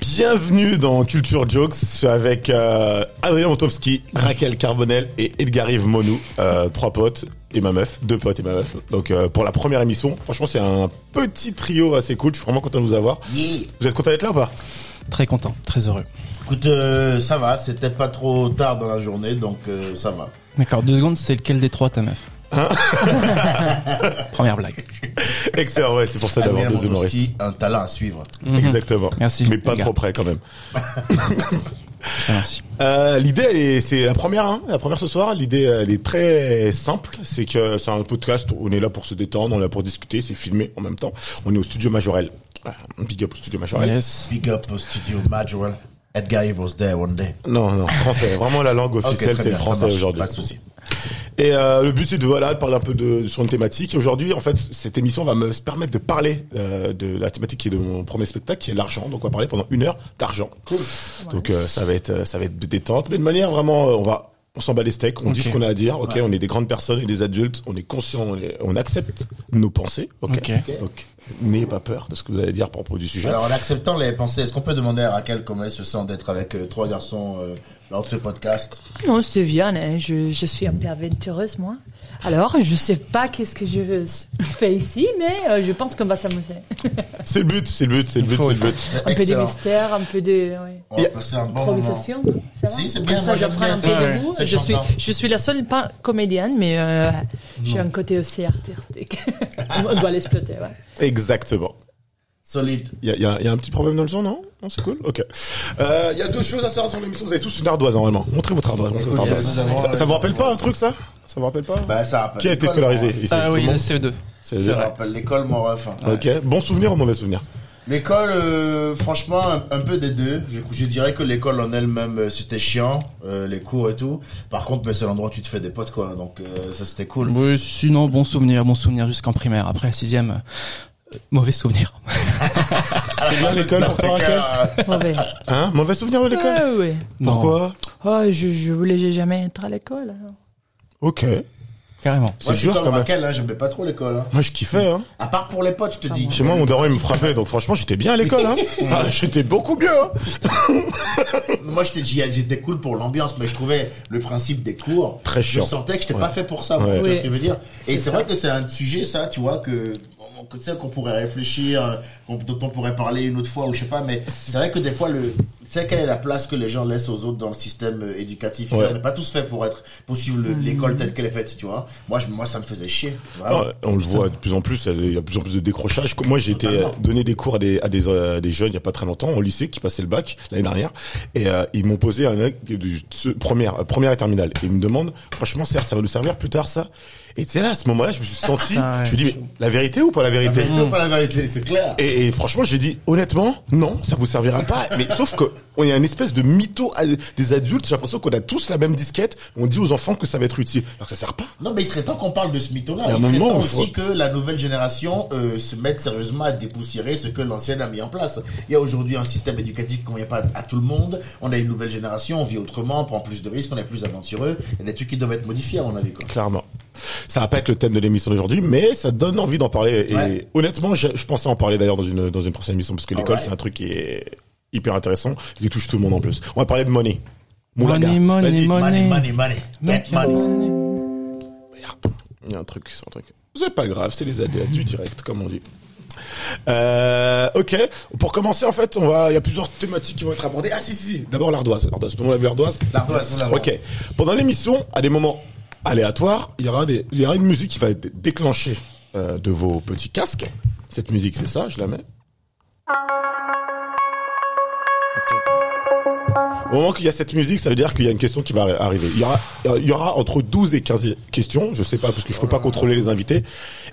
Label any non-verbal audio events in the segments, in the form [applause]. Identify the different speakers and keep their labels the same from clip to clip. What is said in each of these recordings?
Speaker 1: Bienvenue dans Culture Jokes avec euh, Adrien Motowski, Raquel Carbonel et Edgar Yves Monou, euh, trois potes et ma meuf, deux potes et ma meuf. Donc euh, pour la première émission, franchement c'est un petit trio assez cool, je suis vraiment content de vous avoir.
Speaker 2: Yeah.
Speaker 1: Vous êtes content d'être là ou pas
Speaker 3: Très content, très heureux.
Speaker 2: Écoute, euh, ça va, c'était pas trop tard dans la journée, donc euh, ça va.
Speaker 3: D'accord, deux secondes, c'est lequel des trois ta meuf
Speaker 1: Hein
Speaker 3: [laughs] Première blague.
Speaker 1: Excellent, ouais, c'est pour ça d'avoir
Speaker 2: Adrien
Speaker 1: deux humoristes.
Speaker 2: Mondowski, un talent à suivre.
Speaker 3: Mhm.
Speaker 1: [laughs] Exactement.
Speaker 3: Merci,
Speaker 1: Mais pas
Speaker 3: Edgar.
Speaker 1: trop près quand même.
Speaker 3: Mhm. Très Merci.
Speaker 1: Euh, l'idée, elle est- c'est la première, hein, la première ce soir. L'idée, elle est très simple. C'est que c'est un podcast. On est là pour se détendre, on est là pour discuter. C'est filmé en même temps. On est au studio Majorel. Ah, Big up au studio Majorel.
Speaker 3: Yes.
Speaker 2: Big up au studio Majorel. Edgar Yves was there one day.
Speaker 1: Non, non, français.
Speaker 2: [laughs]
Speaker 1: Vraiment la langue
Speaker 2: Ok,
Speaker 1: officielle,
Speaker 2: très
Speaker 1: c'est le
Speaker 2: bien, ça
Speaker 1: français
Speaker 2: marche,
Speaker 1: aujourd'hui.
Speaker 2: Pas de souci.
Speaker 1: Et euh, le but c'est de voilà de parler un peu de sur une thématique. Et Aujourd'hui, en fait, cette émission va me permettre de parler euh, de la thématique qui est de mon premier spectacle, qui est l'argent. Donc on va parler pendant une heure d'argent. Donc euh, ça va être euh, ça va être détente, mais de manière vraiment, euh, on va on s'en bat les steaks, on dit
Speaker 3: Ok.
Speaker 1: ce qu'on a à dire. Ok, on est des grandes personnes et des adultes, on est conscient, on, est- on accepte nos pensées. Ok.
Speaker 3: Ok.
Speaker 1: Donc n'ayez pas peur de ce que vous allez dire à propos du sujet.
Speaker 2: Alors, en acceptant les pensées, est-ce qu'on peut demander à Raquel comment elle se sent d'être avec euh, trois garçons euh, lors de ce podcast
Speaker 4: Non, c'est bien, hein. je, je suis un peu aventureuse, moi. Alors, je sais pas qu'est-ce que je fais ici, mais euh, je pense qu'on va s'amuser.
Speaker 1: C'est le but, c'est le but, c'est le
Speaker 3: Il
Speaker 1: but,
Speaker 3: faut,
Speaker 1: c'est
Speaker 3: il
Speaker 1: le but.
Speaker 2: C'est
Speaker 4: Un peu de
Speaker 2: excellent.
Speaker 4: mystère, un peu de ouais,
Speaker 2: On va
Speaker 1: Yeah.
Speaker 2: passer un bon moment.
Speaker 4: improvisation. Ça va
Speaker 2: Si, c'est
Speaker 4: Comme
Speaker 2: bien,
Speaker 4: ça,
Speaker 2: moi, j'aime
Speaker 4: j'apprends un peu
Speaker 2: bien,
Speaker 4: de
Speaker 3: c'est-
Speaker 4: vous.
Speaker 2: c'est
Speaker 4: Je suis,
Speaker 2: chantant.
Speaker 4: je suis la seule pas comédienne, mais euh, j'ai un côté aussi artistique. [laughs] On doit l'exploiter, ouais.
Speaker 1: Exactement.
Speaker 2: Solide.
Speaker 1: Il y a, y a- y a un petit problème dans le son, non Non, c'est cool Ok. Euh, Il y a deux choses à savoir sur l'émission. Vous avez tous une ardoise, normalement. Montrez votre ardoise. montrez votre
Speaker 2: Oui,
Speaker 1: ardoise.
Speaker 2: nous avons-
Speaker 1: Ça, ça vous rappelle pas un truc, ça Ça vous rappelle pas
Speaker 2: Bah, ça rappelle
Speaker 1: Qui a été
Speaker 2: l'école,
Speaker 1: scolarisé
Speaker 2: mon ref.
Speaker 1: ici
Speaker 3: Ah
Speaker 1: Tout
Speaker 3: oui,
Speaker 1: le
Speaker 3: le
Speaker 1: monde
Speaker 3: CE2.
Speaker 1: C'est
Speaker 2: Ça
Speaker 1: vrai.
Speaker 2: rappelle l'école, mon ref. hein.
Speaker 1: Ok. Bon souvenir ou mauvais souvenir
Speaker 2: L'école, euh, franchement, un, un peu des deux. Je, je dirais que l'école en elle-même, euh, c'était chiant, euh, les cours et tout. Par contre, mais c'est l'endroit où tu te fais des potes, quoi. Donc euh, ça, c'était cool.
Speaker 3: Oui, sinon, bon souvenir, bon souvenir jusqu'en primaire. Après la sixième, euh,
Speaker 1: [laughs]
Speaker 3: mauvais souvenir.
Speaker 1: C'était bien Ah, l'école pour toi, Raquel
Speaker 2: Raquel
Speaker 4: Mauvais.
Speaker 1: Hein Mauvais souvenir de l'école
Speaker 4: Ouais, ouais.
Speaker 3: Non,
Speaker 1: Pourquoi
Speaker 4: Oh, je, je voulais jamais être à l'école. hein. alors.
Speaker 1: Ok.
Speaker 3: carrément.
Speaker 2: Moi,
Speaker 1: C'est
Speaker 2: je suis
Speaker 1: dur
Speaker 2: comme
Speaker 1: quand même.
Speaker 2: Raquel, hein, j'aimais pas trop l'école. Hein.
Speaker 1: Moi, je kiffais, hein.
Speaker 2: À part pour les potes, je te dis.
Speaker 1: Chez moi, mon daron, il me frappait, donc franchement, j'étais bien à l'école,
Speaker 3: [laughs]
Speaker 1: hein. Ah, j'étais beaucoup mieux, hein.
Speaker 2: Moi, j'étais j'y- j'étais cool pour l'ambiance, mais je trouvais le principe des cours.
Speaker 1: Très
Speaker 2: Je
Speaker 1: chiant.
Speaker 2: sentais que j'étais
Speaker 1: Ouais.
Speaker 2: pas fait pour ça.
Speaker 1: Ouais.
Speaker 2: Tu vois
Speaker 4: Oui,
Speaker 2: ce que je veux dire Et
Speaker 4: c'est
Speaker 2: c'est
Speaker 4: ça.
Speaker 2: vrai que c'est un sujet, ça, tu vois, que que tu sais, qu'on pourrait réfléchir, euh, qu'on- dont on pourrait parler une autre fois ou je sais pas, mais c'est vrai que des fois, le, tu sais quelle est la place que les gens laissent aux autres dans le système euh, éducatif. tu
Speaker 1: Ouais.
Speaker 2: vois, On n'est pas tous faits pour être, pour suivre
Speaker 4: Mm.
Speaker 2: le- l'école telle qu'elle est faite, tu vois. Moi, je, moi, ça me faisait chier. vraiment.
Speaker 1: Ah Ouais, on le voit de plus en plus, il y a de plus en plus de décrochage. Comme Moi, j'ai été
Speaker 2: Totalement.
Speaker 1: euh, donné des cours à des, à des, euh, à des jeunes il y a pas très longtemps au lycée qui passaient le bac l'année dernière et euh, ils m'ont posé un du ce- première euh, première et terminale et ils me demandent franchement certes ça va nous servir plus tard ça et c'est là à ce moment-là je me suis senti
Speaker 3: Ah ouais.
Speaker 1: je me dis mais la vérité ou pas la
Speaker 2: La
Speaker 1: vérité
Speaker 2: vérité
Speaker 4: Mm.
Speaker 2: ou pas la vérité, c'est clair.
Speaker 1: et, et franchement, j'ai dit honnêtement, non, ça vous servira pas. Mais sauf que on est un espèce de mytho à- des adultes. J'ai l'impression qu'on a tous la même disquette. On dit aux enfants que ça va être utile, alors que ça sert pas.
Speaker 2: Non, mais il serait temps qu'on parle de ce mytho-là.
Speaker 1: Il y a
Speaker 2: Il,
Speaker 1: un
Speaker 2: serait
Speaker 1: moment
Speaker 2: temps
Speaker 1: où
Speaker 2: aussi
Speaker 1: faut-
Speaker 2: que la nouvelle génération euh, se mette sérieusement à dépoussiérer ce que l'ancienne a mis en place. Il y a aujourd'hui un système éducatif qui convient pas à tout le monde. On a une nouvelle génération, on vit autrement, on prend plus de risques, on est plus aventureux. Il y a des trucs qui doivent être modifiés, à mon avis. Quoi.
Speaker 1: Clairement. Ça va pas être le thème de l'émission d'aujourd'hui, mais ça donne envie d'en parler. Et
Speaker 2: Ouais.
Speaker 1: honnêtement, je, je pensais en parler d'ailleurs dans une, dans une prochaine émission, parce que l'école,
Speaker 2: Alright.
Speaker 1: c'est un truc qui est hyper intéressant, qui touche tout le monde en plus. On va parler de monnaie. Moulaga.
Speaker 3: Money, money,
Speaker 1: Vas-y.
Speaker 2: Money, money,
Speaker 3: money.
Speaker 2: money. Get money.
Speaker 1: Merde. Il y a un truc, c'est un truc. C'est pas grave, c'est les aléas du direct, comme on dit. Euh, ok. Pour commencer, en fait, on va, il y a plusieurs thématiques qui vont être abordées. Ah, si, si, si. D'abord, l'ardoise. L'ardoise. Tout le monde a vu l'ardoise?
Speaker 2: L'ardoise, nous l'avons.
Speaker 1: Ok. Pendant l'émission, à des moments aléatoires, il y aura des, il y aura une musique qui va être déclenchée, euh, de vos petits casques. Cette musique, c'est ça, je la mets. Au moment qu'il y a cette musique, ça veut dire qu'il y a une question qui va arriver. Il y aura, il y aura entre 12 et 15 questions, je sais pas, parce que je peux pas contrôler les invités.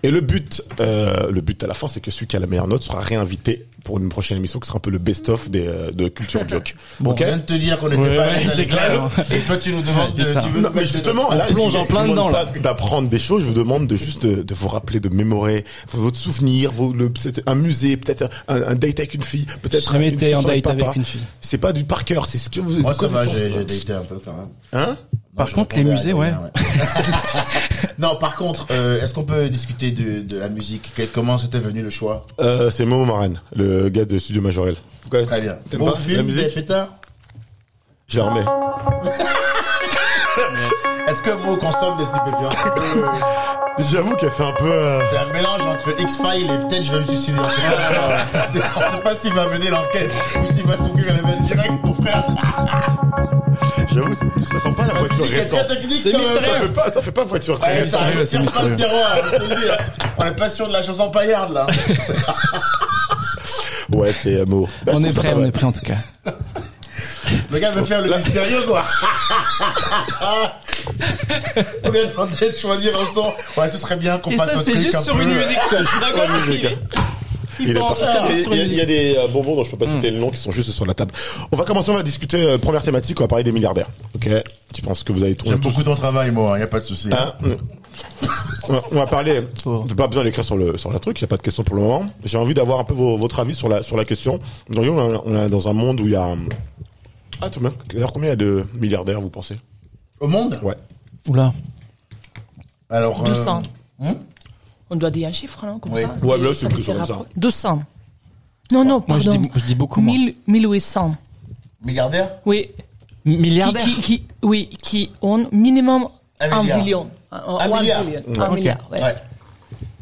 Speaker 1: Et le but, euh, le but à la fin, c'est que celui qui a la meilleure note sera réinvité pour une prochaine émission qui sera un peu le best-of des, euh, de Culture Joke.
Speaker 3: [laughs] Bon,
Speaker 1: ok
Speaker 2: On vient de te dire qu'on n'était
Speaker 3: Ouais,
Speaker 2: pas
Speaker 3: ouais,
Speaker 2: allés à
Speaker 3: c'est
Speaker 2: l'école. Et toi, tu nous demandes de,
Speaker 3: Putain.
Speaker 2: tu veux
Speaker 1: Non,
Speaker 2: nous
Speaker 1: mais
Speaker 2: mettre des
Speaker 1: justement,
Speaker 2: notes.
Speaker 1: là,
Speaker 3: plonge
Speaker 1: je-
Speaker 3: en
Speaker 1: je
Speaker 3: plein
Speaker 1: vous demande
Speaker 3: dedans, là.
Speaker 1: pas D'apprendre des choses, je vous demande de juste de, de vous rappeler, de mémorer votre souvenir, vos, le, peut-être un musée, peut-être un, un date avec une fille, peut-être
Speaker 3: Jamais
Speaker 1: une
Speaker 3: été
Speaker 1: fille
Speaker 3: en
Speaker 1: avec
Speaker 3: date
Speaker 1: papa.
Speaker 3: avec une fille.
Speaker 1: C'est pas du par cœur, c'est ce que vous
Speaker 2: Moi, Oh, ça va,
Speaker 1: connaissance,
Speaker 2: j'ai
Speaker 1: quoi.
Speaker 2: j'ai daté un peu quand même.
Speaker 1: Hein
Speaker 3: Par
Speaker 2: je
Speaker 3: contre, les
Speaker 2: répondais à
Speaker 3: musées, ouais.
Speaker 2: Adrien, [laughs] non, par contre, euh, est-ce qu'on peut discuter de, de la musique Que- Comment c'était venu le choix
Speaker 1: Euh, c'est Momo Maran, le gars de Studio Majorel. Pourquoi
Speaker 2: Très bien.
Speaker 1: T'aimes
Speaker 2: Bon
Speaker 1: pas
Speaker 2: film,
Speaker 1: la musique
Speaker 2: Pierre Pétard
Speaker 1: Je la remets.
Speaker 2: Est-ce que Mo consomme
Speaker 1: [laughs]
Speaker 2: des stupéfiants Euh,
Speaker 1: J'avoue qu'elle fait un peu. euh,
Speaker 2: C'est un mélange entre X-Files et peut-être je vais me suicider. On
Speaker 1: [laughs]
Speaker 2: sait pas, on sait pas s'il va mener l'enquête ou s'il va s'ouvrir les veines direct, mon frère.
Speaker 1: J'avoue, ça sent pas la voiture
Speaker 2: C'est très
Speaker 1: récente.
Speaker 2: technique
Speaker 3: C'est
Speaker 2: quand même.
Speaker 1: Ça
Speaker 3: mystérieux.
Speaker 2: ça.
Speaker 1: fait pas, ça fait pas voiture très
Speaker 2: Ouais, ça
Speaker 1: récente.
Speaker 3: mystérieux, c'est
Speaker 2: respire pas le
Speaker 3: mystérieux.
Speaker 2: terroir, je te le dis. On est pas sûr de la chanson paillarde là.
Speaker 1: Ouais, c'est euh, Momo. Ah, je
Speaker 3: On
Speaker 1: trouve
Speaker 3: est
Speaker 1: ça
Speaker 3: prêt,
Speaker 1: pas
Speaker 3: on
Speaker 1: mal.
Speaker 3: est prêt en tout cas.
Speaker 2: Le gars veut faire le mystérieux,
Speaker 1: [laughs]
Speaker 2: quoi. On lui a demandé de choisir un son. Ouais, ce serait bien qu'on fasse un truc un peu... euh,
Speaker 1: sur une musique. Il est parti. Il y a- il y a- il y a des euh, bonbons dont je peux pas citer le nom qui sont juste sur la table. On va commencer, on va discuter euh, première thématique, on va parler des milliardaires. Ok. Tu penses que vous avez tout
Speaker 2: J'aime beaucoup ton travail, moi, hein, y a pas de souci.
Speaker 1: Hein on va- [coughs] on va parler.
Speaker 3: Oh.
Speaker 1: Pas besoin d'écrire sur le sur la truc. Il y a pas de question pour le moment. J'ai envie d'avoir un peu vos- votre avis sur la sur la question. Aujourd'hui, on, a- on est dans un monde où il y a. hum, Ah, tout de même. D'ailleurs, combien il y a de milliardaires, vous pensez
Speaker 2: Au monde
Speaker 1: Ouais.
Speaker 3: Oula.
Speaker 2: Alors, euh,
Speaker 4: 200.
Speaker 2: hmm
Speaker 4: On doit dire un chiffre, non comme
Speaker 2: Oui.
Speaker 4: ça.
Speaker 1: Ouais, mais là, c'est
Speaker 4: Ça
Speaker 1: une
Speaker 4: les
Speaker 1: question
Speaker 4: fait
Speaker 1: comme ça.
Speaker 4: rapprocher. 200. Non, non,
Speaker 3: Moi, je
Speaker 4: pardon.
Speaker 3: dis, je dis beaucoup moins.
Speaker 4: 1000 1800.
Speaker 2: milliardaire
Speaker 4: Oui. Qui,
Speaker 3: Milliardaire
Speaker 4: qui, qui- oui, qui ont minimum
Speaker 2: Un
Speaker 4: un
Speaker 2: milliard.
Speaker 4: million.
Speaker 2: Un milliard.
Speaker 4: Un
Speaker 3: Ok.
Speaker 4: milliard, ouais.
Speaker 2: Ouais.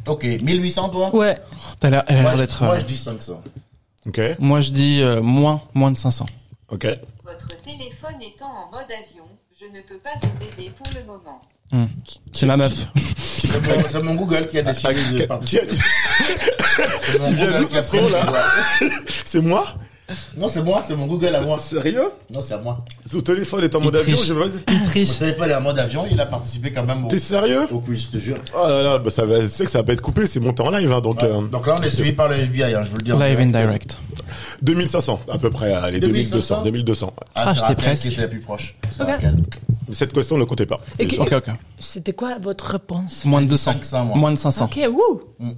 Speaker 2: Ok, 1800, toi
Speaker 4: Ouais.
Speaker 3: T'as l'air- Elle a
Speaker 2: Moi,
Speaker 3: l'air
Speaker 2: je-
Speaker 3: d'être.
Speaker 2: moi,
Speaker 3: euh,
Speaker 2: je dis 500.
Speaker 1: Ok.
Speaker 3: Moi, je dis euh, moins, moins de 500.
Speaker 1: Ok.
Speaker 5: Votre téléphone étant en mode avion, je ne peux pas vous aider pour le moment.
Speaker 3: Hmm. C'est ma meuf.
Speaker 2: C'est mon- c'est mon Google qui a
Speaker 1: Ah,
Speaker 2: décidé de
Speaker 1: qui- qui
Speaker 2: participer.
Speaker 1: a dit- il vient d'où, ce son, là C'est moi
Speaker 2: Non, c'est moi, c'est mon Google à moi.
Speaker 1: Sérieux
Speaker 2: Non, c'est à moi.
Speaker 1: Ton téléphone est en mode
Speaker 3: Il
Speaker 1: avion,
Speaker 3: triche.
Speaker 1: je me
Speaker 3: [laughs] Il triche.
Speaker 2: Mon téléphone est en mode avion, il a participé quand même au,
Speaker 1: T'es sérieux
Speaker 2: au quiz, je te jure.
Speaker 1: Oh là là, bah ça va, je sais que ça va pas être coupé, c'est monté en live, hein, donc
Speaker 2: Ouais.
Speaker 1: euh,
Speaker 2: Donc là, on est suivi par le FBI, hein, je vous le dis. en
Speaker 3: Live and
Speaker 2: direct.
Speaker 3: direct.
Speaker 1: 2500 à peu près, allez, 2200,
Speaker 2: 2200.
Speaker 1: 2200. ouais.
Speaker 2: Ah,
Speaker 3: Ah,
Speaker 2: c'est
Speaker 3: j'étais
Speaker 2: Raquel
Speaker 3: presque.
Speaker 2: qui était la plus proche. C'est
Speaker 4: Ok.
Speaker 2: Raquel.
Speaker 1: Cette question ne comptait pas.
Speaker 4: Et qui-
Speaker 3: Ok, ok.
Speaker 4: C'était quoi votre réponse
Speaker 3: Moins de 200.
Speaker 2: 500, moi.
Speaker 3: Moins de 500.
Speaker 4: Ok, wouh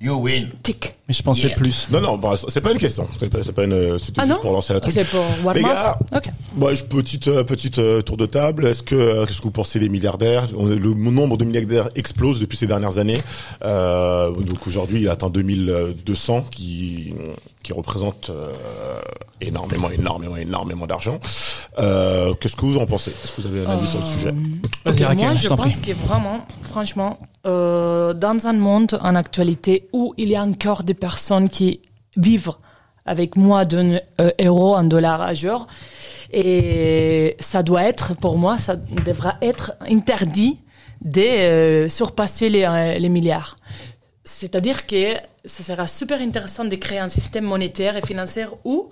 Speaker 2: You win.
Speaker 4: Tic.
Speaker 3: Mais je pensais
Speaker 2: Yeah.
Speaker 3: plus.
Speaker 1: Non, non, bah, c'est pas une question, c'est pas, c'est pas une, euh, c'était
Speaker 4: Ah
Speaker 1: juste
Speaker 4: non
Speaker 1: pour lancer la truc.
Speaker 4: C'est pour
Speaker 1: Les
Speaker 4: warm-up
Speaker 1: gars,
Speaker 4: Ok.
Speaker 1: moi, je petite euh, petite euh, tour de table. Est-ce que euh, qu'est-ce que vous pensez des milliardaires On- Le nombre de milliardaires explose depuis ces dernières années. Euh, donc aujourd'hui, il atteint 2200, qui qui représente euh, énormément, énormément, énormément d'argent. Euh, qu'est-ce que vous en pensez Est-ce que vous avez un avis sur le sujet
Speaker 2: Euh,
Speaker 3: Vas-y,
Speaker 4: Ok,
Speaker 3: Raquel,
Speaker 4: moi,
Speaker 3: je
Speaker 4: je
Speaker 3: t'en prie.
Speaker 4: pense que vraiment, franchement, euh, dans un monde en actualité où il y a encore des personnes qui vivent avec moins d'un euh, euro, un dollar à jour, et ça doit être, pour moi, ça devra être interdit de euh, surpasser les, euh, les milliards. C'est-à-dire que ça sera super intéressant de créer un système monétaire et financier où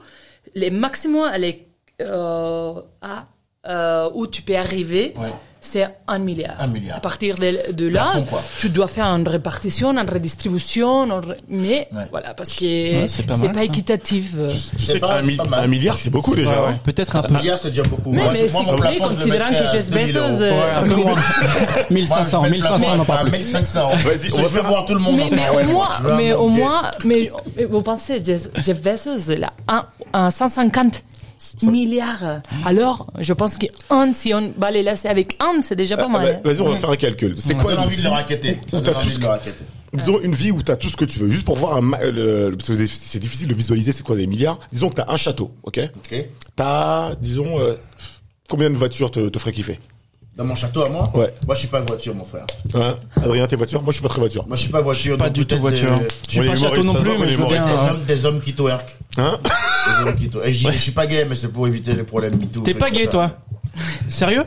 Speaker 4: les maximum les, euh, à, euh, où tu peux arriver,
Speaker 2: Ouais.
Speaker 4: c'est un milliard.
Speaker 2: Un milliard.
Speaker 4: À partir de, de là,
Speaker 2: Plafond, quoi.
Speaker 4: tu dois faire une répartition, une redistribution, une ré- mais
Speaker 2: Ouais.
Speaker 4: voilà, parce que
Speaker 3: Ouais, c'est
Speaker 4: c'est
Speaker 3: pas
Speaker 4: pas,
Speaker 3: mal, ça.
Speaker 4: équitatif. euh.
Speaker 1: Tu
Speaker 2: C'est
Speaker 1: sais
Speaker 2: pas-
Speaker 1: qu'un mi-
Speaker 2: c'est pas mal.
Speaker 1: un milliard, c'est beaucoup déjà.
Speaker 3: Ouais, ouais.
Speaker 1: hein.
Speaker 3: Peut-être un peu.
Speaker 2: Un milliard, c'est déjà beaucoup.
Speaker 4: Mais,
Speaker 2: Moi,
Speaker 4: mais
Speaker 2: moi,
Speaker 4: si
Speaker 2: mon
Speaker 4: vous voulez,
Speaker 2: plafond, je le
Speaker 4: considérant
Speaker 2: mettrais
Speaker 4: que
Speaker 2: à
Speaker 4: Jeff
Speaker 2: 2000 euros.
Speaker 4: Bezos, euh,
Speaker 3: Ouais, un peu moins.
Speaker 2: Moi, je
Speaker 3: 1500,
Speaker 2: mets le
Speaker 3: 1500, on en
Speaker 2: plafond
Speaker 3: parle
Speaker 2: à
Speaker 3: plus.
Speaker 2: 1500.
Speaker 1: Vas-y, on va
Speaker 2: Je veux
Speaker 1: faire un-
Speaker 2: voir tout le monde
Speaker 4: Mais,
Speaker 2: ensemble.
Speaker 4: mais au moins,
Speaker 2: Je veux un
Speaker 4: mais au
Speaker 2: banquier.
Speaker 4: moins, mais mais vous pensez, Jeff, Jeff Bezos, il a un, un 150 milliards. Alors, je pense qu'un, si on va les laisser avec un, c'est déjà
Speaker 2: Euh,
Speaker 4: pas
Speaker 1: Ah, bah,
Speaker 4: mal. hein.
Speaker 1: Vas-y, on va faire un calcul. C'est
Speaker 2: Ça
Speaker 1: quoi
Speaker 2: donne
Speaker 1: une
Speaker 2: envie de
Speaker 1: vie
Speaker 2: le raqueter. Ça
Speaker 1: t'as
Speaker 2: donne
Speaker 1: tout
Speaker 2: envie
Speaker 1: ce
Speaker 2: de
Speaker 1: que-
Speaker 2: le raqueter.
Speaker 1: Disons une vie où t'as tout ce que tu veux, juste pour voir un ma- euh, le- parce que c'est difficile de visualiser c'est quoi des milliards. Disons que t'as un château, ok
Speaker 2: Ok.
Speaker 1: T'as, disons, euh, combien de voitures te, te ferait kiffer
Speaker 2: Dans mon château à moi
Speaker 1: Ouais.
Speaker 2: Moi, je suis pas voiture, mon frère.
Speaker 1: hein Adrien, tes voitures Moi, je suis pas très voiture.
Speaker 2: Moi, je suis pas voiture.
Speaker 3: Pas
Speaker 2: donc
Speaker 3: du tout
Speaker 2: peut-être,
Speaker 3: voiture.
Speaker 2: euh,
Speaker 1: on
Speaker 3: Je suis
Speaker 1: est
Speaker 3: pas château
Speaker 1: humoriste,
Speaker 3: non
Speaker 1: ça
Speaker 3: plus,
Speaker 1: sort, on
Speaker 3: mais
Speaker 1: est
Speaker 3: je veux
Speaker 1: humoriste.
Speaker 3: bien.
Speaker 2: Des
Speaker 3: euh,
Speaker 2: hommes, des hommes qui twerk.
Speaker 1: Hein
Speaker 2: Des hommes qui twerk. Et je dis- je suis pas gay, mais c'est pour éviter les problèmes MeToo.
Speaker 3: euh, T'es pas
Speaker 2: tout
Speaker 3: gay,
Speaker 2: ça.
Speaker 3: toi Sérieux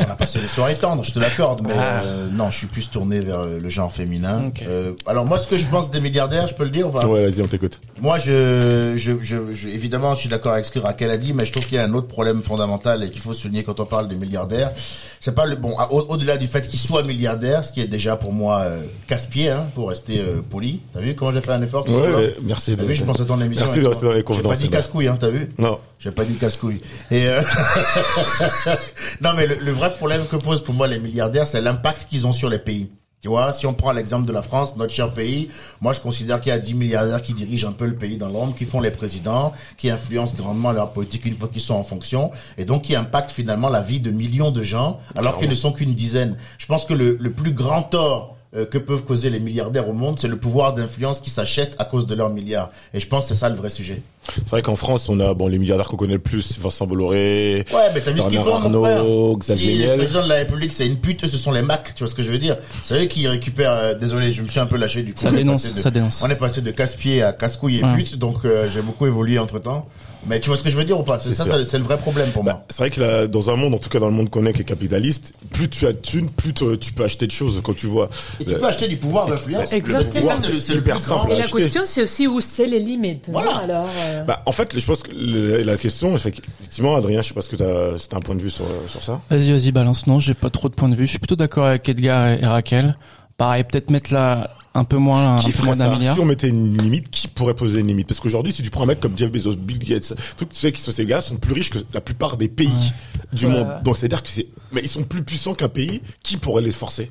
Speaker 2: On a passé les soirées tendres, je te l'accorde, mais
Speaker 3: Ah.
Speaker 2: euh, non, je suis plus tourné vers le le genre féminin.
Speaker 3: Ok.
Speaker 2: Euh, alors moi, ce que je pense des milliardaires, je peux le dire ou pas
Speaker 1: Ah. Ouais, vas-y, on t'écoute.
Speaker 2: Moi, je, je, je, je- évidemment, je suis d'accord avec ce que Raquel a dit, mais je trouve qu'il y a un autre problème fondamental et qu'il faut souligner quand on parle de milliardaires. C'est pas le bon. à- au- Au-delà du fait qu'ils soient milliardaires, ce qui est déjà pour moi euh, casse-pied, hein, pour rester euh, poli. T'as vu comment j'ai fait un effort tout
Speaker 1: Ouais,
Speaker 2: seul, hein
Speaker 1: ouais, merci
Speaker 2: T'as
Speaker 1: de-
Speaker 2: vu, je pense à ton
Speaker 1: Merci
Speaker 2: émission. avec
Speaker 1: de
Speaker 2: toi.
Speaker 1: rester dans les confidences,
Speaker 2: J'ai pas dit
Speaker 1: c'est bien.
Speaker 2: casse-couille, hein, t'as vu
Speaker 1: Non.
Speaker 2: J'ai pas dit casse-couille. Et euh, [laughs] non, mais le, le vrai problème que posent pour moi les milliardaires, c'est l'impact qu'ils ont sur les pays. Tu vois, si on prend l'exemple de la France, notre cher pays, moi je considère qu'il y a 10 milliardaires qui dirigent un peu le pays dans l'ombre, qui font les présidents, qui influencent grandement leur politique une fois qu'ils sont en fonction, et donc qui impactent finalement la vie de millions de gens, alors qu'ils ne sont qu'une dizaine. Je pense que le, le plus grand tort euh, que peuvent causer les milliardaires au monde, c'est le pouvoir d'influence qui s'achète à cause de leurs milliards. Et je pense que c'est ça le vrai sujet.
Speaker 1: C'est vrai qu'en France, on a bon les milliardaires qu'on connaît le plus, Vincent Bolloré,
Speaker 2: Ouais, mais t'as vu ce qu'ils font,
Speaker 1: Bernard
Speaker 2: mon frère.
Speaker 1: Arnault, Xavier
Speaker 2: Si le
Speaker 1: Niel.
Speaker 2: président de la République, c'est une pute, ce sont les Macs, tu vois ce que je veux dire C'est eux qui récupèrent... euh, désolé, je me suis un peu lâché du coup.
Speaker 3: Ça
Speaker 2: on est
Speaker 3: dénonce,
Speaker 2: passé de-
Speaker 3: ça dénonce.
Speaker 2: On est passé de casse-pied à casse-couille et
Speaker 3: Ouais.
Speaker 2: pute, donc euh, j'ai beaucoup évolué entre-temps. Mais tu vois ce que je veux dire ou pas C'est
Speaker 1: C'est
Speaker 2: ça,
Speaker 1: sûr.
Speaker 2: ça, c'est le vrai problème pour moi.
Speaker 1: Bah, c'est vrai que là, dans un monde, en tout cas dans le monde qu'on est, qui est capitaliste, plus tu as de thunes, plus te- tu peux acheter de choses quand tu vois.
Speaker 2: Et tu
Speaker 1: Euh,
Speaker 2: peux acheter du pouvoir d'influence.
Speaker 4: Exactement.
Speaker 2: Et ça, c'est le, c'est le
Speaker 1: Hyper
Speaker 2: plus grand.
Speaker 1: simple.
Speaker 4: Et la
Speaker 1: acheter.
Speaker 4: question, c'est aussi où c'est les limites. non
Speaker 2: Voilà.
Speaker 4: Alors, euh,
Speaker 1: bah, en fait, je pense que le- la question, c'est qu'effectivement, Adrien, je sais pas ce que t'as, si t'as un point de vue sur, sur ça.
Speaker 3: Vas-y, vas-y, balance. Non, j'ai pas trop de points de vue. Je suis plutôt d'accord avec Edgar et, et Raquel. Pareil, peut-être mettre là un peu moins, un
Speaker 1: qui
Speaker 3: peu moins
Speaker 1: ferait
Speaker 3: d'un
Speaker 1: ça
Speaker 3: milliard.
Speaker 1: Si on mettait une limite, qui pourrait poser une limite Parce qu'aujourd'hui, si tu prends un mec comme Jeff Bezos, Bill Gates, tous ceux qui sont ces gars sont plus riches que la plupart des pays du
Speaker 4: Ouais,
Speaker 1: monde.
Speaker 4: ouais.
Speaker 1: Donc c'est-à-dire que c'est, mais ils sont plus puissants qu'un pays. Qui pourrait les forcer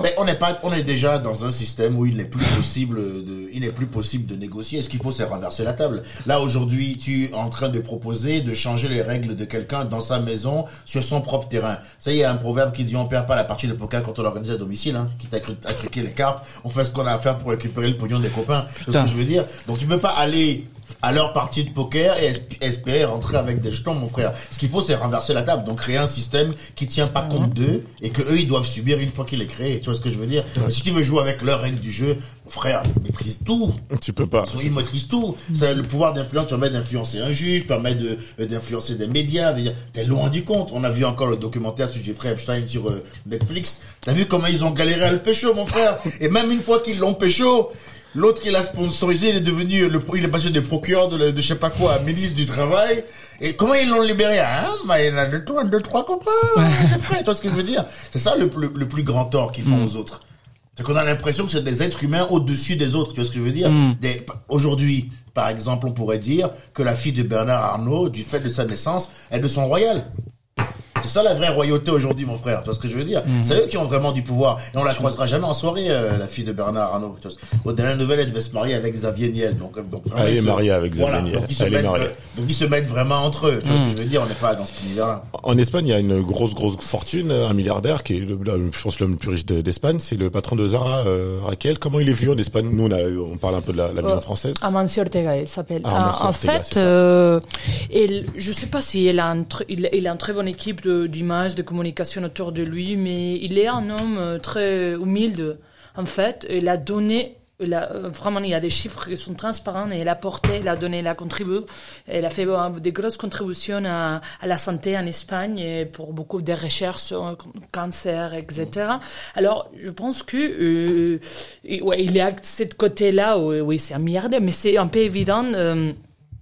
Speaker 2: Mais on n'est pas, on est déjà dans un système où il n'est plus possible de, il n'est plus possible de négocier. Ce qu'il faut, c'est renverser la table. Là, aujourd'hui, tu es en train de proposer de changer les règles de quelqu'un dans sa maison, sur son propre terrain. Ça, il y a un proverbe qui dit, on perd pas la partie de poker quand on l'organise à domicile, hein, quitte à cru- à truquer les cartes. On fait ce qu'on a à faire pour récupérer le pognon des copains. C'est ce
Speaker 3: Putain.
Speaker 2: que je veux dire. Donc, tu peux pas aller à leur partie de poker et esp- espérer rentrer avec des jetons, mon frère. Ce qu'il faut, c'est renverser la table. Donc, créer un système qui tient pas compte d'eux et que eux, ils doivent subir une fois qu'il est créé. Tu vois ce que je veux dire? Si tu veux jouer avec leurs règles du jeu, mon frère, ils maîtrisent tout.
Speaker 1: Tu peux pas.
Speaker 2: Ils, sont- ils maîtrisent tout. Ça, le pouvoir d'influence permet d'influencer un juge, permet de euh, d'influencer des médias. Je veux dire, T'es loin du compte. On a vu encore le documentaire sur Jeffrey Epstein sur euh, Netflix. T'as vu comment ils ont galéré à le pécho, mon frère. Et même une fois qu'ils l'ont pécho, l'autre il a sponsorisé, il est devenu le, pro- il est passé de procureur de, la- de je sais pas quoi à ministre du travail. Et comment ils l'ont libéré Hein Bah, il a deux, trois, deux, trois copains. Jeffrey, tu vois ce que je veux dire C'est ça le, le, le plus grand tort qu'ils font aux autres. C'est qu'on a l'impression que c'est des êtres humains au-dessus des autres. Tu vois ce que je veux dire Des- Aujourd'hui, par exemple, on pourrait dire que la fille de Bernard Arnault, du fait de sa naissance, est de son royal. C'est ça la vraie royauté aujourd'hui, mon frère. Tu vois ce que je veux dire C'est eux qui ont vraiment du pouvoir. Et on la croisera jamais en soirée, euh, la fille de Bernard Arnault. Tu vois ce- Aux dernières nouvelles, elle devait se marier avec Xavier Niel. Donc, euh, donc vraiment,
Speaker 1: Elle
Speaker 2: ils
Speaker 1: est
Speaker 2: se-
Speaker 1: mariée avec Xavier
Speaker 2: Voilà,
Speaker 1: Niel.
Speaker 2: donc, ils se
Speaker 1: Elle est
Speaker 2: mettent,
Speaker 1: mariée.
Speaker 2: euh, donc ils se mettent vraiment entre eux. Tu vois ce que je veux dire On n'est pas dans cet univers-là.
Speaker 1: En Espagne, il y a une grosse, grosse fortune, un milliardaire qui est, le, le- je pense, l'homme le plus riche de- d'Espagne. C'est le patron de Zara, euh, Raquel. Comment il est vu en Espagne Nous, on, a- on parle un peu de la, la maison
Speaker 4: Euh,
Speaker 1: française.
Speaker 4: Amancio Ortega, elle s'appelle.
Speaker 1: Ah, Amancio
Speaker 4: en
Speaker 1: Ortega, c'est
Speaker 4: fait,
Speaker 1: ça.
Speaker 4: euh, elle- je ne sais pas si elle a, un tr- il, il a une très bonne équipe de- d'images, de, communication autour de lui, mais il est un homme euh, très humilde. En fait, il a donné, il a- euh, vraiment, il y a des chiffres qui sont transparents et elle a porté, elle a donné, elle a contribué, elle a fait euh, des grosses contributions à, à la santé en Espagne et pour beaucoup de recherches sur le cancer, etc. Alors, je pense que euh, et ouais, il est à ce côté-là, où- oui, c'est un milliardaire, mais c'est un peu évident. euh,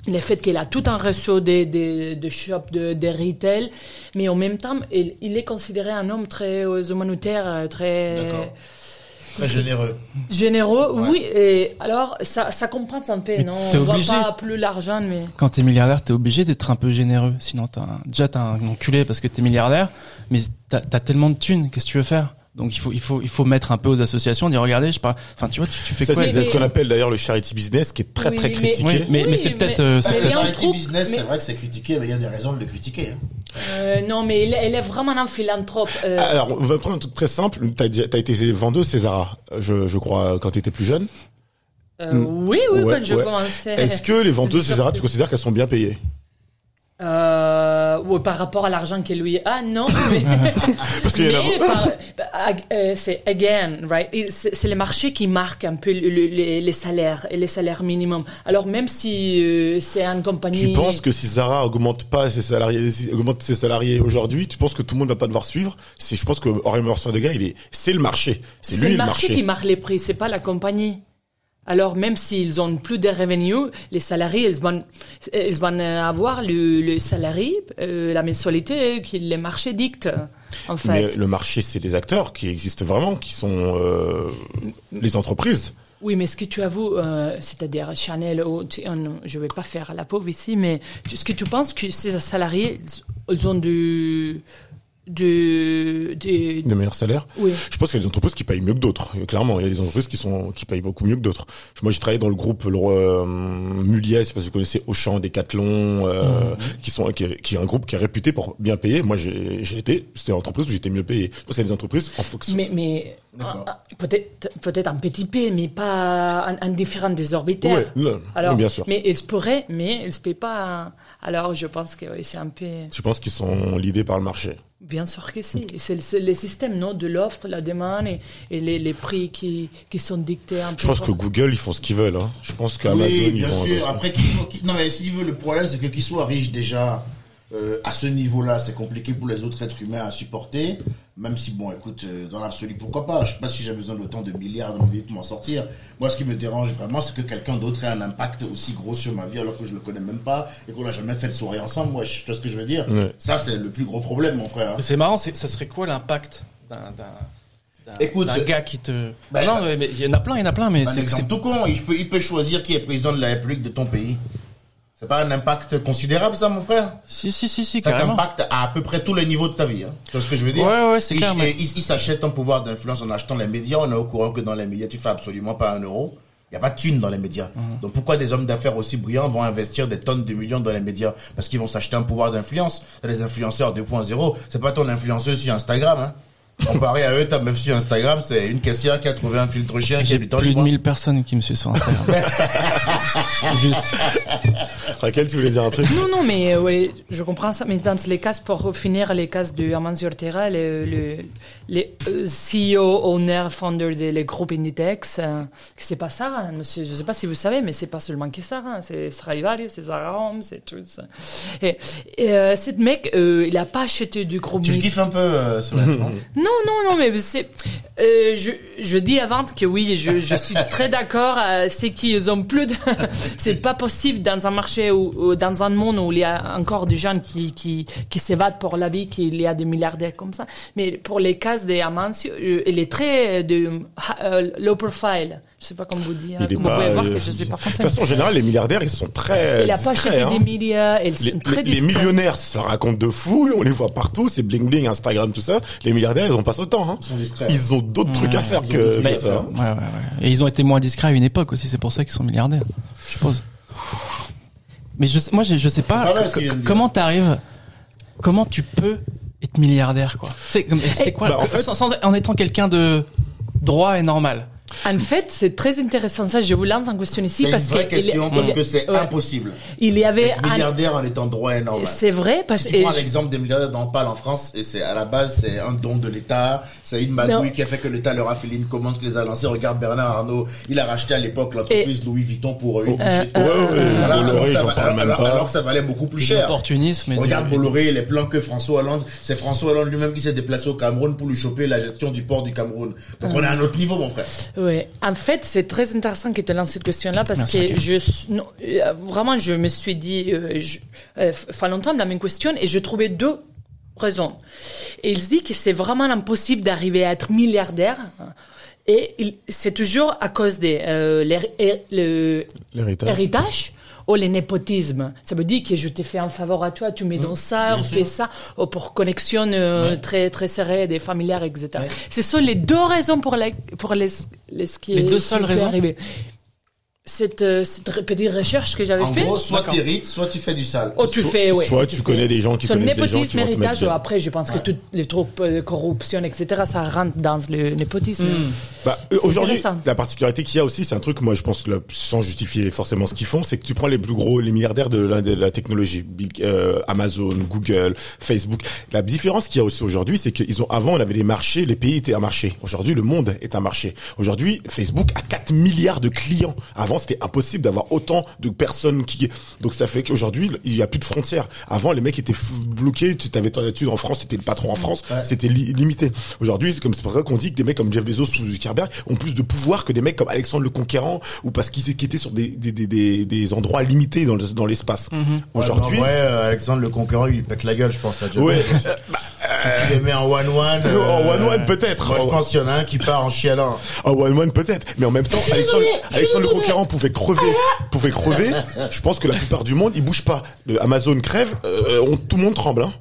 Speaker 4: le fait qu'il a tout un réseau de, de, de shops, de, de retail, mais en même temps, il, il est considéré un homme très euh, humanitaire, euh, très
Speaker 2: D'accord. Très généreux.
Speaker 4: généreux.
Speaker 2: Ouais.
Speaker 4: Oui, et alors ça, ça comprend un peu,
Speaker 3: Mais
Speaker 4: non
Speaker 3: t'es
Speaker 4: On voit
Speaker 3: obligé.
Speaker 4: pas plus l'argent, mais.
Speaker 3: Quand t'es milliardaire, t'es obligé d'être un peu généreux. Sinon, t'as un... déjà t'as un enculé parce que t'es milliardaire, mais t'as as tellement de thunes. Qu'est-ce que tu veux faire Donc il faut, il faut, il faut mettre un peu aux associations. Dire regardez, je parle. Enfin, tu vois, tu, tu fais
Speaker 1: Ça,
Speaker 3: quoi
Speaker 1: c'est
Speaker 4: Mais-
Speaker 1: ce qu'on appelle d'ailleurs le charity business, qui est très,
Speaker 4: Oui,
Speaker 1: très
Speaker 4: mais-
Speaker 1: critiqué.
Speaker 3: Oui, mais, mais
Speaker 4: Oui,
Speaker 3: c'est
Speaker 4: mais-
Speaker 3: peut-être. euh, c'est
Speaker 4: mais
Speaker 2: Parce
Speaker 4: il y
Speaker 2: que
Speaker 3: peut-être-
Speaker 4: a un
Speaker 2: charité
Speaker 4: trouble,
Speaker 2: business,
Speaker 4: mais-
Speaker 2: c'est vrai que c'est critiqué, mais il y a des raisons de le critiquer. hein.
Speaker 4: Euh, non, mais elle, elle est vraiment un philanthrope. euh,
Speaker 1: Ah, Alors, on va prendre un truc très simple. T'as dit- t'as été vendeuse, Césara, je, je crois, quand t'étais plus jeune.
Speaker 4: [laughs]
Speaker 3: Ah,
Speaker 4: euh, oui, oui,
Speaker 1: Ouais,
Speaker 4: quand je
Speaker 1: ouais.
Speaker 4: commençais.
Speaker 1: Est-ce que les vendeuses Césara, tu considères qu'elles sont bien payées
Speaker 4: Euh, ouais, par rapport à l'argent que lui a, non. Mais,
Speaker 1: [coughs] Parce qu'il y en a-
Speaker 4: mais par- ag- euh, c'est again, right? Et C'est c'est le marché qui marque un peu le- le- les, les salaires et les salaires minimums. Alors même si euh, c'est une compagnie.
Speaker 1: Tu penses que si Zara augmente pas ses salariés, si- augmente ses salariés aujourd'hui, tu penses que tout le monde va pas devoir suivre C'est, je pense que Henri Morceau de il est, c'est le marché, c'est lui
Speaker 4: le
Speaker 1: le
Speaker 4: marché,
Speaker 1: marché.
Speaker 4: qui marque les prix, c'est pas la compagnie. Alors même s'ils ont plus de revenus, les salariés, ils vont, ils vont euh, avoir le, le salarié, euh, la mensualité que le marché dicte, en fait.
Speaker 1: Mais le marché, c'est les acteurs qui existent vraiment, qui sont euh, les entreprises.
Speaker 4: Oui, mais ce que tu avoues, euh, c'est-à-dire Chanel, ou, tu- oh non, je vais pas faire la pauvre ici, mais tu- ce que tu penses que ces salariés, ils- ils ont du... de, de,
Speaker 1: de meilleurs salaires.
Speaker 4: oui.
Speaker 1: Je pense qu'il y a des entreprises qui payent mieux que d'autres. Euh, Clairement, il y a des entreprises qui sont qui payent beaucoup mieux que d'autres. Moi, j'ai travaillé dans le groupe le, euh, Muliez, je sais pas si vous connaissez Auchan, Decathlon, euh,
Speaker 4: Mhm.
Speaker 1: qui sont qui, est- qui est un groupe qui est réputé pour bien payer. Moi, j'ai j'ai été c'était une entreprise où j'étais mieux payé. Je pense qu'il y a des entreprises en fonction.
Speaker 4: Mais, mais
Speaker 2: D'accord.
Speaker 4: un- un- peut-être peut-être un petit peu, mais pas un, un différent désorbitaire.
Speaker 1: Ouais, non,
Speaker 4: Alors,
Speaker 1: bien sûr.
Speaker 4: Mais ils pourraient, mais ils ne paient pas. Alors, je pense que oui, c'est un peu.
Speaker 1: Je pense qu'ils sont l'idée par le marché.
Speaker 4: Bien sûr que si. C'est le- c'est les systèmes non, de l'offre, la demande et, et les, les prix qui, qui sont dictés un peu.
Speaker 1: Je pense que
Speaker 4: par-
Speaker 1: Google, ils font ce qu'ils veulent. hein. Je pense qu'Amazon,
Speaker 2: Oui,
Speaker 1: ils
Speaker 2: bien
Speaker 1: vont
Speaker 2: sûr. Après, qu'ils soient, qu'ils- non, mais si tu veux, le problème, c'est que qu'ils soient riches déjà euh, à ce niveau-là, c'est compliqué pour les autres êtres humains à supporter. Même si, bon, écoute, euh, dans l'absolu, pourquoi pas Je sais pas si j'ai besoin d'autant de milliards dans ma vie pour m'en sortir. Moi, ce qui me dérange vraiment, c'est que quelqu'un d'autre ait un impact aussi gros sur ma vie alors que je le connais même pas et qu'on n'a jamais fait le soirée ensemble. Moi, je- tu vois ce que je veux dire
Speaker 1: Ouais. Bah,
Speaker 2: Ça, c'est le plus gros problème, mon frère. hein.
Speaker 3: Mais C'est marrant, c'est- ça serait quoi l'impact d'un d'un- d'un-
Speaker 2: Écoute,
Speaker 3: d'un
Speaker 2: c'est-
Speaker 3: gars qui te.
Speaker 2: Bah,
Speaker 3: non, mais mais il y en a plein, il y en a plein, mais
Speaker 2: Un
Speaker 3: c'est
Speaker 2: exemple
Speaker 3: c'est-
Speaker 2: tout con, il peut, il peut choisir qui est président de la République de ton pays. C'est pas un impact considérable, ça, mon frère
Speaker 3: Si, si, si, si,
Speaker 2: Ça
Speaker 3: carrément.
Speaker 2: t'impacte à, à peu près tous les niveaux de ta vie. Hein. Tu vois ce que je veux dire
Speaker 3: Ouais, ouais, c'est
Speaker 2: Ils-
Speaker 3: clair, mais-
Speaker 2: et Ils ils s'achètent un pouvoir d'influence en achetant les médias. On est au courant que dans les médias, tu fais absolument pas un euro. Il n'y a pas de thunes dans les médias.
Speaker 3: Mhm.
Speaker 2: Donc pourquoi des hommes d'affaires aussi brillants vont investir des tonnes de millions dans les médias Parce qu'ils vont s'acheter un pouvoir d'influence. T'as Les influenceurs 2.0, c'est pas ton influenceuse sur Instagram. Hein. Comparé à eux, ta meuf sur Instagram, c'est une caissière qui a trouvé un filtre chien qui a
Speaker 3: J'ai
Speaker 2: du temps
Speaker 3: plus de
Speaker 2: libre.
Speaker 3: 1000 personnes qui me suivent
Speaker 2: [laughs]
Speaker 3: sur Instagram. Juste.
Speaker 1: Raquel, tu voulais dire un truc
Speaker 4: Non, non, mais euh, ouais, je comprends ça. Mais dans les cas, pour finir, les cas de Amazon Terra, le, le, les euh, CEO, owner, founder des les groupes Inditex, euh, que c'est pas ça. hein, monsieur, je sais pas si vous savez, mais c'est pas seulement que ça. hein, c'est Stradivari, c'est Zara Home, c'est tout ça. Et, et, euh, cette mec, euh, il a pas acheté du groupe
Speaker 2: Tu le
Speaker 4: Mil-
Speaker 2: kiffes un peu, euh,
Speaker 4: [laughs]
Speaker 2: Solène, non
Speaker 4: Non, non, non, mais c'est. euh, je, je dis avant que oui, je,
Speaker 1: [laughs]
Speaker 4: je suis très d'accord. euh, c'est qu'ils ont plus de. c'est pas possible dans un marché ou ou dans un monde où il y a encore des jeunes qui, qui, qui s'évadent pour la vie, qu'il y a des milliardaires comme ça. Mais pour les cases des Amancio, euh, il est très euh, de euh, low profile. Je sais pas comment vous dire.
Speaker 1: Il est
Speaker 4: vous pouvez voir
Speaker 1: euh,
Speaker 4: que je suis pas
Speaker 1: De toute
Speaker 4: français.
Speaker 1: façon, en général, les milliardaires, ils sont très.
Speaker 4: Il a pas
Speaker 1: discrets,
Speaker 4: acheté
Speaker 1: hein.
Speaker 4: des milliards. Ils
Speaker 1: Les,
Speaker 4: sont
Speaker 1: les-
Speaker 4: très
Speaker 1: les
Speaker 4: discrets.
Speaker 1: millionnaires se racontent de fou, on les voit partout, c'est bling bling, Instagram, tout ça. Les milliardaires, ils ont pas ce temps. Hein.
Speaker 2: Ils sont discrets.
Speaker 1: Ils ont d'autres trucs à faire
Speaker 2: Euh,
Speaker 1: que, que
Speaker 3: Mais-
Speaker 1: ça. hein.
Speaker 3: Ouais, ouais, ouais. Et ils ont été moins discrets à une époque aussi, c'est pour ça qu'ils sont milliardaires, je suppose. Mais je, sais- moi, je, je sais pas,
Speaker 2: pas mal ce
Speaker 3: co-
Speaker 2: qu'il vient de dire.
Speaker 3: comment t'arrives, comment tu peux être milliardaire, quoi. C'est comme- c'est quoi,
Speaker 1: bah,
Speaker 3: que-
Speaker 1: en fait-
Speaker 3: sans- sans- en étant quelqu'un de droit et normal.
Speaker 4: En fait, c'est très intéressant. Ça, je vous lance en question ici
Speaker 2: C'est une
Speaker 4: parce
Speaker 2: vraie
Speaker 4: que il-
Speaker 2: question
Speaker 4: il-
Speaker 2: parce que c'est
Speaker 4: ouais.
Speaker 2: impossible.
Speaker 4: Il y avait
Speaker 2: Être
Speaker 4: un
Speaker 2: milliardaire en étant droit est normal.
Speaker 4: C'est vrai, parce
Speaker 2: Si
Speaker 4: que
Speaker 2: tu prends
Speaker 4: je-
Speaker 2: l'exemple des milliardaires d'Ampal en France, et c'est à la base c'est un don de l'État, c'est une magouille
Speaker 4: Non.
Speaker 2: qui a fait que l'État leur a filé une commande qui les a lancés. Regarde Bernard Arnault, il a racheté à l'époque l'entreprise Louis Vuitton pour euh, une
Speaker 4: Euh,
Speaker 2: bouchée.
Speaker 1: Ouais, ouais,
Speaker 2: Voilà, alors, que
Speaker 1: Bolloré,
Speaker 2: ça
Speaker 1: j'en
Speaker 2: va-
Speaker 1: parle même
Speaker 2: alors- alors
Speaker 1: pas.
Speaker 2: que ça valait beaucoup plus
Speaker 3: C'est
Speaker 2: cher.
Speaker 3: L'opportunisme. et-
Speaker 2: Regarde
Speaker 3: et-
Speaker 2: Bolloré, les plans que François Hollande, c'est François Hollande lui-même qui s'est déplacé au Cameroun pour lui choper la gestion du port du Cameroun.
Speaker 4: Euh.
Speaker 2: Donc on est à un autre niveau, mon frère.
Speaker 4: ouais. En fait, c'est très intéressant que tu lances cette question-là parce
Speaker 3: Merci,
Speaker 4: que
Speaker 3: Raquel.
Speaker 4: je suis- non, euh, vraiment je me suis dit, euh, je, euh, fin longtemps la même question et je trouvais deux raisons. Et il se dit que c'est vraiment impossible d'arriver à être milliardaire. hein, Et il- c'est toujours à cause des euh, l'hé- hé- le-
Speaker 1: L'héritage.
Speaker 4: héritage ou le népotisme. Ça veut dire que je t'ai fait un favor à toi, tu mets
Speaker 1: Mmh.
Speaker 4: dans ça, on fait ça, ou pour connexion euh, très, très serrée des familiaires, etc.
Speaker 2: Ouais.
Speaker 4: Ce sont les deux raisons pour, la, pour les, les, ce qui
Speaker 3: Les
Speaker 4: est-
Speaker 3: deux
Speaker 4: qui
Speaker 3: seules
Speaker 4: peut
Speaker 3: raisons
Speaker 4: arriver. Cette, euh, cette re- petite recherche que j'avais
Speaker 2: En
Speaker 4: faite.
Speaker 2: gros, soit
Speaker 3: D'accord.
Speaker 2: t'hérites, soit tu fais du sale.
Speaker 4: Oh, tu
Speaker 1: Soit-
Speaker 4: fais, ouais,
Speaker 1: soit tu connais des gens qui
Speaker 4: Sur le
Speaker 1: connaissent des gens qui
Speaker 4: népotisme,
Speaker 1: vont te mettre
Speaker 4: héritage, oh,
Speaker 1: dedans.
Speaker 4: après, je pense
Speaker 2: Ouais.
Speaker 4: que tous les troupes de corruption, etc., ça rentre dans le népotisme.
Speaker 1: Bah, euh,
Speaker 4: C'est
Speaker 1: aujourd'hui,
Speaker 4: intéressant.
Speaker 1: la particularité qu'il y a aussi, c'est un truc, moi, je pense, là, sans justifier forcément ce qu'ils font, c'est que tu prends les plus gros, les milliardaires de la, de la technologie, Bill- euh, Amazon, Google, Facebook. La différence qu'il y a aussi aujourd'hui, c'est qu'ils ont, avant, on avait des marchés, les pays étaient un marché. Aujourd'hui, le monde est un marché. Aujourd'hui, Facebook a 4 milliards de clients. Avant, c'était impossible d'avoir autant de personnes qui, donc ça fait qu'aujourd'hui, il y a plus de frontières. Avant, les mecs étaient f- bloqués, tu avais ton étude en France, c'était le patron en France,
Speaker 2: Ouais.
Speaker 1: c'était li- limité. Aujourd'hui, c'est comme c'est pour ça qu'on dit que des mecs comme Jeff Bezos ou Zuckerberg ont plus de pouvoir que des mecs comme Alexandre le Conquérant ou parce qu'ils étaient sur des, des, des, des, des endroits limités dans, le- dans l'espace. Aujourd'hui,
Speaker 2: Mm-hmm. Ouais, mais en vrai, euh, Alexandre le Conquérant, il lui pète la gueule, je pense. à Jeff
Speaker 1: Ouais. Euh, bah,
Speaker 2: Bezos. si tu les mets en one-one.
Speaker 1: en
Speaker 2: euh,
Speaker 1: one-one peut-être.
Speaker 2: Moi, je
Speaker 1: En-
Speaker 2: pense qu'il y en a un qui part en chialant.
Speaker 1: Ah ouais, One peut-être, mais en même temps, Alexandre, Alexandre le Conquérant pouvait crever, pouvait
Speaker 2: [laughs]
Speaker 1: crever. Je pense que la plupart du monde, il bouge pas. Le Amazon crève, euh, on- tout le monde tremble. Hein.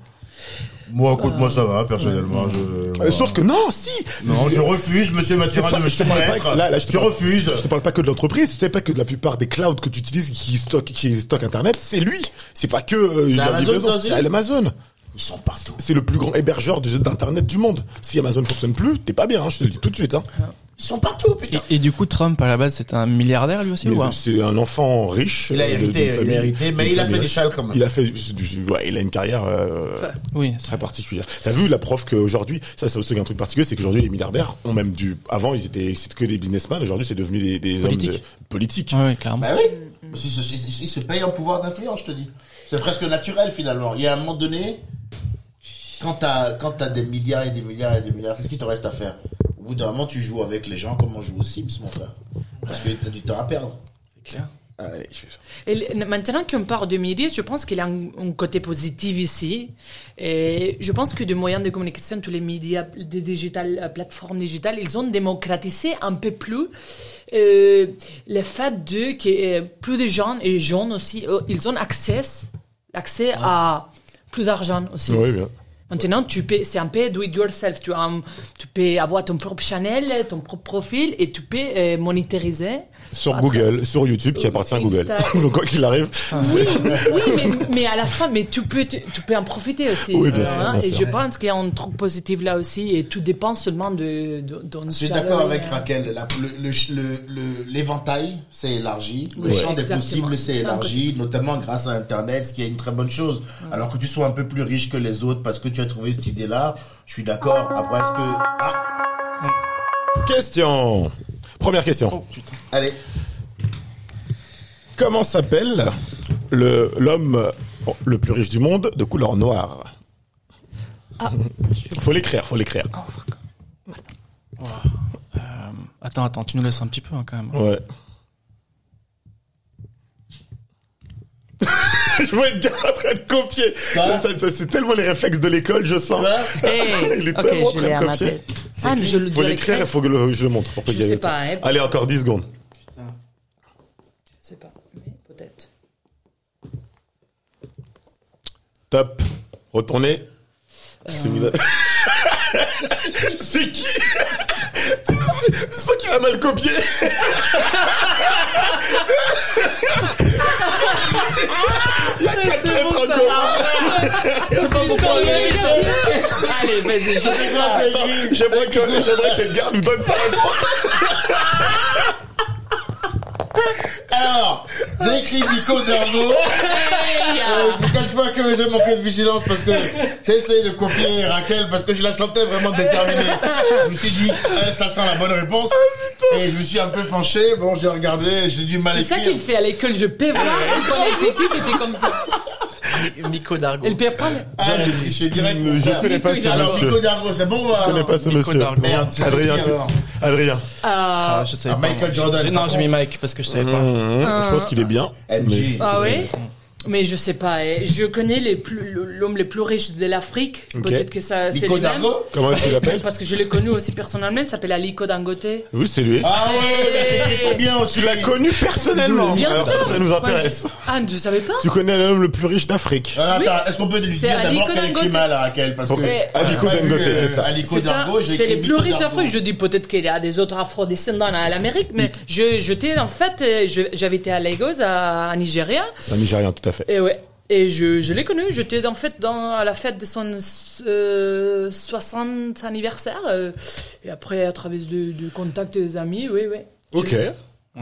Speaker 2: Moi, écoute, moi, ça va, personnellement. Je,
Speaker 1: Euh,
Speaker 2: voilà.
Speaker 1: Sauf que non, si
Speaker 2: Non, je refuse,
Speaker 1: C'est
Speaker 2: monsieur Mathurin,
Speaker 1: pas-
Speaker 2: de me
Speaker 1: je te parle pas-
Speaker 2: soumettre.
Speaker 1: là, là, je te
Speaker 2: Tu
Speaker 1: parle-
Speaker 2: refuses.
Speaker 1: Je te parle pas que de l'entreprise, c'est pas que de la plupart des clouds que tu utilises qui stockent, qui stockent Internet, c'est lui. C'est pas que euh, la
Speaker 2: Amazon,
Speaker 1: livraison,
Speaker 2: ça aussi
Speaker 1: c'est Amazon.
Speaker 2: Ils sont partout.
Speaker 1: C'est le plus grand hébergeur du- d'Internet du monde. Si Amazon fonctionne plus, t'es pas bien, hein, je te le dis tout de suite. Hein.
Speaker 2: Ils sont partout, putain.
Speaker 3: Et, et du coup, Trump, à la base, c'était un milliardaire lui aussi
Speaker 1: Mais
Speaker 3: ou un-
Speaker 1: C'est un enfant riche.
Speaker 2: Il a
Speaker 1: euh, de-
Speaker 2: hérité,
Speaker 1: d'une
Speaker 2: il a
Speaker 1: famille-
Speaker 2: hérité, mais
Speaker 1: d'une
Speaker 2: il a
Speaker 1: famille
Speaker 2: fait des
Speaker 1: riche.
Speaker 2: châles, quand même.
Speaker 1: Il a fait, du- ouais, il a une carrière euh,
Speaker 4: Enfin,
Speaker 3: Oui. c'est-
Speaker 1: très particulière. T'as vu la prof qu'aujourd'hui, ça c'est aussi un truc particulier, c'est qu'aujourd'hui les milliardaires ont même du, avant ils étaient c'était que des businessmen, aujourd'hui c'est devenu des, des hommes de-
Speaker 3: Politique.
Speaker 1: politiques.
Speaker 3: Ouais, ouais, clairement.
Speaker 2: Bah oui. Ils se, ils- ils se payent un pouvoir d'influence, je te dis. C'est presque naturel, finalement. Il y a un moment donné, quand t'as, quand t'as des milliards et des milliards et des milliards, qu'est-ce qu'il te reste à faire? Au bout d'un moment, tu joues avec les gens comme on joue aux Sims, mon frère. Parce que t'as du temps à perdre.
Speaker 4: Et le- maintenant qu'on parle de médias, je pense qu'il y a un, un côté positif ici. Et je pense que des moyens de communication, tous les médias, des digital, euh, plateformes digitales, ils ont démocratisé un peu plus euh, le fait de que euh, plus de gens et jeunes aussi, euh, ils ont accès, accès à plus d'argent aussi.
Speaker 1: Oui, bien.
Speaker 4: Maintenant, tu peux, c'est un peu do it yourself. Tu, as un- tu peux avoir ton propre channel, ton propre profil et tu peux euh, monétariser.
Speaker 1: Sur
Speaker 4: Ah,
Speaker 1: Google, sur YouTube qui appartient à Google. [laughs]
Speaker 4: Insta. Ah,
Speaker 1: Donc quoi qu'il arrive,
Speaker 4: Oui,
Speaker 1: c'est-
Speaker 4: oui mais, mais à la fin, mais tu peux, tu, tu peux en profiter aussi. euh, hein,
Speaker 1: Oui, bien sûr, bien
Speaker 4: et
Speaker 1: sûr.
Speaker 4: je pense qu'il y a un truc positif là aussi, et tout dépend seulement de. de, de
Speaker 2: Je suis d'accord avec
Speaker 4: euh,
Speaker 2: Raquel. La- le- le- le- le- L'éventail s'est élargi, le
Speaker 4: Ouais.
Speaker 2: champ des
Speaker 4: Exactement.
Speaker 2: possibles s'est
Speaker 4: C'est un
Speaker 2: élargi, notamment grâce à Internet, ce qui est une très bonne chose. Alors que tu sois un peu plus riche que les autres parce que tu as trouvé cette idée-là, je suis d'accord. Après, est-ce que... Ah,
Speaker 1: question. Première question.
Speaker 3: Oh, putain.
Speaker 2: allez,
Speaker 1: Comment s'appelle le l'homme bon, le plus riche du monde de couleur noire
Speaker 4: Ah.
Speaker 1: Faut l'écrire, faut l'écrire.
Speaker 3: Wow. Euh, attends, attends, tu nous laisses un petit peu hein,
Speaker 1: [laughs]
Speaker 3: quand même.
Speaker 1: Ouais. je vois Edgar en train de copier.
Speaker 2: Quoi
Speaker 1: Ça, ça, c'est tellement les réflexes de l'école, je sens.
Speaker 4: Hey,
Speaker 1: [laughs] Il est
Speaker 4: Eh, ok,
Speaker 1: tellement en
Speaker 4: je l'ai
Speaker 1: train
Speaker 4: à
Speaker 1: de
Speaker 4: ma
Speaker 1: copier.
Speaker 4: tête. Ah, mais je le
Speaker 1: Faut
Speaker 4: dois
Speaker 1: l'écrire et faut que le- je le montre pour que
Speaker 4: Je
Speaker 1: y ait
Speaker 4: sais
Speaker 1: le temps.
Speaker 4: pas, hein.
Speaker 1: Allez, encore 10 secondes.
Speaker 4: Je sais pas, mais
Speaker 1: [laughs]
Speaker 4: peut-être.
Speaker 1: Top. Retournez. Si vous avez- C'est qui [laughs] C'est- C'est ça qui l'a mal copié Il y a quatre lettres encore
Speaker 4: Allez, vas-y, je sais pas.
Speaker 1: Attends, J'aimerais que- j'aimerais qu'Edgar nous donne sa réponse
Speaker 2: Alors, j'ai écrit Nico Dervaux.
Speaker 4: Ah,
Speaker 2: Euh, je vous cache pas que j'ai manqué de vigilance parce que j'ai essayé de copier Raquel parce que je la sentais vraiment déterminée. Je me suis dit, eh, ça sent la bonne réponse.
Speaker 1: Ah,
Speaker 2: et je me suis un peu penché. Bon, j'ai regardé, j'ai dû mal
Speaker 4: C'est ça
Speaker 2: écrire.
Speaker 4: qu'il fait à l'école, je peux voir.
Speaker 1: Ah,
Speaker 4: Quand les équipes étaient comme ça.
Speaker 3: Nico Dargo.
Speaker 4: Elle peut prendre.
Speaker 2: Ah, j'ai triché direct. mon frère.
Speaker 1: connais pas ce
Speaker 2: Alors,
Speaker 1: monsieur.
Speaker 2: Nico Dargo, c'est bon, va.
Speaker 1: Je connais pas ce
Speaker 3: Nico
Speaker 1: monsieur.
Speaker 3: Dargo.
Speaker 2: Merde, c'est
Speaker 1: Adrien,
Speaker 2: qui,
Speaker 1: tu-
Speaker 2: alors
Speaker 1: Adrien.
Speaker 3: Ah, je savais
Speaker 2: Ah,
Speaker 3: pas.
Speaker 2: Michael
Speaker 3: moi.
Speaker 2: Jordan,
Speaker 3: J'ai-
Speaker 2: par
Speaker 3: Non, j'ai mis
Speaker 2: contre.
Speaker 3: Mike parce que je savais pas.
Speaker 1: Mmh, Je pense qu'il est bien.
Speaker 2: Eh,
Speaker 1: mais-
Speaker 2: MJ.
Speaker 4: Ah oui Mais je sais pas. eh. Je connais les plus- l'homme le plus riche de l'Afrique.
Speaker 1: Ok.
Speaker 4: Peut-être que ça, c'est
Speaker 2: Nico
Speaker 4: lui-même.
Speaker 2: Dargo
Speaker 1: Comment est-ce qu'il l'appelle
Speaker 4: Parce que je l'ai connu aussi personnellement, il s'appelle Aliko Dangote.
Speaker 1: Oui, c'est lui.
Speaker 2: Ah ouais, mais t'écris pas bien aussi.
Speaker 1: Tu l'as connu personnellement.
Speaker 4: Bien
Speaker 1: Alors,
Speaker 4: sûr.
Speaker 1: ça, ça nous intéresse.
Speaker 4: Ah, tu savais pas
Speaker 1: Tu connais l'homme le plus riche d'Afrique.
Speaker 2: Ah,
Speaker 4: Oui.
Speaker 2: Attends, est-ce qu'on peut lui
Speaker 4: C'est
Speaker 2: dire
Speaker 4: Aliko
Speaker 2: d'abord qu'elle écrit
Speaker 4: Dangote.
Speaker 2: mal à Raquel parce que
Speaker 4: Eh,
Speaker 1: Aliko
Speaker 2: J'ai pas vu,
Speaker 1: Dangote,
Speaker 2: euh,
Speaker 1: c'est ça.
Speaker 2: Aliko
Speaker 4: C'est ça,
Speaker 2: Dargo, j'ai
Speaker 4: c'est
Speaker 2: écrit
Speaker 4: les plus
Speaker 2: Nico
Speaker 4: riches
Speaker 2: Dargo.
Speaker 4: d'Afrique. Je dis peut-être qu'il y a des autres afro-descendants à l'Amérique, mais je, j'étais, en fait, euh, je- j'avais été à Lagos, à, à Nigeria,
Speaker 1: C'est un Nigérien, tout à fait.
Speaker 4: et ouais. Et je, je l'ai connu, j'étais en fait dans, à la fête de son euh, 60 anniversaire, euh, et après à travers du, du contact des amis, oui, oui.
Speaker 1: Ok.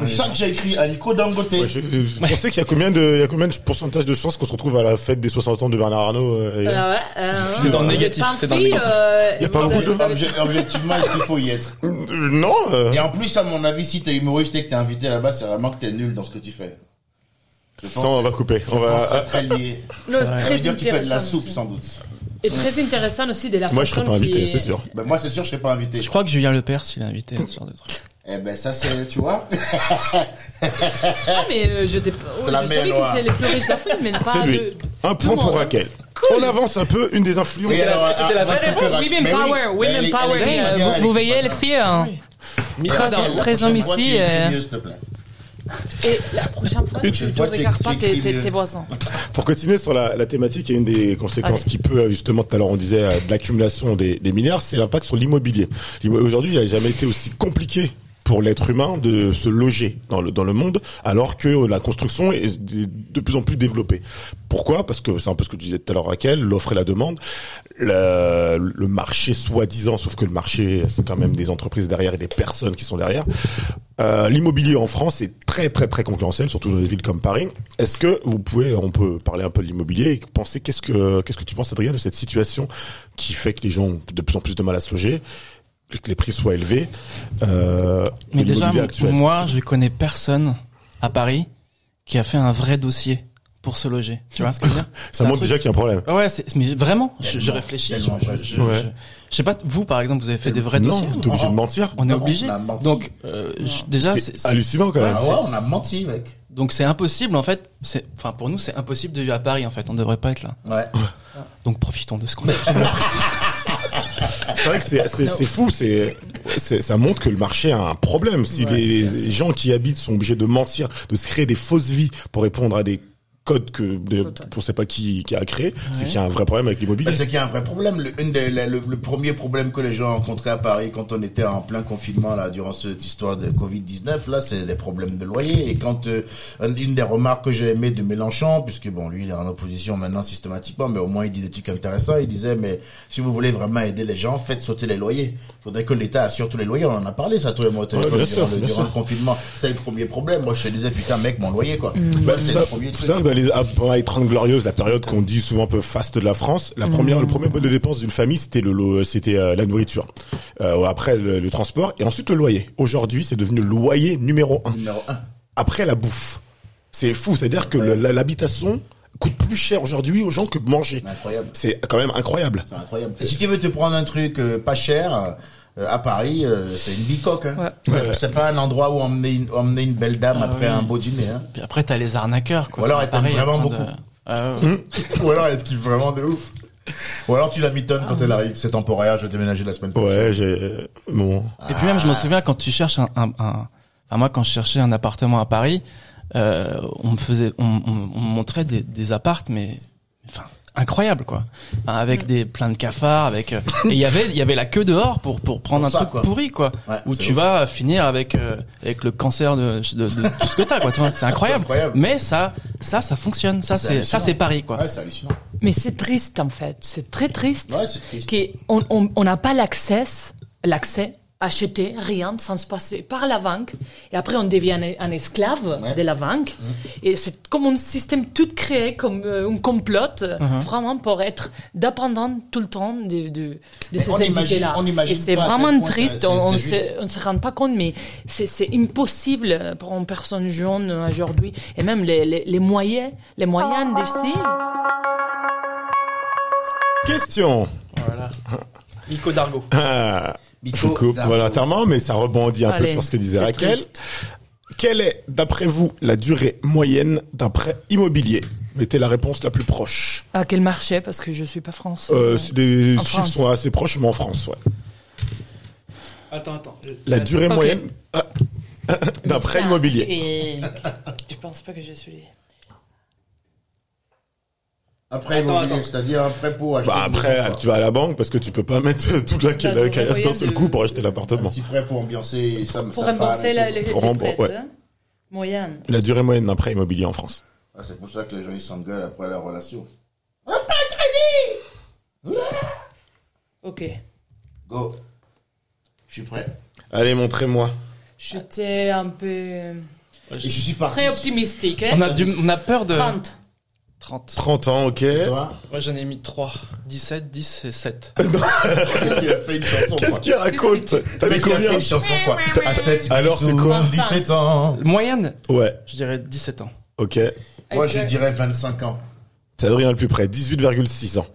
Speaker 2: C'est ça que j'ai écrit Aliko Dangote.
Speaker 1: Ouais, je, euh, je- je pensais qu'il y a combien de, il y a combien de pourcentage de chances qu'on se retrouve à la fête des 60 ans de Bernard Arnault euh, et-
Speaker 4: Ah ouais, euh,
Speaker 1: C'est dans le
Speaker 4: vous êtes
Speaker 3: négatif,
Speaker 4: pas
Speaker 3: c'est dans le
Speaker 4: fille,
Speaker 3: négatif.
Speaker 4: euh,
Speaker 1: Il y a pas
Speaker 4: vous
Speaker 1: beaucoup de-
Speaker 4: avez- vous avez-
Speaker 2: Obje- Objectivement, est-ce qu'il faut y être
Speaker 1: Euh, Non. euh,
Speaker 2: Et en plus, à mon avis, si t'es humoriste et que t'es invité là-bas, c'est vraiment que t'es nul dans ce que tu fais. Je pense,
Speaker 1: ça, on va couper. On
Speaker 2: je
Speaker 1: va.
Speaker 2: pense que c'est très lié.
Speaker 4: Non, c'est
Speaker 2: Ça veut
Speaker 4: très
Speaker 2: dire qu'il fait de la soupe,
Speaker 4: intéressant.
Speaker 2: sans doute.
Speaker 4: Et très intéressant aussi de la
Speaker 1: euh, Moi, je serais
Speaker 4: façon
Speaker 1: pas invité,
Speaker 4: qui-
Speaker 1: c'est sûr.
Speaker 2: Ben, moi, c'est sûr, je serais pas invité.
Speaker 3: Je crois que Julien Lepers, il est invité à ce genre de truc.
Speaker 2: Eh ben, ça, c'est, tu vois.
Speaker 4: Ah, mais euh, je t'ai pas. oh,
Speaker 2: C'est la
Speaker 4: je
Speaker 2: mer
Speaker 4: savais que
Speaker 2: Noire.
Speaker 4: c'est les plus riches d'Afrique, mais pas
Speaker 1: C'est lui.
Speaker 4: de.
Speaker 1: Un point
Speaker 4: Non,
Speaker 1: pour
Speaker 4: non.
Speaker 1: Raquel. On avance un peu. Une des influences.
Speaker 2: Et alors, ah,
Speaker 3: la
Speaker 2: moi, je trouve que-
Speaker 4: Women
Speaker 2: mais oui,
Speaker 4: power,
Speaker 2: mais
Speaker 4: women
Speaker 2: elle-
Speaker 4: power.
Speaker 2: elle écrit bien,
Speaker 4: Eh,
Speaker 2: elle
Speaker 4: Vous,
Speaker 2: écrit
Speaker 4: vous veillez
Speaker 2: pas
Speaker 4: les
Speaker 2: bien.
Speaker 4: filles. hein.
Speaker 2: Raquel,
Speaker 4: très
Speaker 2: la
Speaker 4: très
Speaker 2: prochaine
Speaker 4: hommes
Speaker 2: fois,
Speaker 4: ici,
Speaker 2: tu écris
Speaker 4: euh.
Speaker 2: mieux, s'il te plaît.
Speaker 4: Et la prochaine fois, tu
Speaker 2: Une
Speaker 4: ne
Speaker 2: fois, tu
Speaker 4: regardes pas
Speaker 2: écris
Speaker 4: tes, tes-
Speaker 2: mieux.
Speaker 4: tes voisins.
Speaker 1: Pour continuer sur la, la thématique, et une des conséquences
Speaker 4: Allez.
Speaker 1: qui peut, euh, justement, tout à l'heure on disait euh, de l'accumulation des, des milliards, c'est l'impact sur l'immobilier. L'immo- Aujourd'hui, il n'a jamais été aussi compliqué pour l'être humain de se loger dans le, dans le monde, alors que euh, la construction est de de plus en plus développée. Pourquoi Parce que c'est un peu ce que tu disais tout à l'heure, Raquel, l'offre et la demande, le, le marché soi-disant, sauf que le marché, c'est quand même des entreprises derrière et des personnes qui sont derrière. Euh, L'immobilier en France est très très très concurrentiel, surtout dans des villes comme Paris. Est-ce que vous pouvez, on peut parler un peu de l'immobilier et penser qu'est-ce que qu'est-ce que tu penses Adrien de cette situation qui fait que les gens ont de plus en plus de mal à se loger, que les prix soient élevés. Euh,
Speaker 3: Mais
Speaker 1: de
Speaker 3: déjà,
Speaker 1: l'immobilier
Speaker 3: m-
Speaker 1: actuel
Speaker 3: moi, je connais personne à Paris qui a fait un vrai dossier pour se loger. Tu vois ce que je veux dire c'est
Speaker 1: ça
Speaker 3: un
Speaker 1: montre
Speaker 3: truc-
Speaker 1: déjà qu'il y a un problème.
Speaker 3: Ah Ouais, c'est- mais vraiment, je, je
Speaker 2: Tellement,
Speaker 3: réfléchis. Je,
Speaker 2: tellement vrai.
Speaker 3: je, je-
Speaker 1: Ouais.
Speaker 3: je- je sais pas, vous par exemple, vous avez fait des vrais
Speaker 1: non,
Speaker 3: dossiers.
Speaker 1: t'es obligé de mentir.
Speaker 3: On est
Speaker 2: Non,
Speaker 3: obligé.
Speaker 2: on a menti.
Speaker 3: Donc euh, je- déjà, c'est-
Speaker 1: C'est
Speaker 3: c'est-
Speaker 1: hallucinant quand même.
Speaker 2: Ah ouais, on a menti, mec.
Speaker 3: donc c'est impossible en fait. C'est enfin pour nous c'est impossible de vivre à Paris en fait. On devrait pas être là.
Speaker 2: Ouais.
Speaker 3: Donc profitons de ce qu'on a.
Speaker 1: C'est vrai que c'est- c'est c'est fou, c'est c'est- ça montre que le marché a un problème. Si les, les gens qui y habitent sont obligés de mentir, de se créer des fausses vies pour répondre à des codes que de-
Speaker 4: Total.
Speaker 1: on ne sait pas qui, qui a créé, c'est
Speaker 3: Ouais.
Speaker 1: qu'il y a un vrai problème avec l'immobilier.
Speaker 2: Bah, c'est qu'il y a un vrai problème. Le, une des- la- le, le premier problème que les gens rencontraient à Paris quand on était en plein confinement là durant cette histoire de Covid-19 là, c'est des problèmes de loyer. Et quand euh, un- une des remarques que j'ai aimé de Mélenchon, puisque bon lui il est en opposition maintenant systématiquement, mais au moins il dit des trucs intéressants. Il disait mais si vous voulez vraiment aider les gens, faites sauter les loyers. Faudrait que l'État assure tous les loyers. On en a parlé ça toi et moi au téléphone
Speaker 1: Ouais, bien
Speaker 2: durant,
Speaker 1: sûr,
Speaker 2: le,
Speaker 1: bien
Speaker 2: durant le
Speaker 1: sûr.
Speaker 2: confinement. C'était le premier problème. Moi je te disais putain mec mon loyer quoi.
Speaker 1: Bah,
Speaker 2: Ça, c'est
Speaker 1: ça,
Speaker 2: le premier
Speaker 1: c'est
Speaker 2: truc.
Speaker 1: vrai que dans les, avant les 30 glorieuses, la période qu'on dit souvent un peu faste de la France, la première, le premier mode de dépense d'une famille, c'était le, lo- c'était euh, la nourriture. Euh, après le, le transport et ensuite le loyer. Aujourd'hui, c'est devenu le loyer numéro un.
Speaker 2: Numéro un.
Speaker 1: après la bouffe. C'est fou, c'est-à-dire que le- la- l'habitation coûte plus cher aujourd'hui aux gens que manger.
Speaker 2: Incroyable.
Speaker 1: C'est quand même incroyable.
Speaker 2: C'est incroyable. Et si tu veux te prendre un truc euh, pas cher euh, à Paris, euh, c'est une bicoque. Hein.
Speaker 4: Ouais.
Speaker 2: C'est- C'est pas un endroit où emmener une, emmener une belle dame
Speaker 6: Ah
Speaker 2: après
Speaker 3: oui.
Speaker 2: un beau dîner. Hein. [laughs]
Speaker 3: Puis après t'as les arnaqueurs. Quoi.
Speaker 2: Ou alors,
Speaker 3: Enfin,
Speaker 2: ils t'aiment
Speaker 3: pareil,
Speaker 2: vraiment
Speaker 3: en train de-
Speaker 2: beaucoup.
Speaker 3: Ah ouais, ouais.
Speaker 2: Ou alors elle te kiffe vraiment de ouf. Ou alors tu la mitonnes quand
Speaker 6: Ah.
Speaker 2: elle arrive. C'est temporaire, je vais déménager la semaine prochaine.
Speaker 1: Ouais, j'ai bon.
Speaker 3: Et puis même, je me souviens quand tu cherches un, un, un- enfin, moi quand je cherchais un appartement à Paris, euh, on me faisait, on, on, on me montrait des, des appartes, mais enfin incroyable quoi, Enfin, avec des plein de cafards, avec euh, et il y avait, il y avait la queue dehors pour pour
Speaker 2: Pour
Speaker 3: prendre un
Speaker 2: ça,
Speaker 3: truc
Speaker 2: quoi.
Speaker 3: pourri quoi,
Speaker 2: Ouais,
Speaker 3: où
Speaker 2: c'est
Speaker 3: tu
Speaker 2: ouf.
Speaker 3: vas finir avec euh, avec le cancer de, de, de tout ce que t'as quoi, Tu
Speaker 2: [laughs]
Speaker 3: vois, c'est incroyable.
Speaker 2: incroyable.
Speaker 3: Mais ça, ça, ça fonctionne, ça
Speaker 2: C'est
Speaker 3: c'est ça
Speaker 2: hallucinant.
Speaker 3: c'est Paris quoi.
Speaker 2: Ouais, c'est hallucinant.
Speaker 4: Mais c'est triste, en fait. C'est très triste.
Speaker 2: Ouais, c'est triste.
Speaker 4: qu'on on on n'a pas l'accès, l'accès, acheter rien sans se passer par la banque. Et après, on devient un, un esclave
Speaker 2: Ouais.
Speaker 4: de la banque. Et c'est comme un système tout créé, comme euh, une complote, euh,
Speaker 2: Uh-huh.
Speaker 4: vraiment pour être dépendant tout le temps de, de, de
Speaker 2: Mais
Speaker 4: ces
Speaker 2: on imagine-
Speaker 4: entités-là.
Speaker 2: on imagine
Speaker 4: Et c'est
Speaker 2: pas à quel
Speaker 4: vraiment
Speaker 2: point
Speaker 4: triste,
Speaker 2: c'est-
Speaker 4: on
Speaker 2: c'est
Speaker 4: ne
Speaker 2: juste.
Speaker 4: se, on se rend pas compte, mais c'est c'est impossible pour une personne jeune euh, aujourd'hui. Et même les, les, les moyens, les moyens d'ici.
Speaker 1: Question.
Speaker 3: Voilà. Nico Dargo.
Speaker 1: Ah,
Speaker 2: Bico,
Speaker 1: je coupe
Speaker 2: Dargo.
Speaker 1: volontairement, mais ça rebondit un peu
Speaker 4: Allez,
Speaker 1: sur ce que disait
Speaker 4: c'est
Speaker 1: Raquel.
Speaker 4: triste.
Speaker 1: Quelle est, d'après vous, la durée moyenne d'un prêt immobilier Mettez la réponse la plus proche.
Speaker 4: À quel marché Parce que je suis pas français.
Speaker 1: Euh, c'est- les
Speaker 4: En
Speaker 1: chiffres
Speaker 4: France.
Speaker 1: sont assez proches, mais en France, ouais.
Speaker 3: Attends, attends.
Speaker 1: La durée
Speaker 4: Ok.
Speaker 1: moyenne ah, [laughs] d'un prêt immobilier.
Speaker 6: Et tu penses pas que je suis.
Speaker 2: Après immobilier, c'est-à-dire après pour acheter.
Speaker 1: Bah
Speaker 2: une maison,
Speaker 1: après,
Speaker 2: quoi.
Speaker 1: tu vas à la banque parce que tu peux pas mettre [laughs] toute la
Speaker 4: durée
Speaker 1: caillasse d'un seul
Speaker 4: moyenne
Speaker 1: coup
Speaker 4: de-
Speaker 1: pour acheter l'appartement.
Speaker 2: Un petit prêt pour ambiancer ça
Speaker 6: Pour rembourser la, le,
Speaker 1: Pour
Speaker 6: les
Speaker 1: rembour-
Speaker 6: prêts,
Speaker 1: ouais.
Speaker 6: hein. Moyenne.
Speaker 1: La durée moyenne d'un prêt immobilier en France.
Speaker 2: Ah, C'est pour ça que les gens ils s'engueulent après la relation.
Speaker 6: Ok.
Speaker 2: Go. Je suis prêt.
Speaker 1: Allez, montrez-moi.
Speaker 6: J'étais un peu.
Speaker 2: Et je suis parti.
Speaker 6: Très optimistique, hein.
Speaker 3: On a du, on a peur de
Speaker 6: 30.
Speaker 3: 30.
Speaker 1: 30 ans, ok.
Speaker 2: Toi,
Speaker 3: Moi j'en ai mis 3. 17, 10 et 7.
Speaker 2: il a fait une chanson.
Speaker 1: Qu'est-ce
Speaker 2: quoi.
Speaker 1: qu'il raconte T'avais
Speaker 2: T'avais combien
Speaker 1: combien
Speaker 2: une chanson quoi À 7,
Speaker 1: Alors, c'est quoi
Speaker 2: 17 ans.
Speaker 3: Moyenne,
Speaker 1: Ouais,
Speaker 3: je dirais 17 ans.
Speaker 1: ok.
Speaker 2: Moi je dirais 25 ans.
Speaker 1: C'est Adrien le plus près, 18,6 ans.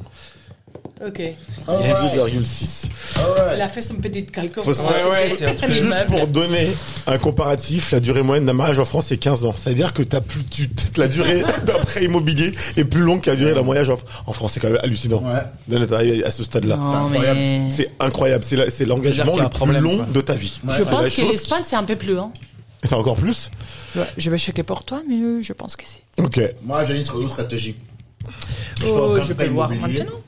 Speaker 6: Ok.
Speaker 1: Ah
Speaker 3: Oh.
Speaker 2: Alright,
Speaker 1: 18,6.
Speaker 6: Elle
Speaker 2: alright.
Speaker 6: a fait son petit calcul.
Speaker 1: Faut savoir-
Speaker 3: Ouais, ouais, c'est un truc.
Speaker 1: Juste pour donner un comparatif, la durée moyenne d'un mariage en France c'est 15 ans. C'est-à-dire que t'as plus, tu, la
Speaker 3: [laughs]
Speaker 1: durée d'un prêt immobilier est plus longue que la durée d'un mariage en, en France. C'est quand même hallucinant.
Speaker 2: Ouais.
Speaker 1: D'en être arrivé à ce stade-là.
Speaker 4: Non,
Speaker 2: incroyable.
Speaker 4: mais...
Speaker 1: C'est incroyable, c'est la- c'est
Speaker 3: C'est-à-dire
Speaker 1: l'engagement
Speaker 3: qu'il y a
Speaker 1: le
Speaker 3: un problème,
Speaker 1: plus long
Speaker 3: quoi.
Speaker 1: de ta vie.
Speaker 2: Ouais.
Speaker 4: Je
Speaker 1: C'est la
Speaker 4: pense que
Speaker 1: chose
Speaker 4: l'Espagne, c'est un peu plus. Hein.
Speaker 1: Et c'est encore plus
Speaker 4: Ouais, Je vais checker pour toi, mais euh, je pense que si.
Speaker 1: Ok.
Speaker 2: Moi, j'ai une autre stratégie. Je fais
Speaker 4: Oh,
Speaker 2: un
Speaker 4: je peux
Speaker 2: campagne
Speaker 4: voir
Speaker 2: immobilier.
Speaker 4: maintenant.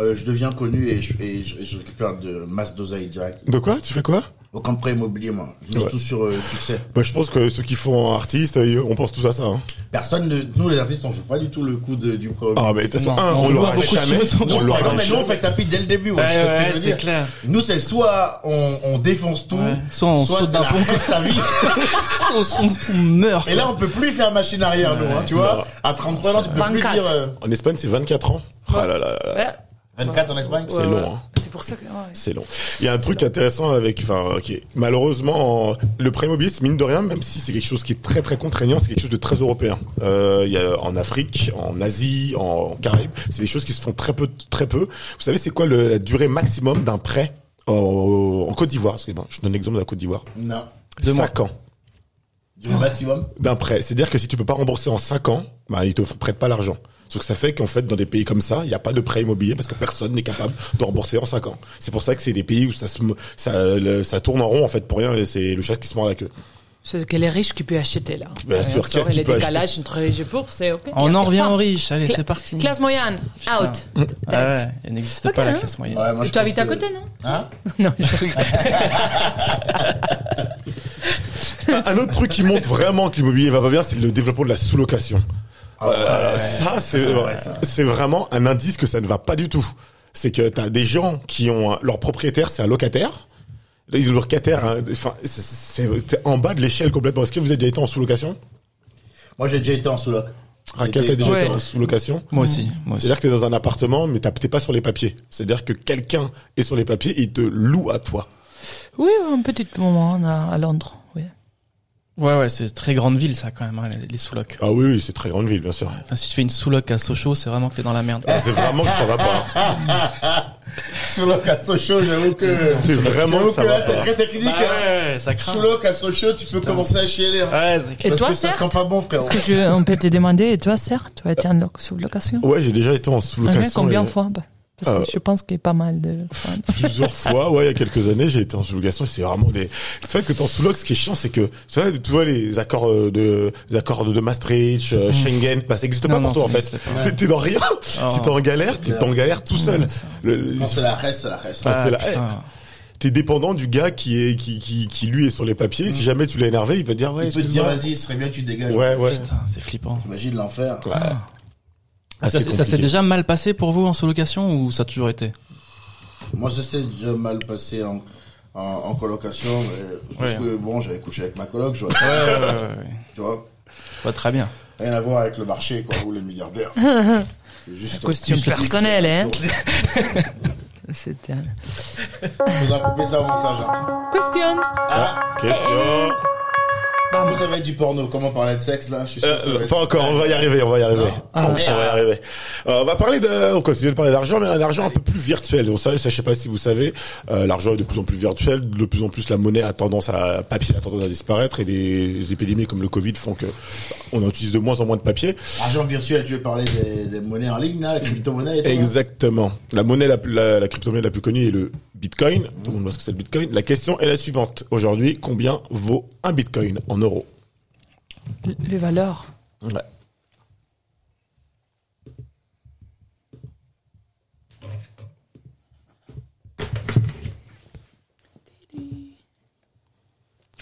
Speaker 2: Euh, je deviens connu et je, et je, et je récupère de masse d'oseille direct.
Speaker 1: De quoi Tu fais quoi
Speaker 2: Au camp prêt immobilier, moi. Je mise
Speaker 1: Ouais.
Speaker 2: tout sur euh, succès.
Speaker 1: bah, Je pense que ceux qui font artiste, ils- on pense tous à ça. hein.
Speaker 2: Personne, ne- nous les artistes, on joue pas du tout le coup de, du prêt immobilier.
Speaker 1: Ah, mais de toute façon,
Speaker 3: Non,
Speaker 1: un,
Speaker 3: on
Speaker 1: on
Speaker 3: joue à
Speaker 1: l'aura
Speaker 3: beaucoup de
Speaker 1: jamais.
Speaker 3: choses, on
Speaker 1: On
Speaker 3: joue à
Speaker 1: l'aura
Speaker 2: non, mais nous,
Speaker 1: jamais.
Speaker 2: on fait tapis dès le début. ouais, je sais
Speaker 3: Ouais,
Speaker 2: pas ce que
Speaker 3: ouais,
Speaker 2: je veux
Speaker 3: c'est
Speaker 2: dire.
Speaker 3: clair.
Speaker 2: Nous, c'est soit on, on défonce tout,
Speaker 3: Ouais. Soit on saute
Speaker 2: c'est
Speaker 3: d'un
Speaker 2: la
Speaker 3: pont.
Speaker 2: reste sa vie.
Speaker 3: on, on- on meurt.
Speaker 2: Et là, on peut plus faire machine arrière, nous, hein, tu vois. À 33 ans, tu peux plus
Speaker 4: 24.
Speaker 2: dire euh,
Speaker 1: En Espagne, c'est 24 ans. Ah là là là là.
Speaker 4: Ouais,
Speaker 2: 24 en Espagne.
Speaker 1: C'est
Speaker 4: ouais,
Speaker 1: long,
Speaker 4: ouais.
Speaker 1: hein.
Speaker 4: C'est pour ça que. ouais.
Speaker 1: C'est long. Il y a un truc intéressant avec, enfin, ok. Malheureusement, en- le prémobilisme, mine de rien, même si c'est quelque chose qui est très très contraignant, c'est quelque chose de très européen. Euh, Il y a en Afrique, en Asie, en Caraïbes, c'est des choses qui se font très peu, très peu. Vous savez, c'est quoi le- la durée maximum d'un prêt en, en Côte d'Ivoire Parce que ben, je donne l'exemple de la Côte d'Ivoire.
Speaker 2: Non.
Speaker 3: Deux mois.
Speaker 1: 5 ans
Speaker 2: Du maximum.
Speaker 1: d'un prêt. C'est-à-dire que si tu peux pas rembourser en 5 ans, bah, ils te prêtent pas l'argent. Sauf que ça fait qu'en fait, dans des pays comme ça, il n'y a pas de prêt immobilier parce que personne n'est capable de rembourser en 5 ans. C'est pour ça que c'est des pays où ça, se, mo- ça, le- ça tourne en rond en fait pour rien et c'est le chat qui se mord la queue.
Speaker 4: C'est que les riches qui peuvent acheter là.
Speaker 1: Bien
Speaker 4: Ouais,
Speaker 1: sûr,
Speaker 4: on sort,
Speaker 1: qu'est-ce
Speaker 4: et
Speaker 1: qui
Speaker 4: les
Speaker 1: peut acheter
Speaker 4: décalages entre riches et pauvres, c'est ok.
Speaker 3: On en
Speaker 4: Classe-
Speaker 3: revient aux riches. Allez, c'est parti.
Speaker 4: Classe moyenne,
Speaker 3: Putain.
Speaker 4: out.
Speaker 3: Ah ouais, elle n'existe
Speaker 4: Ok,
Speaker 3: pas la
Speaker 4: hein.
Speaker 3: classe moyenne.
Speaker 2: Ouais, moi, je pense
Speaker 4: Tu t'habites à
Speaker 2: que-
Speaker 4: côté, non
Speaker 2: Hein
Speaker 4: Non, je rigole.
Speaker 1: Un un autre truc qui montre vraiment que l'immobilier va pas bien, c'est le développement de la sous-location. Euh, ça, c'est
Speaker 2: c'est vrai, ça.
Speaker 1: c'est vraiment un indice que ça ne va pas du tout. C'est que t'as des gens qui ont un- leur propriétaire, c'est un locataire. Là, ils ont le locataire, hein, enfin, c'est- c'est t'es en bas de l'échelle complètement. Est-ce que vous avez déjà été en sous-location
Speaker 2: Moi, j'ai déjà été en sous-loc.
Speaker 1: Raquel,
Speaker 2: J'ai
Speaker 1: t'as
Speaker 2: été-
Speaker 1: déjà été
Speaker 2: [laughs]
Speaker 3: Ouais.
Speaker 1: en sous-location
Speaker 3: Moi aussi, moi aussi.
Speaker 1: C'est-à-dire que t'es dans un appartement, mais t'as- t'es pas sur les papiers. C'est-à-dire que quelqu'un est sur les papiers, il te loue à toi.
Speaker 4: Oui, un petit moment on a- à Londres. Oui.
Speaker 3: Ouais, ouais, c'est très grande ville, ça, quand même, hein, les, les sous-locs.
Speaker 1: Ah oui, oui, c'est très grande ville, bien sûr.
Speaker 3: Enfin, si tu fais une sous-loc à Sochaux, c'est vraiment que t'es dans la merde.
Speaker 1: Ah, C'est vraiment que ça va pas. hein.
Speaker 2: Sous-loc à Sochaux, j'avoue que.
Speaker 1: C'est vraiment
Speaker 2: J'avoue
Speaker 1: que ça
Speaker 2: que
Speaker 1: va
Speaker 2: là, c'est
Speaker 1: pas.
Speaker 2: très technique.
Speaker 3: Bah ouais,
Speaker 2: hein.
Speaker 3: ouais, ça craint.
Speaker 2: Sous-loc à Sochaux, tu peux commencer à chialer. hein.
Speaker 3: Ouais, c'est clair.
Speaker 4: Et
Speaker 2: Parce
Speaker 4: toi,
Speaker 2: que ça
Speaker 4: Serge
Speaker 2: sent pas bon, frérot.
Speaker 4: Est-ce que je, on peut te demander, et toi, Serge, tu as été en loc- sous location
Speaker 1: Ouais, j'ai déjà été en sous-location.
Speaker 4: Ok, Combien
Speaker 1: et-
Speaker 4: de fois Bah, Parce
Speaker 1: Oh, Euh,
Speaker 4: que je pense qu'il y a pas mal de fois.
Speaker 1: plusieurs fois, ouais, il y a quelques années, j'ai été en sous-location, et c'est vraiment des, le fait que t'es en sous-loc, ce qui est chiant, c'est que, tu vois, tu vois les accords euh, de, les accords de Maastricht, euh, Schengen, bah, ça existe
Speaker 3: Non,
Speaker 1: pas pour
Speaker 3: non,
Speaker 1: toi, en
Speaker 3: ça
Speaker 1: fait.
Speaker 3: n'existe pas. Oh.
Speaker 1: T'es- T'es dans rien. Si t'es en galère, t'es en galère tout seul. Le- le-
Speaker 2: Non, c'est la reste, c'est la reste.
Speaker 1: Ah, c'est la-
Speaker 3: putain.
Speaker 1: T'es dépendant du gars qui est, qui, qui, qui lui est sur les papiers. Si jamais tu l'as énervé, il va te dire, ouais,
Speaker 2: Mm. Il peut te dire,
Speaker 1: excuse-moi.
Speaker 2: vas-y, ce serait bien que tu te dégages.
Speaker 1: Ouais, eh, ouais.
Speaker 3: Putain, c'est flippant.
Speaker 2: T'imagines l'enfer.
Speaker 1: Ouais. Ah,
Speaker 3: Ça,
Speaker 1: c'est
Speaker 3: c'est- ça s'est
Speaker 1: compliqué.
Speaker 3: déjà mal passé pour vous en sous-location ou ça a toujours été
Speaker 2: Moi, ça s'est déjà mal passé en, en, en colocation. mais- Parce
Speaker 3: Ouais.
Speaker 2: que, bon, j'avais couché avec ma coloc, je vois.
Speaker 3: Ouais, ouais,
Speaker 1: Euh.
Speaker 3: ouais, ouais, ouais.
Speaker 2: Tu vois
Speaker 3: Je vois très bien.
Speaker 2: Rien à voir avec le marché, quoi, ou les milliardaires. Juste
Speaker 4: costume personnel, hein. C'était. un-
Speaker 2: Faudra couper ça au montage. hein.
Speaker 4: Question
Speaker 2: Ah,
Speaker 1: Question.
Speaker 2: vous savez du porno, comment parler de sexe, là Je suis sûr que ça va
Speaker 1: Euh,
Speaker 2: être-
Speaker 1: pas encore, on va y arriver, on va y arriver.
Speaker 2: Ah,
Speaker 1: on, on va y
Speaker 2: merde.
Speaker 1: arriver. Euh, on va parler de, on continue de parler d'argent, mais un argent un peu plus virtuel. On sait, je sais pas si vous savez, euh, l'argent est de plus en plus virtuel, de plus en plus la monnaie a tendance à, papier a tendance à disparaître et des épidémies comme le Covid font que on en utilise de moins en moins de papier.
Speaker 2: Argent virtuel, tu veux parler des, des monnaies en ligne, là, les crypto-monnaies et tout, là
Speaker 1: Exactement. La monnaie, la, plus- la, la crypto-monnaie la plus connue est le bitcoin. Tout le monde voit ce que c'est le bitcoin. La question est la suivante. Aujourd'hui, combien vaut un bitcoin en euros?
Speaker 4: Les valeurs.
Speaker 1: Ouais.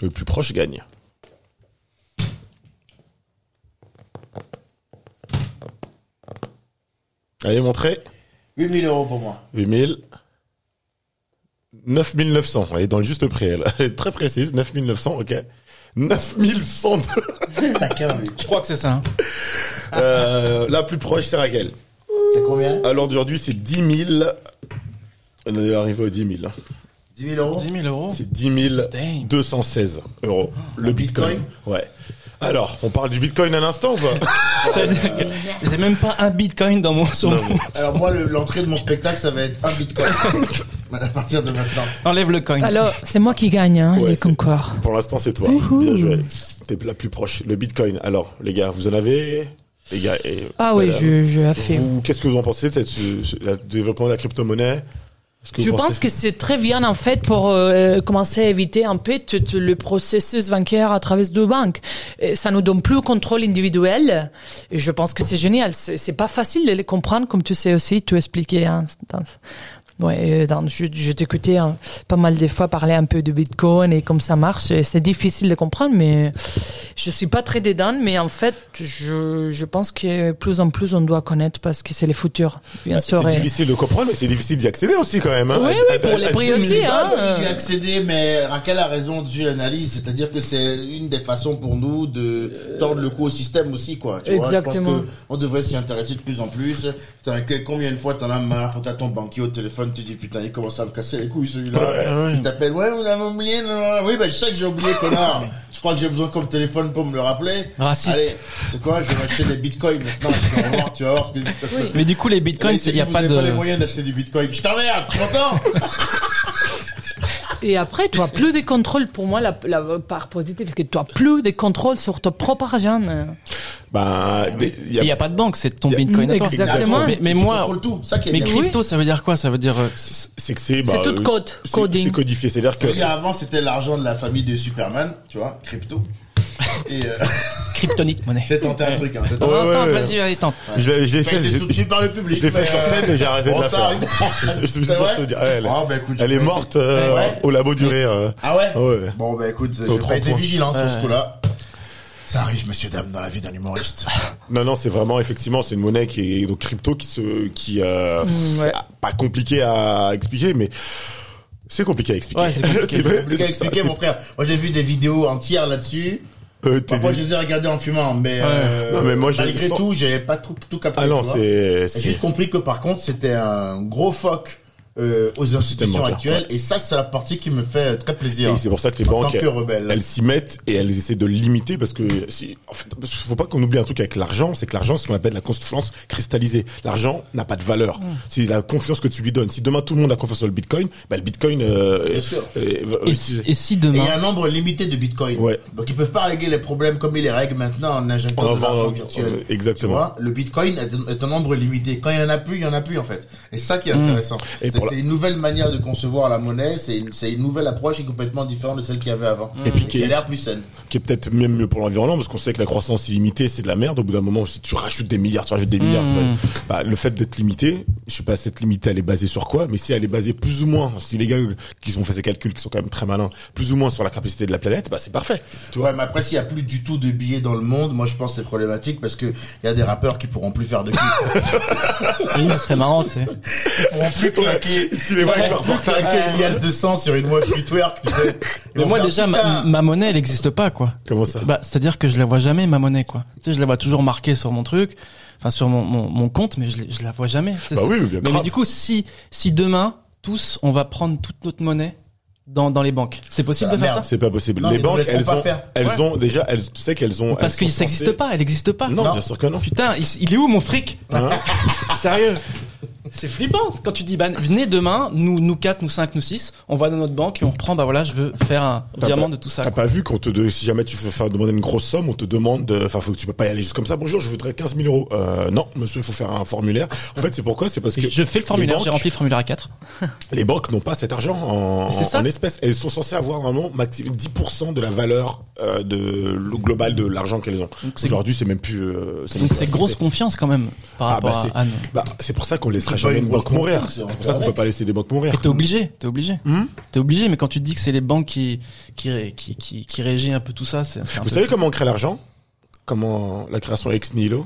Speaker 1: Le plus proche gagne. Allez, montrez.
Speaker 2: 8000 euros pour moi.
Speaker 1: 8000. 9900. Elle est dans le juste prix, elle. Elle est très précise. 9900, ok. 9102.
Speaker 2: Taquin, lui.
Speaker 3: Je crois que c'est ça. hein.
Speaker 1: Euh, la plus proche, c'est Raquel.
Speaker 2: C'est combien
Speaker 1: Alors d'aujourd'hui, c'est 10 000. On est arrivé aux 10 000.
Speaker 2: 10 000
Speaker 1: Oh.
Speaker 2: euros
Speaker 3: 10 000 euros.
Speaker 1: C'est 10
Speaker 3: Damn.
Speaker 1: 216 euros. Le bitcoin.
Speaker 2: Bitcoin
Speaker 1: Ouais. Alors, on parle du bitcoin à l'instant ou pas
Speaker 3: C'est-à-dire que J'ai même pas un bitcoin dans mon sur mon-
Speaker 2: Alors, moi, le- l'entrée de mon spectacle, ça va être un bitcoin.
Speaker 1: [laughs]
Speaker 2: à partir de maintenant.
Speaker 3: Enlève le coin.
Speaker 4: Alors, c'est moi qui gagne, hein,
Speaker 1: Ouais,
Speaker 4: les
Speaker 1: c'est-
Speaker 4: concours.
Speaker 1: Pour l'instant, c'est toi. Bien joué. T'es la plus proche. Le bitcoin. Alors, les gars, vous en avez Les gars. et-
Speaker 4: Ah oui,
Speaker 1: Madame,
Speaker 4: je, je affirme.
Speaker 1: vous- Qu'est-ce que vous en pensez de cette- ce- ce- le développement de la crypto-monnaie Est-ce que
Speaker 4: Je
Speaker 1: vous pensez-
Speaker 4: pense que c'est très bien en fait pour euh, commencer à éviter un peu tout le processus bancaire à travers deux banques. Et ça nous donne plus le contrôle individuel. Et je pense que c'est génial. C'est c'est pas facile de les comprendre, comme tu sais aussi, tu expliquais. Hein, dans- ouais, euh, dans- je je t'écoutais hein, pas mal des fois parler un peu de Bitcoin et comme ça marche. Et C'est difficile de comprendre, mais je suis pas très dédain. Mais en fait, je, je pense que plus en plus on doit connaître parce que c'est le futur, bien sûr.
Speaker 1: Ah, C'est
Speaker 4: et-
Speaker 1: difficile de comprendre, mais c'est difficile d'y accéder aussi quand même. Hein.
Speaker 4: Oui,
Speaker 1: À-
Speaker 4: oui,
Speaker 1: à-
Speaker 4: pour
Speaker 1: à-
Speaker 4: les
Speaker 1: à-
Speaker 4: prix
Speaker 1: à-
Speaker 4: aussi,
Speaker 1: à-
Speaker 4: hein.
Speaker 2: Ah, si, d'y accéder, mais Raquel a raison de l'analyse, c'est-à-dire que c'est une des façons pour nous de tordre le cou au système aussi, quoi. Tu Vois,
Speaker 4: Exactement.
Speaker 2: je pense qu'on devrait s'y intéresser de plus en plus. Putain, que- combien de fois t'en as marre quand t'as ton banquier au téléphone, tu dis putain, il commence à me casser les couilles celui-là. Il t'appelle, ouais, on avait oublié, non, non, non. oui, bah je sais que j'ai oublié, connard. Je crois que j'ai besoin comme téléphone pour me le rappeler.
Speaker 3: Raciste.
Speaker 2: Allez, c'est quoi, je vais m'acheter des bitcoins maintenant, je vais en voir, tu vas voir ce que
Speaker 3: Mais du coup, les bitcoins, il
Speaker 2: il
Speaker 3: n'y a pas de.
Speaker 2: pas les moyens d'acheter du bitcoin. Je t'emmerde, tu m'entends
Speaker 4: Et après, tu as plus de contrôle, pour moi, la, la part positive, c'est que tu as plus de contrôle sur ton propre argent.
Speaker 1: Bah, des- il y a-
Speaker 3: Il n'y a pas de banque, c'est ton
Speaker 1: Il y a-
Speaker 3: bitcoin à toi.
Speaker 4: Exactement.
Speaker 3: Mais, mais
Speaker 2: Tu
Speaker 3: moi,
Speaker 2: contrôles tout, ça qui est
Speaker 3: mais
Speaker 2: bien.
Speaker 3: crypto, ça veut dire quoi Ça veut dire. euh,
Speaker 1: c'est que c'est.
Speaker 4: C'est
Speaker 1: bah,
Speaker 4: tout
Speaker 1: euh,
Speaker 4: code,
Speaker 1: c'est-
Speaker 4: coding.
Speaker 1: C'est codifié, c'est-à-dire que.
Speaker 2: Je veux dire, avant, c'était l'argent de la famille de Superman, tu vois,
Speaker 3: [laughs]
Speaker 2: crypto. Et euh,
Speaker 3: Kryptonique monnaie.
Speaker 2: j'ai tenté un truc. Hein, j'ai tenté-
Speaker 1: Ouais,
Speaker 3: Attends,
Speaker 1: ouais, Ah, ouais.
Speaker 3: vas-y, allez, tente.
Speaker 1: Je l'ai je l'ai
Speaker 2: J'ai
Speaker 1: fait.
Speaker 2: été
Speaker 1: je-
Speaker 2: soutenu par le public.
Speaker 1: je l'ai fait
Speaker 2: mais,
Speaker 1: sur
Speaker 2: euh,
Speaker 1: scène et j'ai arrêté de
Speaker 2: bon,
Speaker 1: la
Speaker 2: ça
Speaker 1: faire.
Speaker 2: arrive.
Speaker 1: [laughs] Je- je- je-
Speaker 2: C'est
Speaker 1: pour
Speaker 2: vrai
Speaker 1: te dire, elle-
Speaker 2: Ah, bah, écoute,
Speaker 1: Elle
Speaker 2: j'ai
Speaker 1: est
Speaker 2: pas été-
Speaker 1: morte euh,
Speaker 2: Ouais.
Speaker 1: au labo du rire. euh.
Speaker 2: Ah ouais
Speaker 1: Ouais.
Speaker 2: Bon, bah écoute, j'ai
Speaker 1: au
Speaker 2: pas
Speaker 1: 30
Speaker 2: été
Speaker 1: points.
Speaker 2: vigilant sur ce
Speaker 3: Ouais.
Speaker 2: coup-là. Ça arrive, messieurs, dames, dans la vie d'un humoriste.
Speaker 1: Non, non, c'est vraiment effectivement, c'est une monnaie qui est donc crypto qui se, qui euh,
Speaker 4: Mm, ouais.
Speaker 1: c'est pas compliqué à expliquer, mais c'est compliqué à expliquer.
Speaker 3: Ouais, c'est compliqué.
Speaker 1: [laughs] C'est vrai,
Speaker 2: Compliqué à
Speaker 1: c'est-
Speaker 2: expliquer,
Speaker 1: c'est-
Speaker 2: mon frère. Moi, j'ai vu des vidéos entières là-dessus.
Speaker 1: euh, t'es-
Speaker 2: Parfois, je les ai regardées en fumant, mais, euh,
Speaker 1: Non, mais moi, j'ai-
Speaker 2: malgré tout, j'avais pas tout, tout capté.
Speaker 1: Ah non,
Speaker 2: tu vois.
Speaker 1: c'est
Speaker 2: J'ai
Speaker 1: c'est-
Speaker 2: juste compris que par contre, c'était un gros foc euh, aux institutions
Speaker 1: bancaire,
Speaker 2: actuelles. Et ça, c'est la partie qui me fait euh, très plaisir.
Speaker 1: Et c'est pour ça que les
Speaker 2: En tant
Speaker 1: banques,
Speaker 2: que rebelle.
Speaker 1: elles s'y mettent et elles essaient de limiter parce que si, en fait, parce qu'il faut pas qu'on oublie un truc avec l'argent, c'est que l'argent, c'est ce qu'on appelle la confiance cristallisée. L'argent n'a pas de valeur.
Speaker 2: Mmh.
Speaker 1: C'est la confiance que tu lui donnes. Si demain tout le monde a confiance sur le bitcoin, bah, le bitcoin, euh,
Speaker 2: Bien sûr.
Speaker 1: euh, va-
Speaker 3: Et,
Speaker 1: aussi-
Speaker 3: si- et si
Speaker 2: Et il y a
Speaker 3: demain.
Speaker 2: un nombre limité de bitcoins.
Speaker 1: Ouais.
Speaker 2: Donc ils peuvent pas régler les problèmes comme ils les règlent maintenant en injectant
Speaker 1: En
Speaker 2: de l'argent
Speaker 1: avant-
Speaker 2: virtuel.
Speaker 1: euh, exactement.
Speaker 2: Tu vois, le bitcoin est- est un nombre limité. Quand il y en a plus, il y en a plus en fait. Et ça qui est intéressant.
Speaker 1: Hmm. Et
Speaker 2: C'est
Speaker 1: pour la-
Speaker 2: c'est une nouvelle manière de concevoir la monnaie. C'est une, c'est une nouvelle approche qui est complètement différente de celle qu'il y avait avant.
Speaker 1: Et puis qui
Speaker 2: qui
Speaker 1: est-
Speaker 2: a l'air plus saine.
Speaker 1: qui est peut-être même mieux pour l'environnement parce qu'on sait que la croissance illimitée c'est de la merde au bout d'un moment si tu rajoutes des milliards tu rajoutes des milliards
Speaker 3: Mmh.
Speaker 1: bah, bah, le fait d'être limité je sais pas cette limite elle est basée sur quoi mais si elle est basée plus ou moins si les gars euh, qui ont fait ces calculs qui sont quand même très malins plus ou moins sur la capacité de la planète bah c'est parfait tu vois
Speaker 2: Ouais, mais après, s'il y a plus du tout de billets dans le monde, moi je pense que c'est problématique parce que il y a des rappeurs qui pourront plus faire de clips.
Speaker 3: Oui, ce serait marrant, tu sais.
Speaker 2: On fait claquer.
Speaker 1: Tu les vois avec leur
Speaker 2: portail. Claquer Elias de sang sur une moitié free twerk, tu sais. Ils
Speaker 3: Mais
Speaker 2: vont
Speaker 3: moi,
Speaker 2: faire
Speaker 3: déjà,
Speaker 2: tout
Speaker 3: ma,
Speaker 2: ça.
Speaker 3: ma monnaie, elle n'existe pas, quoi.
Speaker 1: comment ça
Speaker 3: Bah, c'est-à-dire que je la vois jamais, ma monnaie, quoi. Tu sais, je la vois toujours marquée sur mon truc, enfin, sur mon, mon, mon compte, mais je, l'ai- je la vois jamais. C'est
Speaker 1: bah
Speaker 3: ça.
Speaker 1: oui bien
Speaker 3: Mais, mais
Speaker 1: grave.
Speaker 3: du coup, si, si demain, tous, on va prendre toute notre monnaie dans, dans les banques, c'est possible
Speaker 2: Ah,
Speaker 3: de faire
Speaker 2: merde.
Speaker 1: c'est pas possible
Speaker 2: Non,
Speaker 1: les
Speaker 2: ils nous
Speaker 1: banques
Speaker 2: laisseront
Speaker 1: elles
Speaker 2: pas
Speaker 1: ont
Speaker 2: faire.
Speaker 1: elles
Speaker 3: Ouais.
Speaker 1: ont déjà elles tu sais qu'elles ont
Speaker 3: ça Parce
Speaker 1: elles
Speaker 3: qu'il
Speaker 1: sont
Speaker 3: n'existe
Speaker 1: censées-
Speaker 3: pas, elle n'existe pas.
Speaker 1: non,
Speaker 2: Non.
Speaker 1: bien sûr que non
Speaker 3: Putain, il, il est où mon fric
Speaker 1: Hein
Speaker 3: [laughs] Sérieux C'est flippant quand tu dis bah, venez demain, nous nous quatre, nous cinq, nous six, on va dans notre banque et on reprend bah voilà, je veux faire un
Speaker 1: T'as
Speaker 3: diamant
Speaker 1: pas-
Speaker 3: de tout ça.
Speaker 1: T'as
Speaker 3: quoi.
Speaker 1: pas vu qu'on te de- si jamais tu veux faire demander une grosse somme, on te demande, de- enfin, faut que tu peux pas y aller juste comme ça. Bonjour, je voudrais 15 000 euros. Euh, non, monsieur, il faut faire un formulaire. En fait, c'est pourquoi C'est parce que
Speaker 3: Je fais le formulaire,
Speaker 1: les
Speaker 3: j'ai
Speaker 1: banques-
Speaker 3: rempli le formulaire à 4.
Speaker 1: les banques n'ont pas cet argent en,
Speaker 3: Mais c'est
Speaker 1: en-
Speaker 3: ça.
Speaker 1: en espèces. Elles sont censées avoir vraiment maximum 10% de la valeur euh, de le global de l'argent qu'elles ont.
Speaker 3: c'est-
Speaker 1: Aujourd'hui, c'est même plus. euh, même
Speaker 3: Donc
Speaker 1: plus
Speaker 3: c'est
Speaker 1: respecté.
Speaker 3: grosse confiance quand même par
Speaker 1: Ah,
Speaker 3: rapport
Speaker 1: bah, c'est-
Speaker 3: à, à nous.
Speaker 1: Bah, c'est pour ça qu'on laissera
Speaker 2: C'est pas
Speaker 1: jamais
Speaker 2: une
Speaker 1: une banque
Speaker 2: grosse
Speaker 1: mourir.
Speaker 2: confiance, hein.
Speaker 1: C'est
Speaker 2: on
Speaker 1: pour
Speaker 2: fait
Speaker 1: ça qu'on peut
Speaker 2: avec.
Speaker 1: pas laisser les banques
Speaker 3: Et
Speaker 1: mourir.
Speaker 3: t'es obligé, t'es obligé.
Speaker 1: Hmm
Speaker 3: T'es obligé, mais quand tu te dis que c'est les banques qui, qui, qui, qui, qui régit un peu tout ça, c'est c'est un
Speaker 1: Vous
Speaker 3: peu-
Speaker 1: savez comment on crée l'argent Comment la création ex nihilo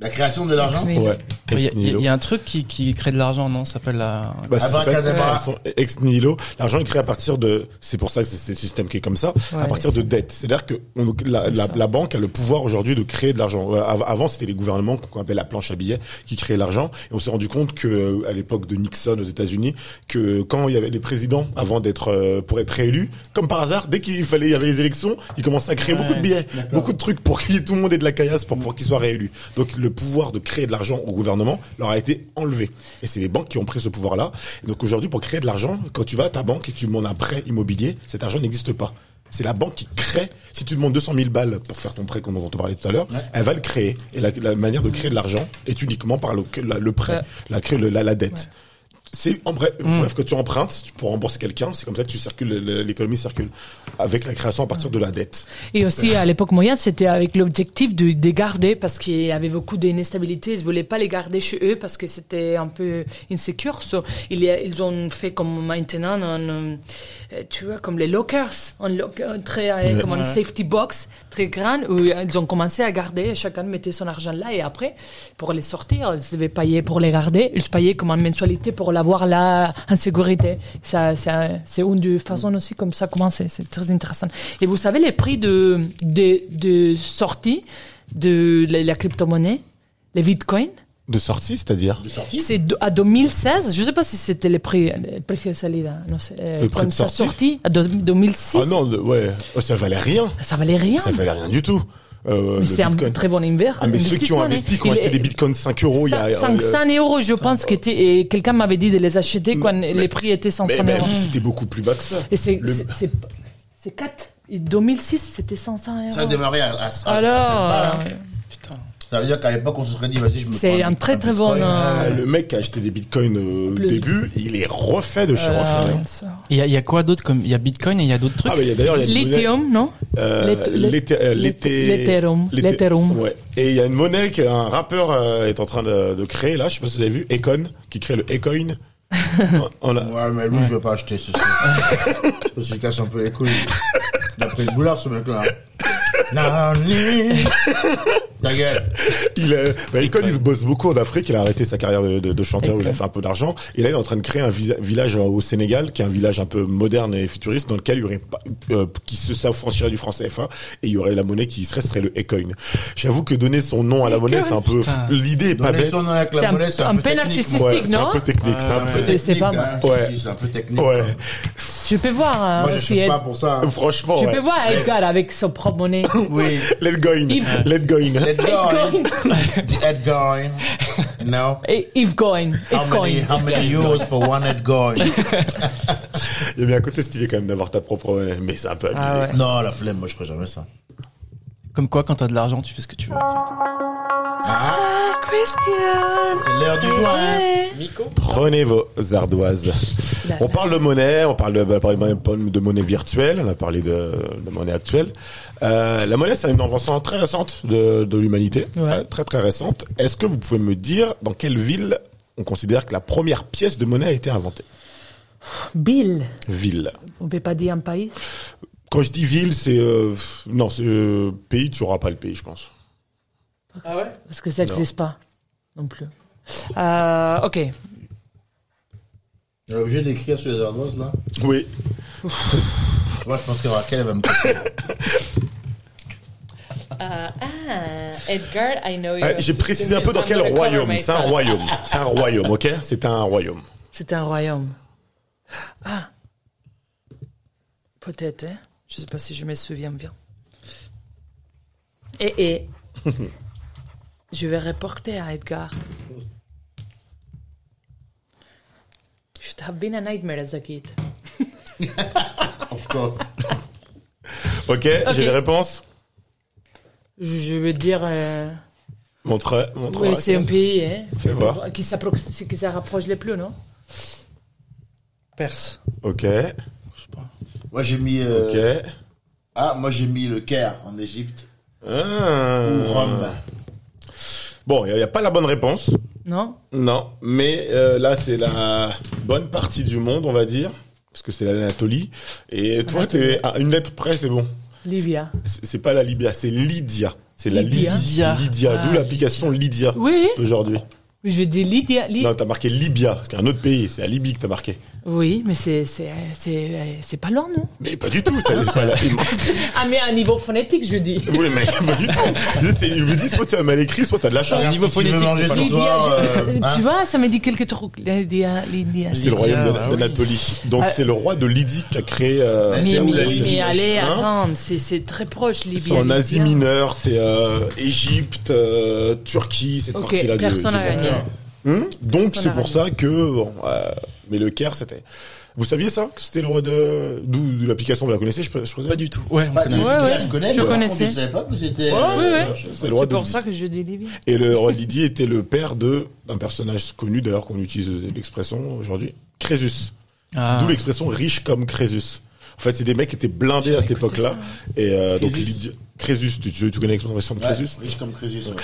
Speaker 2: La création de l'argent.
Speaker 4: Oui.
Speaker 1: Ouais.
Speaker 3: Il
Speaker 1: Ex
Speaker 3: y, a- il y a-
Speaker 1: nihilo.
Speaker 3: il y a un truc qui, qui crée de l'argent, non Ça s'appelle la...
Speaker 1: Bah, ça s'appelle
Speaker 2: Abracadabra.
Speaker 1: création ex nihilo. L'argent est créé à partir de, c'est pour ça que c'est c'est le système qui est comme ça, à
Speaker 4: Ouais,
Speaker 1: partir de dettes. C'est-à-dire que on- la, la,
Speaker 3: ça.
Speaker 1: la banque a le pouvoir aujourd'hui de créer de l'argent. Voilà, av- Avant, c'était les gouvernements qu'on appelait la planche à billets qui créaient l'argent. Et on s'est rendu compte que, euh, à l'époque de Nixon aux États-Unis, que quand il y avait les présidents, avant d'être, euh, pour être réélus, comme par hasard, dès qu'il fallait, il y avait les élections, ils commençaient à créer
Speaker 3: Ouais,
Speaker 1: beaucoup de billets,
Speaker 2: d'accord.
Speaker 1: beaucoup de trucs pour que tout le monde ait de la caillasse pour, pour qu'ils soient réélus. Donc, le pouvoir de créer de l'argent au gouvernement leur a été enlevé. Et c'est les banques qui ont pris ce pouvoir-là. Et Donc, aujourd'hui, pour créer de l'argent, quand tu vas à ta banque et que tu demandes un prêt immobilier, cet argent n'existe pas. C'est la banque qui crée. Si tu demandes 200 000 balles pour faire ton prêt, comme on te parlait tout à l'heure, elle va le créer. Et la, la manière de créer de l'argent est uniquement par le, la- le prêt,
Speaker 4: Ouais.
Speaker 1: la, cré- le- la, la dette. c'est en bref,
Speaker 3: Mm.
Speaker 1: bref, que tu empruntes pour rembourser quelqu'un, c'est comme ça que tu circules, le- l'économie circule avec la création à partir de la dette.
Speaker 4: Et aussi, à l'époque moyenne, c'était avec l'objectif de, de garder, parce qu'il y avait beaucoup d'instabilité. Ils ne voulaient pas les garder chez eux parce que c'était un peu insécure. So, il y a- ils ont fait comme maintenant, un, euh, tu vois, comme les lockers, un, lock- un très, euh,
Speaker 1: Ouais.
Speaker 4: comme un safety box très grand, où euh, ils ont commencé à garder. Chacun mettait son argent là et après, pour les sortir, ils devaient payer pour les garder. Ils se payaient comme une mensualité pour l'avoir là en sécurité. Ça, ça, c'est une des façons aussi comme ça commencer. C'est très intéressant. Et vous savez les prix de, de, de sortie de la, la crypto-monnaie, les bitcoins
Speaker 1: De sortie, c'est-à-dire Ah
Speaker 2: de sortie.
Speaker 4: c'est do- à 2016, je sais pas si c'était les prix, les prix de salida, non, c'est, euh,
Speaker 1: Le prix
Speaker 4: quand
Speaker 1: de
Speaker 4: ça
Speaker 1: sortie
Speaker 4: sortit, à 2006,
Speaker 1: Ah non, de- ouais, Oh, ça valait rien.
Speaker 4: ça valait rien.
Speaker 1: Ça valait rien du tout. Euh,
Speaker 4: mais
Speaker 1: le
Speaker 4: c'est un
Speaker 1: Bitcoin.
Speaker 4: très bon Euh, inverse.
Speaker 1: Ah, mais ceux qui ont
Speaker 4: hein.
Speaker 1: investi, qui ont acheté des bitcoins 5 euros il y a. euh, Ah,
Speaker 4: 500 euros, je pense, que et quelqu'un m'avait dit de les acheter quand les prix étaient 500
Speaker 1: mais, mais
Speaker 4: euros.
Speaker 1: c'était beaucoup plus bas que ça.
Speaker 4: Et c'est
Speaker 1: Le-
Speaker 4: c'est- c'est- c'est 4. Et 2006, c'était 500 euros. Ah, euh,
Speaker 2: Ça a démarré à, à, à- à cette
Speaker 4: Alors,
Speaker 2: barre-là.
Speaker 3: Putain.
Speaker 2: Ça veut dire qu'à l'époque, on se serait dit, vas-y, je me
Speaker 4: c'est
Speaker 2: prends
Speaker 4: un très très bon.
Speaker 2: bitcoin.
Speaker 1: Ah,
Speaker 4: euh,
Speaker 1: le mec qui a acheté des bitcoins euh, au
Speaker 4: Plus. Euh,
Speaker 1: début, il est refait de chez
Speaker 4: voilà,
Speaker 1: refait.
Speaker 4: bien sûr.
Speaker 3: Il y a, il y a quoi d'autre comme il y a Bitcoin et il y a d'autres trucs.
Speaker 1: Ah, mais il y a d'ailleurs, il y a une monnaie-
Speaker 4: Lithium, non
Speaker 1: euh,
Speaker 4: L'eth-
Speaker 1: l'éthé- euh,
Speaker 4: l'eth-
Speaker 1: l'éthé-
Speaker 4: l'Ethereum.
Speaker 1: l'éthé-
Speaker 4: L'Ethereum.
Speaker 1: Ouais. Et il y a une monnaie qu'un rappeur euh, est en train de, de créer là. Je sais pas si vous avez vu Econ, qui crée le
Speaker 4: [laughs]
Speaker 1: Ecoin. On l'a-
Speaker 2: Ouais, mais lui, je vais pas acheter ce truc. Parce qu'il casse un peu les couilles. Il a pris le boulard, ce
Speaker 4: [laughs]
Speaker 2: mec-là. Nani. Ta gueule.
Speaker 1: Il est, bah, Akon, il bosse beaucoup en Afrique. Il a arrêté sa carrière de, de- de chanteur où il a
Speaker 3: Akon.
Speaker 1: fait un peu d'argent. Et là, il est en train de créer un visa- village euh, au Sénégal, qui est un village un peu moderne et futuriste, dans lequel il y aurait pas- euh, qui se s'affranchirait du franc CFA et il y aurait la monnaie qui serait, serait le Ecoin. J'avoue que donner son nom à la monnaie, c'est un peu
Speaker 3: putain.
Speaker 1: l'idée est pas
Speaker 2: Donner
Speaker 1: bête.
Speaker 2: son nom avec
Speaker 4: C'est
Speaker 2: la
Speaker 4: un-
Speaker 2: monnaie, c'est
Speaker 4: un
Speaker 2: un peu
Speaker 4: peu
Speaker 2: technique.
Speaker 4: narcissique.
Speaker 1: Ouais,
Speaker 4: Mystique,
Speaker 1: c'est un
Speaker 4: non
Speaker 1: peu technique. c'est un
Speaker 2: un
Speaker 1: peu
Speaker 2: peu
Speaker 4: C'est- c'est
Speaker 2: technique,
Speaker 4: pas
Speaker 2: hein.
Speaker 4: mal.
Speaker 2: Si,
Speaker 1: Ouais.
Speaker 2: si, C'est un peu technique.
Speaker 1: Ouais.
Speaker 4: Je peux voir.
Speaker 2: Moi,
Speaker 4: euh,
Speaker 2: je
Speaker 4: si
Speaker 2: sais
Speaker 4: elle-
Speaker 2: pas pour
Speaker 4: [laughs]
Speaker 2: ça.
Speaker 1: Franchement,
Speaker 4: Je
Speaker 1: ouais.
Speaker 4: peux voir Edgar avec son propre
Speaker 2: [coughs]
Speaker 4: monnaie.
Speaker 2: Oui.
Speaker 1: Let going.
Speaker 4: Yves.
Speaker 1: Let going.
Speaker 2: Let
Speaker 4: Bitcoin.
Speaker 2: going. The head going. No.
Speaker 4: Et Ifcoin.
Speaker 2: How many, how many euros for one head going?
Speaker 1: Il y a bien un côté stylé quand même d'avoir ta propre monnaie, mais c'est un peu abusé.
Speaker 4: Ah ouais.
Speaker 2: Non, la flemme, moi, je ferais jamais ça.
Speaker 3: Comme quoi quand t'as de l'argent tu fais ce que tu veux. en fait.
Speaker 2: Ah, C'est l'heure du hein. joint.
Speaker 1: Prenez vos ardoises. On parle de monnaie, on parle de, on parle de monnaie- de monnaie virtuelle, on a parlé de, de monnaie actuelle. Euh, la monnaie, c'est une invention très récente de, de l'humanité,
Speaker 4: Ouais.
Speaker 1: Euh, très très récente. Est-ce que vous pouvez me dire dans quelle ville on considère que la première pièce de monnaie a été inventée
Speaker 4: Bill.
Speaker 1: Ville.
Speaker 4: On peut pas dire un pays.
Speaker 1: Quand je dis ville, c'est euh, non, c'est euh, pays. Tu auras pas le pays, je pense.
Speaker 6: Ah ouais
Speaker 4: Parce que ça n'existe pas non plus. Euh, ok.
Speaker 2: On est obligé d'écrire sur les ardoises, là.
Speaker 1: Oui.
Speaker 2: Moi, je pense que Raquel, elle va me couper.
Speaker 6: Ah, ah, Edgar, I know you.
Speaker 1: Euh, J'ai précisé un peu dans quel royaume. C'est un royaume. C'est un royaume, ok C'est un royaume.
Speaker 4: C'était un royaume. Ah. Peut-être, hein. Je sais pas si je me souviens bien. Et,
Speaker 1: [laughs]
Speaker 4: et. je vais reporter à Edgar. Je have been a nightmare as a kid.
Speaker 2: Of course.
Speaker 1: ok, j'ai les réponses.
Speaker 4: Je, je veux dire. euh,
Speaker 1: Montre, montre.
Speaker 4: oui, c'est un pays, hein.
Speaker 1: Fais voir.
Speaker 4: Qui s'approche, qui se rapproche le plus, non
Speaker 3: Perse.
Speaker 1: Ok,
Speaker 3: Je sais pas.
Speaker 2: Moi, j'ai mis. euh,
Speaker 1: ok.
Speaker 2: Ah, moi, j'ai mis le Caire en Égypte.
Speaker 1: Ah.
Speaker 2: Ou Rome.
Speaker 1: Bon, il n'y a, pas la bonne réponse.
Speaker 4: Non
Speaker 1: Non, mais euh, là, c'est la bonne partie du monde, on va dire. Parce que c'est l'Anatolie. Et toi, t'es à une lettre près, c'est bon.
Speaker 4: Libya.
Speaker 1: C'est c'est pas la Libya, c'est Lydia. C'est la Lydia.
Speaker 4: Lydia.
Speaker 1: Lydia,
Speaker 3: Ah,
Speaker 1: d'où l'application Lydia
Speaker 4: Oui,
Speaker 1: d'aujourd'hui.
Speaker 4: oui, je dis Lydia. Li-
Speaker 1: Non, t'as marqué Libya, parce qu'il y a un autre pays, c'est la Libye que t'as marqué.
Speaker 4: Oui, mais c'est c'est euh, c'est euh, c'est pas loin, non
Speaker 1: Mais pas du tout, t'as pas la...
Speaker 4: Ah, mais à niveau phonétique, je dis.
Speaker 1: Oui, mais pas du tout. C'est- Je me dis, soit t'as mal écrit, soit t'as de la chance.
Speaker 2: Regarde,
Speaker 3: niveau
Speaker 2: si tu veux
Speaker 3: phonétique,
Speaker 2: manger
Speaker 3: c'est pas
Speaker 2: ce
Speaker 3: bon.
Speaker 2: soir,
Speaker 4: Lydia, je-
Speaker 2: euh,
Speaker 4: euh,
Speaker 2: hein.
Speaker 4: tu vois, ça me dit quelques trucs. Lydia, Lydia.
Speaker 1: C'était le royaume
Speaker 3: Lydia,
Speaker 1: d'An-
Speaker 3: ah oui. Bah,
Speaker 1: d'Anatolie. Donc
Speaker 4: Ah.
Speaker 1: c'est le roi de Lydie qui a créé. euh,
Speaker 2: Mais
Speaker 1: c'est
Speaker 4: Mais,
Speaker 2: où la
Speaker 4: mais,
Speaker 2: Libye,
Speaker 4: mais
Speaker 2: hein
Speaker 4: allez, attends, c'est- c'est très proche, Libya.
Speaker 1: en Asie
Speaker 4: Lydia.
Speaker 1: mineure, c'est euh, Égypte, euh, Turquie, cette
Speaker 4: Ok,
Speaker 1: partie-là du,
Speaker 4: personne
Speaker 1: du
Speaker 4: n'a
Speaker 1: monde.
Speaker 4: gagné.
Speaker 1: Hmm Donc
Speaker 4: Ça
Speaker 1: c'est
Speaker 4: m'a
Speaker 1: pour ça que bon, euh, mais le Caire c'était. Vous saviez ça que c'était l'heure de d'où l'application vous la connaissez je, je
Speaker 3: Pas du tout. Ouais, on
Speaker 2: Bah,
Speaker 3: connaît.
Speaker 2: le-
Speaker 4: Ouais,
Speaker 2: le-
Speaker 4: ouais.
Speaker 2: Je connais,
Speaker 4: Je
Speaker 2: mais par contre,
Speaker 4: connaissais.
Speaker 2: Je savais pas que euh, c'était.
Speaker 4: Ouais, ouais, ouais.
Speaker 1: C'est le roi
Speaker 4: C'est
Speaker 1: de
Speaker 4: pour ça que je dis Lévi.
Speaker 1: et le roi de Lydie était le père de un personnage connu d'ailleurs qu'on utilise l'expression aujourd'hui Crésus.
Speaker 3: Ah.
Speaker 1: D'où l'expression riche comme Crésus. En fait, c'est des mecs qui étaient blindés à cette époque-là. Et euh, donc,
Speaker 2: Crésus.
Speaker 1: Lydie- Crésus, tu, tu connais l'expression de Crésus
Speaker 2: Riche comme Crésus. ouais.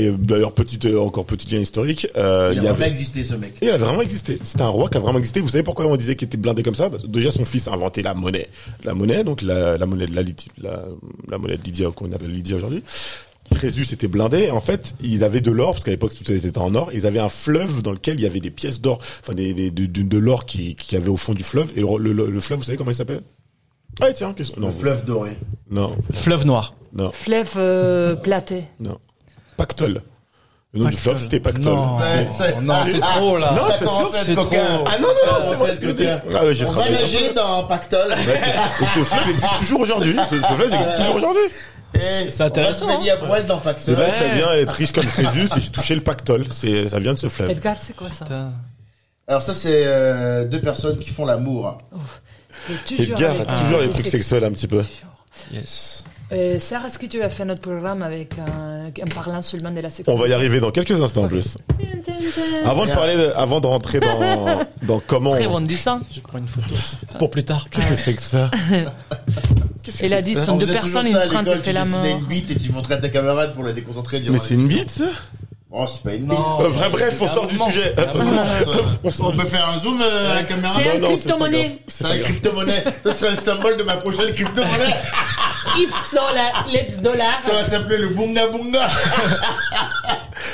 Speaker 1: Et euh, d'ailleurs, petite, euh, encore petit lien historique. euh,
Speaker 2: Il
Speaker 1: il y
Speaker 2: a
Speaker 1: avait-
Speaker 2: pas existé ce mec.
Speaker 1: Et il a vraiment existé. C'était un roi qui a vraiment existé. Vous savez pourquoi on disait qu'il était blindé comme ça Parce que Déjà, son fils a inventé la monnaie. La monnaie, donc la, la monnaie de la, Lydie- la, la monnaie de Lydia, qu'on appelle Lydia aujourd'hui. Crésus était blindé. En fait, ils avaient de l'or, parce qu'à l'époque, tout était en or. Ils avaient un fleuve dans lequel il y avait des pièces d'or, enfin, des, des- du- du- de l'or qui, qui avait au fond du fleuve. Et le, le- le fleuve, vous savez comment il s'appelle Ah, tiens, question. Non,
Speaker 2: Le fleuve doré.
Speaker 1: non,
Speaker 3: Fleuve noir.
Speaker 1: non,
Speaker 4: Fleuve euh, platé.
Speaker 1: non. Pactole. Le nom du
Speaker 3: Pactole.
Speaker 1: fleuve, c'était Pactole.
Speaker 3: Non,
Speaker 2: C'est- c'est-
Speaker 3: non, c'est
Speaker 2: ah,
Speaker 3: trop là.
Speaker 1: Non, c'est sûr,
Speaker 2: commence à être
Speaker 3: c'est
Speaker 2: coquin.
Speaker 3: trop.
Speaker 1: Ah non, non, non, c'est vrai
Speaker 2: C'est
Speaker 1: ce
Speaker 2: ce
Speaker 1: que
Speaker 2: que
Speaker 1: t'as- Ah ouais, j'ai
Speaker 2: On va
Speaker 1: travaillé.
Speaker 2: nager dans Pactole.
Speaker 1: Ouais, c'est- et ce fleuve existe toujours aujourd'hui. Ce, ce fleuve existe toujours aujourd'hui.
Speaker 2: Et
Speaker 3: C'est intéressant,
Speaker 2: On va se baigner
Speaker 4: hein.
Speaker 2: à poil dans
Speaker 1: C'est
Speaker 2: Pactole.
Speaker 1: vrai que ça vient être riche comme Crésus et j'ai touché le pactole. C'est, ça vient de ce fleuve.
Speaker 4: Edgar, c'est quoi ça
Speaker 3: Putain.
Speaker 2: Alors ça, c'est euh, deux personnes qui font l'amour.
Speaker 4: Et
Speaker 1: Edgar a
Speaker 4: avec-
Speaker 1: Eh toujours
Speaker 4: Ah,
Speaker 1: les trucs
Speaker 4: c'est-
Speaker 1: sexuels un petit peu.
Speaker 3: Yes.
Speaker 4: Euh, Sarah, est-ce que tu as fait notre programme avec un, en parlant seulement de la sexualité
Speaker 1: On va y arriver dans quelques instants en plus. Avant de parler, de- avant de rentrer dans, dans comment.
Speaker 4: Très
Speaker 1: on-
Speaker 4: bondissant.
Speaker 3: Je prends une photo ça. pour plus tard.
Speaker 1: Qu'est-ce que c'est que ça
Speaker 4: Il a dit, ce
Speaker 2: On
Speaker 4: sont deux
Speaker 2: faisait
Speaker 4: personnes,
Speaker 2: toujours
Speaker 4: une
Speaker 2: ça à
Speaker 4: train de
Speaker 2: l'école,
Speaker 4: fait la
Speaker 2: Tu
Speaker 4: mort.
Speaker 2: dessinais une bite et tu montrais à ta camarade pour la déconcentrer. durant
Speaker 1: Mais
Speaker 2: les-
Speaker 1: c'est une bite ça
Speaker 2: Oh, c'est pas une bite.
Speaker 3: Non.
Speaker 1: Euh, bref, bref, on
Speaker 3: Il y a un
Speaker 1: sort du
Speaker 3: moment.
Speaker 1: sujet.
Speaker 3: Il y a un
Speaker 1: Attention.
Speaker 3: moment.
Speaker 1: [laughs] On sort
Speaker 2: On
Speaker 1: du
Speaker 2: peut faire un zoom euh, à la caméra
Speaker 4: C'est
Speaker 1: Non,
Speaker 4: un
Speaker 1: non, c'est pas
Speaker 4: crypto-monnaie.
Speaker 1: grave. C'est
Speaker 2: C'est
Speaker 1: pas
Speaker 2: la
Speaker 1: grave.
Speaker 2: crypto-monnaie. Ce serait le symbole de ma prochaine crypto-monnaie.
Speaker 4: Ipso, la- l'Eps dollar.
Speaker 2: Ça va s'appeler le Bunga Bunga.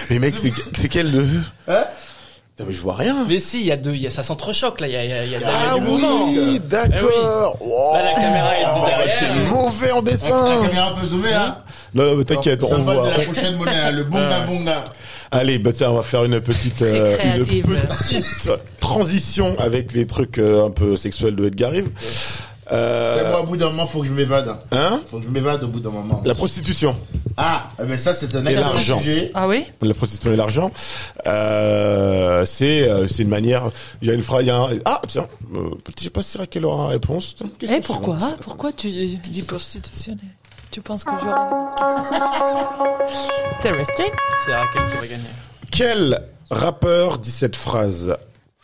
Speaker 1: Mais mec, c'est, c'est quel le.
Speaker 2: Hein
Speaker 1: Non, mais je vois rien.
Speaker 3: Mais si, il y a deux, il y a, ça s'entrechoque là, il y a, il y a, il y a de la-
Speaker 1: Ah
Speaker 3: il y a du mouvement. Eh
Speaker 1: oui, d'accord. Wow.
Speaker 3: Là, la caméra est
Speaker 1: Oh,
Speaker 3: derrière.
Speaker 1: T'es mauvais en
Speaker 2: La
Speaker 1: dessin.
Speaker 2: caméra peut zoomer, hein.
Speaker 1: Non, mais t'inquiète,
Speaker 2: Alors,
Speaker 1: on
Speaker 2: le symbole
Speaker 1: voit.
Speaker 2: de la prochaine monnaie, hein, le Bunga Bunga.
Speaker 1: Allez, bah tiens, on va faire une petite,
Speaker 4: Très
Speaker 1: euh, une
Speaker 4: créative.
Speaker 1: petite transition avec les trucs euh, un peu sexuels de Edgar Rive.
Speaker 2: C'est
Speaker 1: Euh,
Speaker 2: moi, au bout d'un moment, faut que je m'évade. hein.
Speaker 1: hein
Speaker 2: Faut que je m'évade au bout d'un moment.
Speaker 1: La prostitution.
Speaker 2: Ah, mais ça, c'est un
Speaker 1: Et
Speaker 2: excellent
Speaker 1: l'argent.
Speaker 2: sujet.
Speaker 4: Ah oui
Speaker 1: La prostitution et l'argent, euh, c'est euh, c'est une manière. Il y a une phrase. il y a un- Ah tiens, euh, petit, je sais pas si Raquel aura la réponse. Tiens, question
Speaker 4: Eh, pourquoi
Speaker 1: suivante.
Speaker 4: Pourquoi tu dis prostitution Tu penses que je... T'es resté
Speaker 3: C'est Raquel qui va gagner.
Speaker 1: Quel rappeur dit cette phrase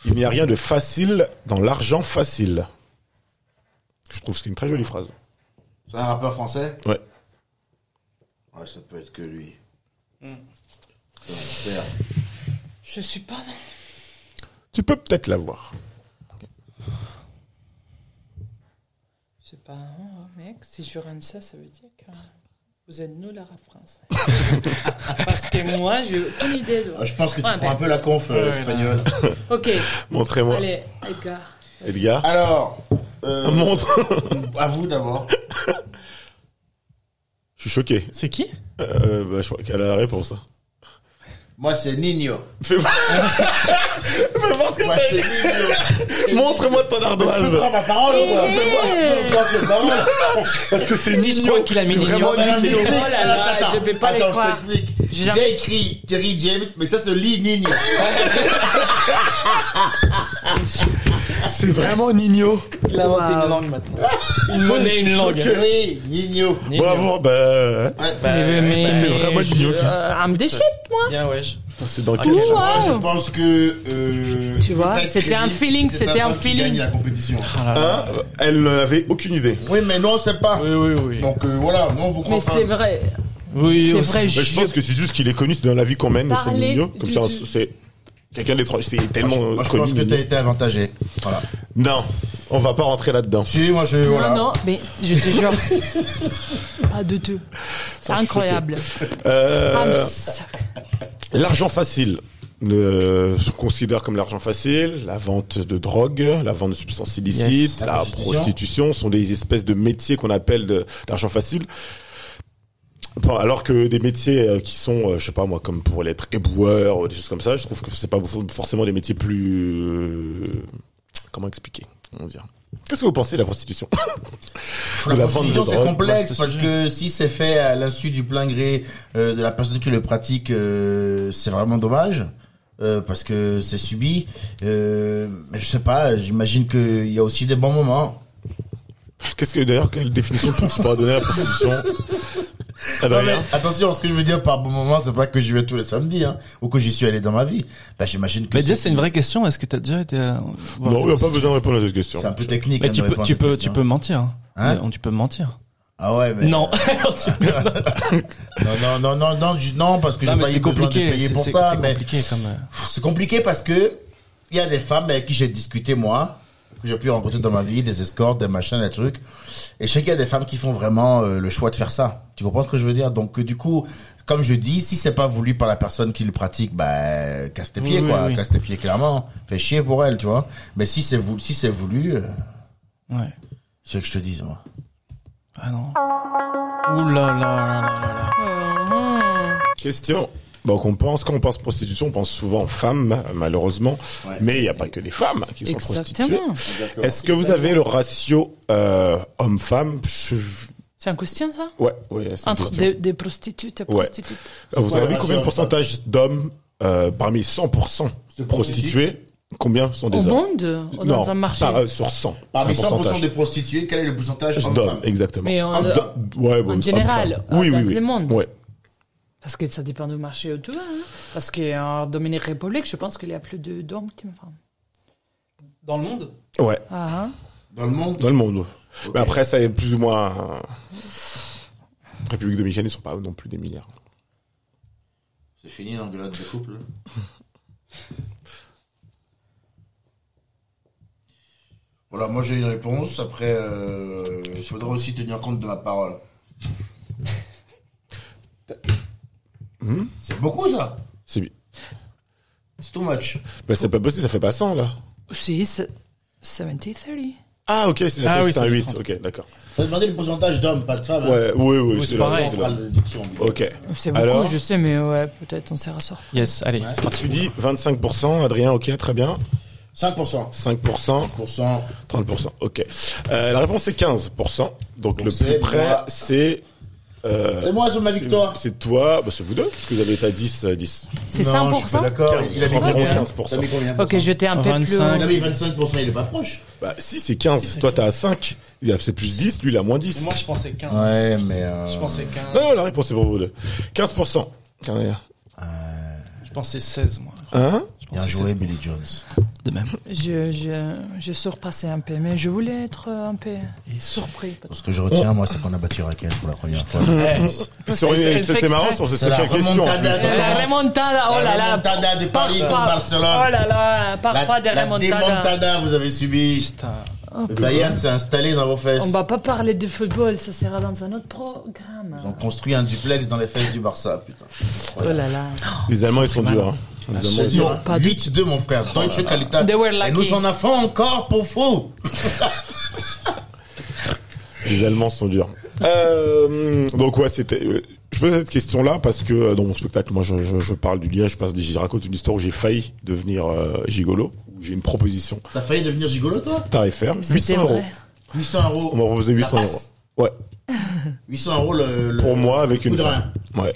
Speaker 1: Il n'y a rien de facile dans l'argent facile. Je trouve que c'est une très jolie phrase.
Speaker 2: C'est un rappeur français
Speaker 1: Ouais.
Speaker 2: Ouais, ça peut être que lui.
Speaker 3: Hmm.
Speaker 2: C'est un père.
Speaker 6: Je suis pas.
Speaker 1: Tu peux peut-être l'avoir.
Speaker 6: C'est pas un mec. Si je rentre ça, ça veut dire que vous êtes nous la rap
Speaker 2: [laughs]
Speaker 6: française. Parce que moi, j'ai aucune idée de.
Speaker 2: Ah, Je pense que tu
Speaker 6: Ouais,
Speaker 2: prends un peu la conf, euh,
Speaker 3: Ouais,
Speaker 2: l'espagnol.
Speaker 6: Ok,
Speaker 1: Montrez-moi,
Speaker 6: allez, Edgar.
Speaker 1: Edgar.
Speaker 2: Alors,
Speaker 1: [laughs]
Speaker 2: euh,
Speaker 1: Montre.
Speaker 2: à vous d'abord.
Speaker 1: Je suis choqué.
Speaker 3: C'est qui
Speaker 1: Euh, bah, je crois qu'elle a la réponse.
Speaker 2: Moi, c'est Nino.
Speaker 1: Fais voir. Fais voir ce que
Speaker 2: Moi,
Speaker 1: t'as
Speaker 2: c'est Nino.
Speaker 1: dit. [laughs] Montre-moi ton
Speaker 2: Tu prends
Speaker 1: ardoise.
Speaker 2: ma parole ou quoi Fais-moi, tu prends cette parole.
Speaker 1: Parce que c'est
Speaker 3: Si, je crois
Speaker 1: Nino.
Speaker 3: qu'il a mis
Speaker 1: C'est
Speaker 3: Nino.
Speaker 1: vraiment
Speaker 2: Non,
Speaker 1: Nino.
Speaker 2: mais je t'explique.
Speaker 6: Oh là là,
Speaker 2: Attends,
Speaker 6: je peux pas les
Speaker 2: attends,
Speaker 6: croire.
Speaker 2: je t'explique. J'ai écrit Kerry James, mais ça c'est Lee Nino.
Speaker 1: C'est vraiment Nino.
Speaker 3: Il a inventé une langue maintenant. Une monnaie, une langue.
Speaker 2: Kerry Nino.
Speaker 3: Nino.
Speaker 1: Bravo. Bah,
Speaker 2: Ouais.
Speaker 3: Bah,
Speaker 4: Mais- mais-
Speaker 1: c'est vraiment
Speaker 3: je-
Speaker 1: Nino. qui-
Speaker 4: Euh, I'm the shit.
Speaker 3: Bien, ouais. je-
Speaker 1: C'est dans
Speaker 3: Ah,
Speaker 1: quel
Speaker 3: quel
Speaker 1: genre
Speaker 2: Moi,
Speaker 4: Wow.
Speaker 2: Je pense que. euh,
Speaker 4: Tu vois,
Speaker 2: je peux pas
Speaker 4: c'était
Speaker 2: être
Speaker 4: un
Speaker 2: crédible
Speaker 4: feeling,
Speaker 2: si
Speaker 4: c'était
Speaker 2: c'est
Speaker 4: un
Speaker 2: femme qui
Speaker 4: feeling.
Speaker 2: gagne la compétition.
Speaker 3: Oh là là.
Speaker 1: Hein Elle n'avait aucune idée.
Speaker 2: Oui, mais non, c'est pas.
Speaker 3: Oui, oui, oui.
Speaker 2: Donc euh, voilà, non, vous
Speaker 4: Mais
Speaker 2: croyez
Speaker 4: c'est vrai.
Speaker 3: Oui,
Speaker 4: C'est
Speaker 3: aussi.
Speaker 4: vrai,
Speaker 1: Bah,
Speaker 4: je,
Speaker 1: je pense que c'est juste qu'il est connu, c'est dans la vie qu'on mène, c'est
Speaker 4: Parler
Speaker 1: Nino. Comme
Speaker 4: du-
Speaker 1: ça,
Speaker 4: du-
Speaker 1: c'est quelqu'un d'étrange. C'est tellement
Speaker 2: Moi, je
Speaker 1: connu.
Speaker 2: pense que
Speaker 1: Nino.
Speaker 2: t'as été avantagé. Voilà.
Speaker 1: Non, on va pas rentrer là-dedans.
Speaker 2: Si, moi, je. voilà.
Speaker 4: Non, non, mais je
Speaker 1: [laughs]
Speaker 4: te jure. Pas de deux. C'est
Speaker 1: Ça, je suis
Speaker 4: incroyable. Ah,
Speaker 1: Euh,
Speaker 4: I'm s-
Speaker 1: L'argent facile euh, se considère comme l'argent facile. La vente de drogue, la vente de substances illicites,
Speaker 2: Yes.
Speaker 1: la,
Speaker 2: La
Speaker 1: prostitution.
Speaker 2: prostitution.
Speaker 1: sont des espèces de métiers qu'on appelle de- d'argent facile. Bon, Alors que des métiers euh, qui sont, euh, je sais pas moi, comme pour l'être éboueur ou des choses comme ça, je trouve que c'est pas forcément des métiers plus euh, comment expliquer, comment dire. Qu'est-ce que vous pensez de la prostitution De la vente de
Speaker 2: prostitution,
Speaker 1: drogue,
Speaker 2: c'est complexe
Speaker 3: vaste
Speaker 2: parce
Speaker 3: sujet.
Speaker 2: que si c'est fait à l'insu du plein gré euh, de la personne qui le pratique, euh, c'est vraiment dommage. euh, parce que c'est subi. Euh, mais je sais pas, j'imagine qu'il y a aussi des bons moments.
Speaker 1: Qu'est-ce que d'ailleurs quelle définition tu pourras donner à la prostitution Eh ben, Adrien
Speaker 2: Attention, ce que je veux dire par bon moment, c'est pas que j'y vais tous les samedis, hein, ou que j'y suis allé dans ma vie. Bah, j'imagine que
Speaker 3: Mais déjà, c'est une vraie question. Est-ce que t'as déjà été euh, voir-
Speaker 1: Non, il n'y a pas besoin de répondre à cette question.
Speaker 2: c'est un peu technique.
Speaker 3: Mais
Speaker 2: hein,
Speaker 3: tu
Speaker 2: de
Speaker 3: peux,
Speaker 2: répondre à
Speaker 3: tu
Speaker 2: cette
Speaker 3: peux, tu
Speaker 2: question.
Speaker 3: peux mentir.
Speaker 2: Hein
Speaker 3: Mais- tu peux mentir.
Speaker 2: Ah ouais, mais
Speaker 3: non. [laughs] Alors, tu
Speaker 2: [laughs]
Speaker 3: peux-
Speaker 2: non, non, non, non, non, je- non, parce que
Speaker 3: non,
Speaker 2: j'ai
Speaker 3: mais
Speaker 2: pas eu
Speaker 3: c'est
Speaker 2: besoin de
Speaker 3: compliqué.
Speaker 2: payer
Speaker 3: C'est
Speaker 2: pour
Speaker 3: c'est-
Speaker 2: ça,
Speaker 3: c'est
Speaker 2: mais
Speaker 3: compliqué comme. euh,
Speaker 2: C'est compliqué parce que il y a des femmes avec qui j'ai discuté moi, que j'ai pu rencontrer dans ma vie, des escortes, des machins, des trucs. Et je sais qu'il y a des femmes qui font vraiment euh, le choix de faire ça. Tu comprends ce que je veux dire Donc euh, du coup, comme je dis, si c'est pas voulu par la personne qui le pratique, bah casse tes
Speaker 3: Oui,
Speaker 2: pieds
Speaker 3: oui,
Speaker 2: quoi,
Speaker 3: oui.
Speaker 2: casse tes pieds clairement, fais chier pour elle, tu vois. Mais si c'est voulu, si c'est voulu, euh,
Speaker 3: Ouais.
Speaker 2: c'est ce que je te dise moi.
Speaker 3: Ah non. Ouh là là là là là là.
Speaker 4: Ah,
Speaker 1: Question. Donc on pense, quand on pense prostitution, on pense souvent aux femmes, malheureusement. Mais il n'y a pas que les femmes qui sont prostituées.
Speaker 4: Exactement.
Speaker 1: Est-ce que vous avez le ratio euh, homme-femme Je-
Speaker 4: C'est une question, ça
Speaker 1: Ouais, ouais, c'est une
Speaker 4: Entre
Speaker 1: question.
Speaker 4: des, des prostituées et
Speaker 1: Ouais.
Speaker 4: prostituées.
Speaker 1: Vous
Speaker 2: Ouais,
Speaker 1: avez
Speaker 2: ratio
Speaker 1: combien de
Speaker 2: homme-femme.
Speaker 1: pourcentage d'hommes euh, parmi 100% prostituées Combien sont
Speaker 4: Au
Speaker 1: des hommes
Speaker 4: monde, euh, dans un marché.
Speaker 1: par- euh, sur 100.
Speaker 2: Parmi
Speaker 1: c'est un
Speaker 2: 100%
Speaker 1: pourcentage.
Speaker 2: des prostituées, quel est le pourcentage
Speaker 1: d'hommes,
Speaker 2: homme-femme
Speaker 1: exactement.
Speaker 4: Mais en,
Speaker 2: Homme-femme.
Speaker 1: D'hommes, ouais, bon,
Speaker 4: général, euh,
Speaker 1: hommes-femmes.
Speaker 4: dans
Speaker 1: oui, oui,
Speaker 4: tous
Speaker 1: oui.
Speaker 4: les mondes.
Speaker 1: Ouais.
Speaker 4: Parce que ça dépend du marché où tu vas. hein. Parce qu'en Dominique République, je pense qu'il y a plus de d'hommes qu'une femme.
Speaker 3: Dans le monde.
Speaker 1: ouais,
Speaker 4: Ah, hein.
Speaker 2: dans le monde
Speaker 1: dans le monde. Mais après, ça est plus ou moins. euh, République dominicaine, ils sont pas non plus des milliards.
Speaker 2: C'est fini l'engueulade de couple. Voilà, moi j'ai une réponse. Après, euh, il faudra aussi tenir compte de ma parole.
Speaker 1: Hmm?
Speaker 2: C'est beaucoup ça
Speaker 1: C'est bien.
Speaker 2: C'est too much.
Speaker 1: Mais c'est pas possible, ça fait pas 100 là.
Speaker 4: Si, c'est 70-30.
Speaker 1: Ah, ok, c'est
Speaker 3: Ah oui,
Speaker 1: c'est un
Speaker 3: ça fait
Speaker 1: 8.
Speaker 3: 30.
Speaker 1: Ok, d'accord.
Speaker 2: T'as demandé le pourcentage d'hommes, pas de femmes. hein.
Speaker 1: Ouais, oui, oui,
Speaker 3: Oui,
Speaker 1: c'est
Speaker 3: c'est
Speaker 1: là.
Speaker 3: pareil.
Speaker 1: c'est
Speaker 2: On
Speaker 1: là.
Speaker 2: parle de diction ambiguë.
Speaker 1: Ok.
Speaker 4: C'est beaucoup,
Speaker 1: Alors,
Speaker 4: je sais, mais ouais, peut-être on s'y ressort.
Speaker 3: Yes. Allez.
Speaker 2: Ouais.
Speaker 3: c'est parti.
Speaker 1: tu dis 25%, Adrien, ok, très bien.
Speaker 2: 5%.
Speaker 1: 5%,
Speaker 2: 5%.
Speaker 1: 30%, ok. Euh, la réponse est 15%. Donc,
Speaker 2: Donc
Speaker 1: le
Speaker 2: c'est
Speaker 1: plus près,
Speaker 2: moi.
Speaker 1: c'est. euh,
Speaker 2: C'est moi sur ma
Speaker 1: c'est-
Speaker 2: victoire.
Speaker 1: C'est toi, bah, c'est vous deux, parce que vous avez été à 10, euh, 10.
Speaker 4: C'est
Speaker 2: Non, je suis pas
Speaker 4: 5%
Speaker 2: D'accord, il a mis
Speaker 1: Environ
Speaker 2: combien
Speaker 1: 15%.
Speaker 2: T'as mis combien
Speaker 4: Ok, j'étais un peu plus...
Speaker 3: 25.
Speaker 2: Il a mis 25%, il est pas proche.
Speaker 1: Bah, si, c'est 15. Toi, t'as à 5. Il a- C'est plus 10, lui, il a moins 10.
Speaker 3: je pensais 15.
Speaker 2: Ouais, mais. euh,
Speaker 3: qu'un.
Speaker 1: Non, la réponse est pour vous deux. 15%.
Speaker 3: Je pensais 16 moi.
Speaker 1: Hein
Speaker 3: Je pensais
Speaker 2: Bien joué,
Speaker 3: 16.
Speaker 2: Billy Jones.
Speaker 3: De même.
Speaker 4: Je, je, je surpassais un peu, mais je voulais être un peu surpris.
Speaker 2: Ce que je retiens, moi, c'est qu'on a battu Raquel pour la première fois.
Speaker 1: Sur-
Speaker 3: elle- elle
Speaker 1: c'est-
Speaker 3: fait
Speaker 1: C'est marrant,
Speaker 3: exprès.
Speaker 1: sur ces
Speaker 2: C'est la
Speaker 1: cinq questions. en plus.
Speaker 2: remontada.
Speaker 4: La remontada, oh là
Speaker 2: La
Speaker 4: là
Speaker 2: remontada de Paris contre Barcelone.
Speaker 4: Oh là là, parle pas des
Speaker 2: la
Speaker 4: remontadas
Speaker 2: démontada, vous avez subi.
Speaker 3: Putain.
Speaker 2: Le Bayern s'est installé dans vos fesses.
Speaker 4: On va pas parler de football, ça sera dans un autre programme.
Speaker 2: Ils ont construit un duplex dans les fesses du Barça, putain.
Speaker 4: Oh là là.
Speaker 2: Ah,
Speaker 1: Les Allemands, ils sont durs. hein. Les Allemands, ils sont-
Speaker 4: Non, pas du Oh
Speaker 2: 8-2, mon frère. Deutsche Qualität.
Speaker 4: They were
Speaker 2: Et
Speaker 4: lucky.
Speaker 2: nous en avons encore pour fou.
Speaker 1: Les Allemands sont durs. Euh, donc ouais, c'était. euh, Je posais cette question-là parce que euh, dans mon spectacle, moi, je, je, je parle du lien. Je passe, des- je raconte une histoire où j'ai failli devenir euh, gigolo. où J'ai une proposition
Speaker 2: T'as failli devenir gigolo, toi
Speaker 1: tarifaire,
Speaker 4: C'était
Speaker 1: 800 euros.
Speaker 4: vrai.
Speaker 2: 800
Speaker 1: On m'a
Speaker 2: euros.
Speaker 1: proposé
Speaker 2: La
Speaker 1: 800
Speaker 2: passe.
Speaker 1: euros. Ouais,
Speaker 2: 800 euros le. le-
Speaker 1: pour moi avec
Speaker 2: le
Speaker 1: une
Speaker 2: coup de
Speaker 1: femme.
Speaker 2: rein.
Speaker 1: Ouais.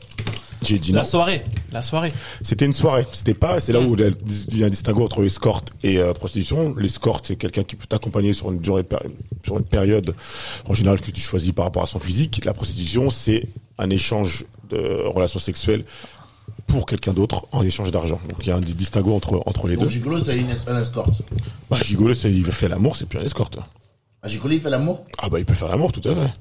Speaker 1: J'ai dit non.
Speaker 3: La soirée. La soirée.
Speaker 1: C'était une soirée. C'était pas. C'est là où il y a il y a un distinguo entre escorte et euh, prostitution. L'escorte, c'est quelqu'un qui peut t'accompagner sur une durée, de péri- sur une période en général que tu choisis par rapport à son physique. La prostitution, c'est un échange de relations sexuelles pour quelqu'un d'autre en échange d'argent. Donc il y a un distinguo entre entre les
Speaker 2: Donc,
Speaker 1: deux.
Speaker 2: gigolo, c'est une es- un escorte.
Speaker 1: Bah, gigolo, c'est il fait l'amour, c'est plus un escorte.
Speaker 2: Ah, gigolo, il fait l'amour
Speaker 1: Ah bah il peut faire l'amour, tout à fait.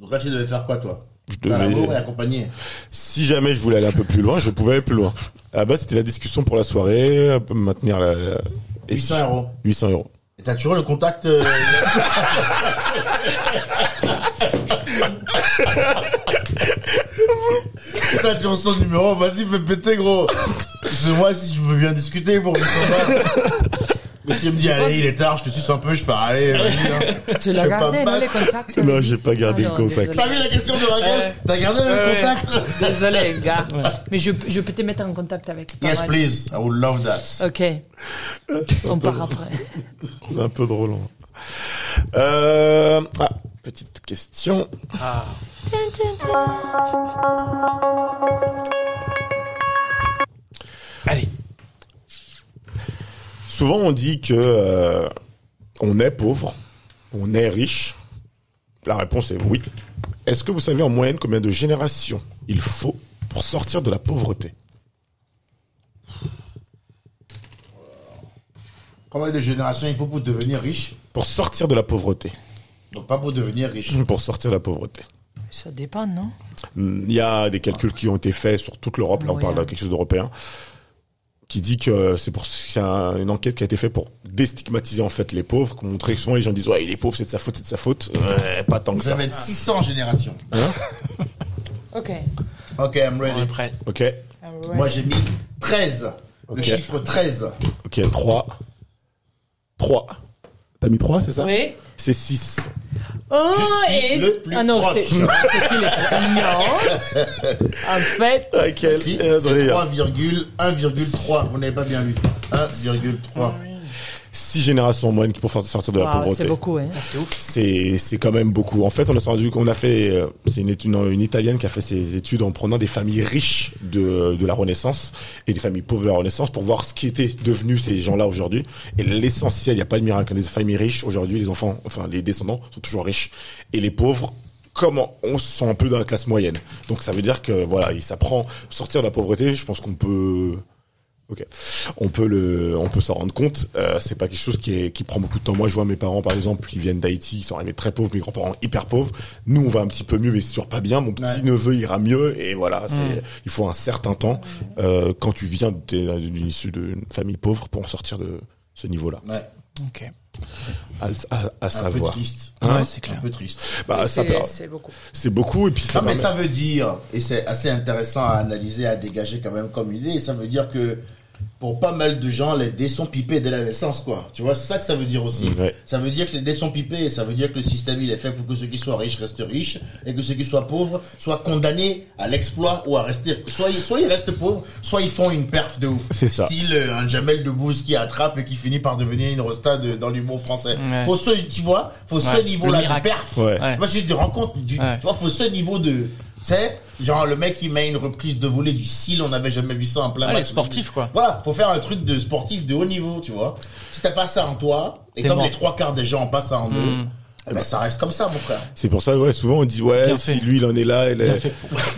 Speaker 2: Donc là, tu devais faire quoi, toi
Speaker 1: Je
Speaker 2: Faire Bah, l'amour et
Speaker 1: devais-
Speaker 2: accompagner.
Speaker 1: si jamais je voulais aller un peu plus loin, je pouvais aller plus loin. À la base, c'était la discussion pour la soirée, euh, maintenir la. la- et
Speaker 2: 800 euros.
Speaker 1: 800 euros.
Speaker 2: Et t'as toujours le contact euh, Putain, tu reçois le numéro, vas-y, fais péter, gros. C'est moi si je veux bien discuter pour que ça va. Mais s'il me dit, allez, il est tard, je te suce un peu, je fais, allez, vas-y. hein. Je
Speaker 4: Tu l'as
Speaker 2: vais pas
Speaker 4: gardé,
Speaker 2: me
Speaker 4: non,
Speaker 2: battre.
Speaker 4: les contacts
Speaker 1: Non, j'ai pas gardé
Speaker 4: Ah
Speaker 1: le
Speaker 4: non,
Speaker 1: contact.
Speaker 2: T'as vu la question de Raquel T'as gardé le
Speaker 3: Ouais, ouais.
Speaker 2: contact
Speaker 4: Désolé, les gars. Mais je, je peux te mettre en contact avec. pas
Speaker 2: Yes,
Speaker 4: mal.
Speaker 2: please, I would love that.
Speaker 4: Ok, on part après.
Speaker 1: C'est un peu drôle. hein. Euh, ah, petite question.
Speaker 3: Allez.
Speaker 1: Souvent, on dit que euh, on est pauvre, on est riche. La réponse est oui. Est-ce que vous savez en moyenne combien de générations il faut pour sortir de la pauvreté
Speaker 2: Combien de générations il faut pour devenir riche
Speaker 1: Pour sortir de la pauvreté.
Speaker 2: Donc pas pour devenir riche.
Speaker 1: Pour sortir de la pauvreté.
Speaker 4: Ça dépend, non
Speaker 1: Il Mm, y a des calculs qui ont été faits sur toute l'Europe, là on
Speaker 4: Oui,
Speaker 1: parle de
Speaker 4: hein.
Speaker 1: quelque chose d'européen, qui dit que c'est pour c'est un- une enquête qui a été faite pour déstigmatiser en fait les pauvres, qu'on montrait que souvent les gens disent ouais il est pauvre c'est de sa faute c'est de sa faute, Ouais, pas tant que
Speaker 2: Ça
Speaker 1: ça.
Speaker 2: va être 600 générations.
Speaker 6: Ok.
Speaker 2: Ok, I'm
Speaker 3: On est
Speaker 2: ready.
Speaker 3: prêt.
Speaker 1: Ok,
Speaker 6: I'm
Speaker 2: Moi
Speaker 6: ready.
Speaker 2: j'ai mis 13. Le
Speaker 1: Ok.
Speaker 2: chiffre 13.
Speaker 1: ok 3, 3. T'as mis 3 c'est ça
Speaker 6: Oui.
Speaker 1: C'est 6.
Speaker 4: Oh,
Speaker 2: Je suis
Speaker 4: et...
Speaker 2: le plus
Speaker 4: ah non,
Speaker 2: proche.
Speaker 4: c'est [laughs] c'est qui les- Non.
Speaker 2: [laughs]
Speaker 4: En fait,
Speaker 1: Quel
Speaker 2: Si, c'est
Speaker 1: Adrien.
Speaker 2: 3,1,3. Vous n'avez pas bien lu. 1,3.
Speaker 3: Ah
Speaker 1: Six générations en moyenne pour faire sortir de la
Speaker 4: waouh,
Speaker 1: pauvreté.
Speaker 4: c'est beaucoup, hein.
Speaker 1: c'est c'est quand même beaucoup. En fait, on a rendu qu'on a fait euh, c'est une, étude- une italienne qui a fait ses études en prenant des familles riches de de la Renaissance et des familles pauvres de la Renaissance pour voir ce qui était devenu ces gens-là aujourd'hui. Et l'essentiel, il n'y a pas de miracle. Les familles riches aujourd'hui, les enfants, enfin les descendants sont toujours riches et les pauvres comment on se sent un peu dans la classe moyenne. Donc ça veut dire que voilà, il s'apprend sortir de la pauvreté. Je pense qu'on peut Ok. On peut le, on peut s'en rendre compte. Euh, c'est pas quelque chose qui est, qui prend beaucoup de temps. Moi, je vois mes parents, par exemple, ils viennent d'Haïti, ils sont arrivés très pauvres, mes grands-parents hyper pauvres. Nous, on va un petit peu mieux, mais c'est toujours pas bien. Mon petit
Speaker 2: Ouais.
Speaker 1: neveu ira mieux, et voilà.
Speaker 2: Mm.
Speaker 1: C'est, il faut un certain temps euh, quand tu viens de- d'une issue d'une famille pauvre pour en sortir de ce niveau-là.
Speaker 2: Ouais.
Speaker 3: Ok.
Speaker 1: À, à- à
Speaker 2: Un peu
Speaker 1: savoir.
Speaker 2: triste.
Speaker 1: Hein
Speaker 3: ouais, c'est
Speaker 2: Un
Speaker 3: clair.
Speaker 2: peu triste.
Speaker 1: Bah, ça
Speaker 6: C'est-
Speaker 1: peut-
Speaker 6: C'est beaucoup.
Speaker 1: c'est beaucoup, et puis ça.
Speaker 2: Non, mais
Speaker 1: permet-
Speaker 2: ça veut dire, et c'est assez intéressant à analyser, à dégager quand même comme idée, ça veut dire que pour pas mal de gens, les dés sont pipés dès la naissance, quoi. Tu vois, c'est ça que ça veut dire aussi.
Speaker 1: Ouais.
Speaker 2: Ça veut dire que les dés sont pipés, et ça veut dire que le système, il est fait pour que ceux qui soient riches restent riches, et que ceux qui soient pauvres soient condamnés à l'exploit ou à rester, soit ils, soit ils restent pauvres, soit ils font une perf de ouf.
Speaker 1: C'est ça.
Speaker 2: Style euh, un Jamel Debbouze qui attrape et qui finit par devenir une rosta de- dans l'humour français.
Speaker 3: Ouais.
Speaker 2: Faut ce, tu vois, faut
Speaker 3: Ouais.
Speaker 2: ce niveau-là
Speaker 3: Le
Speaker 2: de
Speaker 3: miracle.
Speaker 2: perf.
Speaker 1: Ouais.
Speaker 3: Ouais.
Speaker 2: Moi, tu te rends compte du,
Speaker 3: Ouais.
Speaker 2: tu vois, faut ce niveau de, tu sais, genre le mec il met une reprise de volée du cil, on n'avait jamais vu ça en plein
Speaker 3: Ouais,
Speaker 2: match.
Speaker 3: les sportifs, quoi.
Speaker 2: Voilà, faut faire un truc de sportif de haut niveau, tu vois. Si t'as pas ça en toi, et
Speaker 3: T'es
Speaker 2: comme
Speaker 3: mort. Mm.
Speaker 2: les trois quarts des gens ont pas ça en eux, eh ben ça reste comme ça, mon frère.
Speaker 1: C'est pour ça, ouais, souvent on dit, ouais,
Speaker 3: Bien
Speaker 1: si
Speaker 3: fait.
Speaker 1: lui il en est là, il est-
Speaker 3: Bien fait.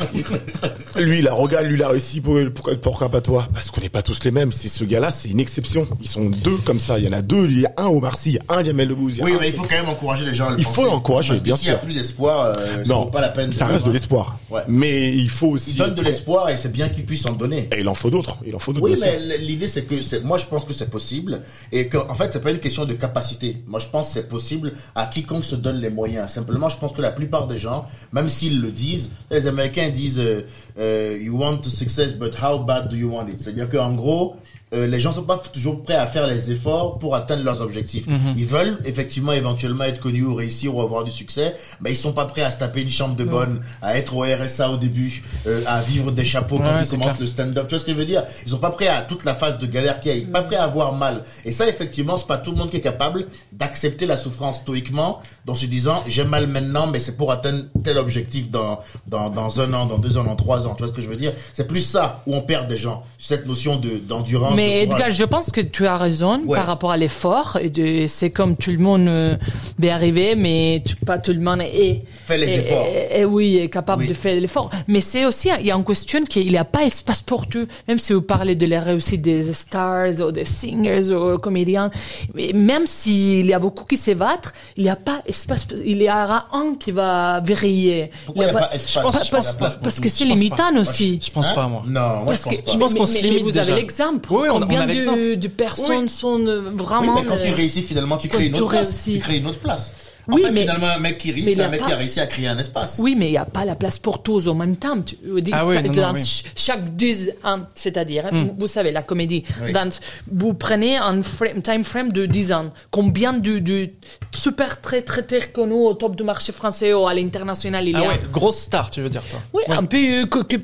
Speaker 1: [laughs] lui il a regarde, lui il a réussi, pour- pourquoi, pourquoi pas toi Parce qu'on n'est pas tous les mêmes, c'est ce gars-là, c'est une exception. Ils sont deux comme ça, il y en a deux, il y a un Omar Sy, il y a un Jamel Debbouze. il y a
Speaker 2: Oui,
Speaker 1: un-
Speaker 2: mais il faut quand même encourager les gens à le
Speaker 1: Il
Speaker 2: penser.
Speaker 1: faut l'encourager,
Speaker 2: Parce que
Speaker 1: bien
Speaker 2: S'il y a
Speaker 1: sûr.
Speaker 2: plus d'espoir, euh, ça vaut
Speaker 1: Non,
Speaker 2: pas la peine.
Speaker 1: ça reste de
Speaker 2: voir.
Speaker 1: l'espoir.
Speaker 2: Ouais.
Speaker 1: Mais il faut aussi...
Speaker 2: Il donne de l'espoir et c'est bien qu'ils puissent en donner.
Speaker 1: Et il en faut d'autres, il en faut d'autres.
Speaker 2: Oui,
Speaker 1: bien
Speaker 2: mais
Speaker 1: sûr.
Speaker 2: l- l'idée c'est que c'est, moi je pense que c'est possible et qu'en en fait c'est pas une question de capacité. Moi je pense que c'est possible à quiconque se donne les moyens. Simplement, je pense que la plupart des gens, même s'ils le disent, les Américains disent euh, euh, you want success but how bad do you want it. C'est-à-dire qu'en gros euh, les gens sont pas toujours prêts à faire les efforts pour atteindre leurs objectifs.
Speaker 3: Mm-hmm.
Speaker 2: Ils veulent effectivement éventuellement être connus ou réussir ou avoir du succès, mais ils sont pas prêts à se taper une chambre
Speaker 3: Mm.
Speaker 2: de bonne, à être au RSA au début, euh, à vivre des chapeaux quand
Speaker 3: Ouais,
Speaker 2: ils
Speaker 3: c'est
Speaker 2: commencent
Speaker 3: clair.
Speaker 2: le stand-up. Tu vois ce que je veux dire Ils sont pas prêts à toute la phase de galère qu'il y a, ils
Speaker 4: Mm.
Speaker 2: sont pas prêts à avoir mal. Et ça, effectivement, c'est pas tout le monde qui est capable d'accepter la souffrance stoïquement, en se disant j'ai mal maintenant, mais c'est pour atteindre tel objectif dans dans dans un an, dans deux ans, dans trois ans. Tu vois ce que je veux dire C'est plus ça où on perd des gens, cette notion de d'endurance.
Speaker 4: Mais
Speaker 2: de courage.
Speaker 4: Edgar, je pense que tu as raison
Speaker 2: Ouais.
Speaker 4: par rapport à l'effort. et de- C'est comme tout le monde euh, peut arriver, mais tu- pas tout le monde est,
Speaker 2: Fait les
Speaker 4: est-
Speaker 2: efforts.
Speaker 4: est- est- oui, est capable
Speaker 2: Oui.
Speaker 4: de faire l'effort. Mais c'est aussi, il y a une question qu'il n'y a pas espace pour tout. Même si vous parlez de la réussite des stars ou des singers ou comédiens, mais même s'il y a beaucoup qui s'ébattent, il n'y a pas espace. Il y aura un qui va vriller.
Speaker 2: Pourquoi il y a pas espace,
Speaker 4: Parce-
Speaker 2: pas la place pour
Speaker 4: Parce
Speaker 2: tout
Speaker 4: que
Speaker 2: Je
Speaker 4: c'est
Speaker 3: pense pas.
Speaker 4: limitant aussi.
Speaker 3: Je pense
Speaker 2: Hein
Speaker 3: pas, moi.
Speaker 2: Non, moi je
Speaker 4: Parce
Speaker 2: pense
Speaker 4: que,
Speaker 2: pas.
Speaker 3: Je pense qu'on se limite
Speaker 4: vous avez
Speaker 3: déjà.
Speaker 4: l'exemple.
Speaker 3: Oui, on- on a
Speaker 4: Combien de,
Speaker 3: l'exemple.
Speaker 4: de personnes sont euh, vraiment.
Speaker 2: Oui, mais quand tu
Speaker 4: euh,
Speaker 2: réussis, finalement, tu
Speaker 4: quand
Speaker 2: crées une
Speaker 4: tu
Speaker 2: autre place.
Speaker 4: réussis.
Speaker 2: Tu crées une autre place. En
Speaker 4: Oui,
Speaker 2: fait,
Speaker 4: mais-
Speaker 2: finalement, un mec qui
Speaker 4: mais
Speaker 2: rit,
Speaker 4: il
Speaker 2: c'est
Speaker 4: y
Speaker 2: un
Speaker 4: a
Speaker 2: mec
Speaker 4: pas-
Speaker 2: qui a réussi à créer un espace.
Speaker 4: Oui, mais il n'y a pas la place pour tous en même temps. Tu- vous dites
Speaker 3: Ah oui,
Speaker 4: ça-
Speaker 3: non, non,
Speaker 4: dans
Speaker 3: oui. Hmm.
Speaker 4: ch- Chaque deux ans, c'est-à-dire, hein, vous- vous savez, la comédie,
Speaker 2: Oui.
Speaker 4: dans- vous prenez un frame- time frame de 10 ans. Combien de, de super très très très connus au top du marché français ou à l'international il y
Speaker 3: Ah
Speaker 4: a
Speaker 3: ouais, grosse star, tu veux dire, toi.
Speaker 4: Oui, un peu, euh, que- que-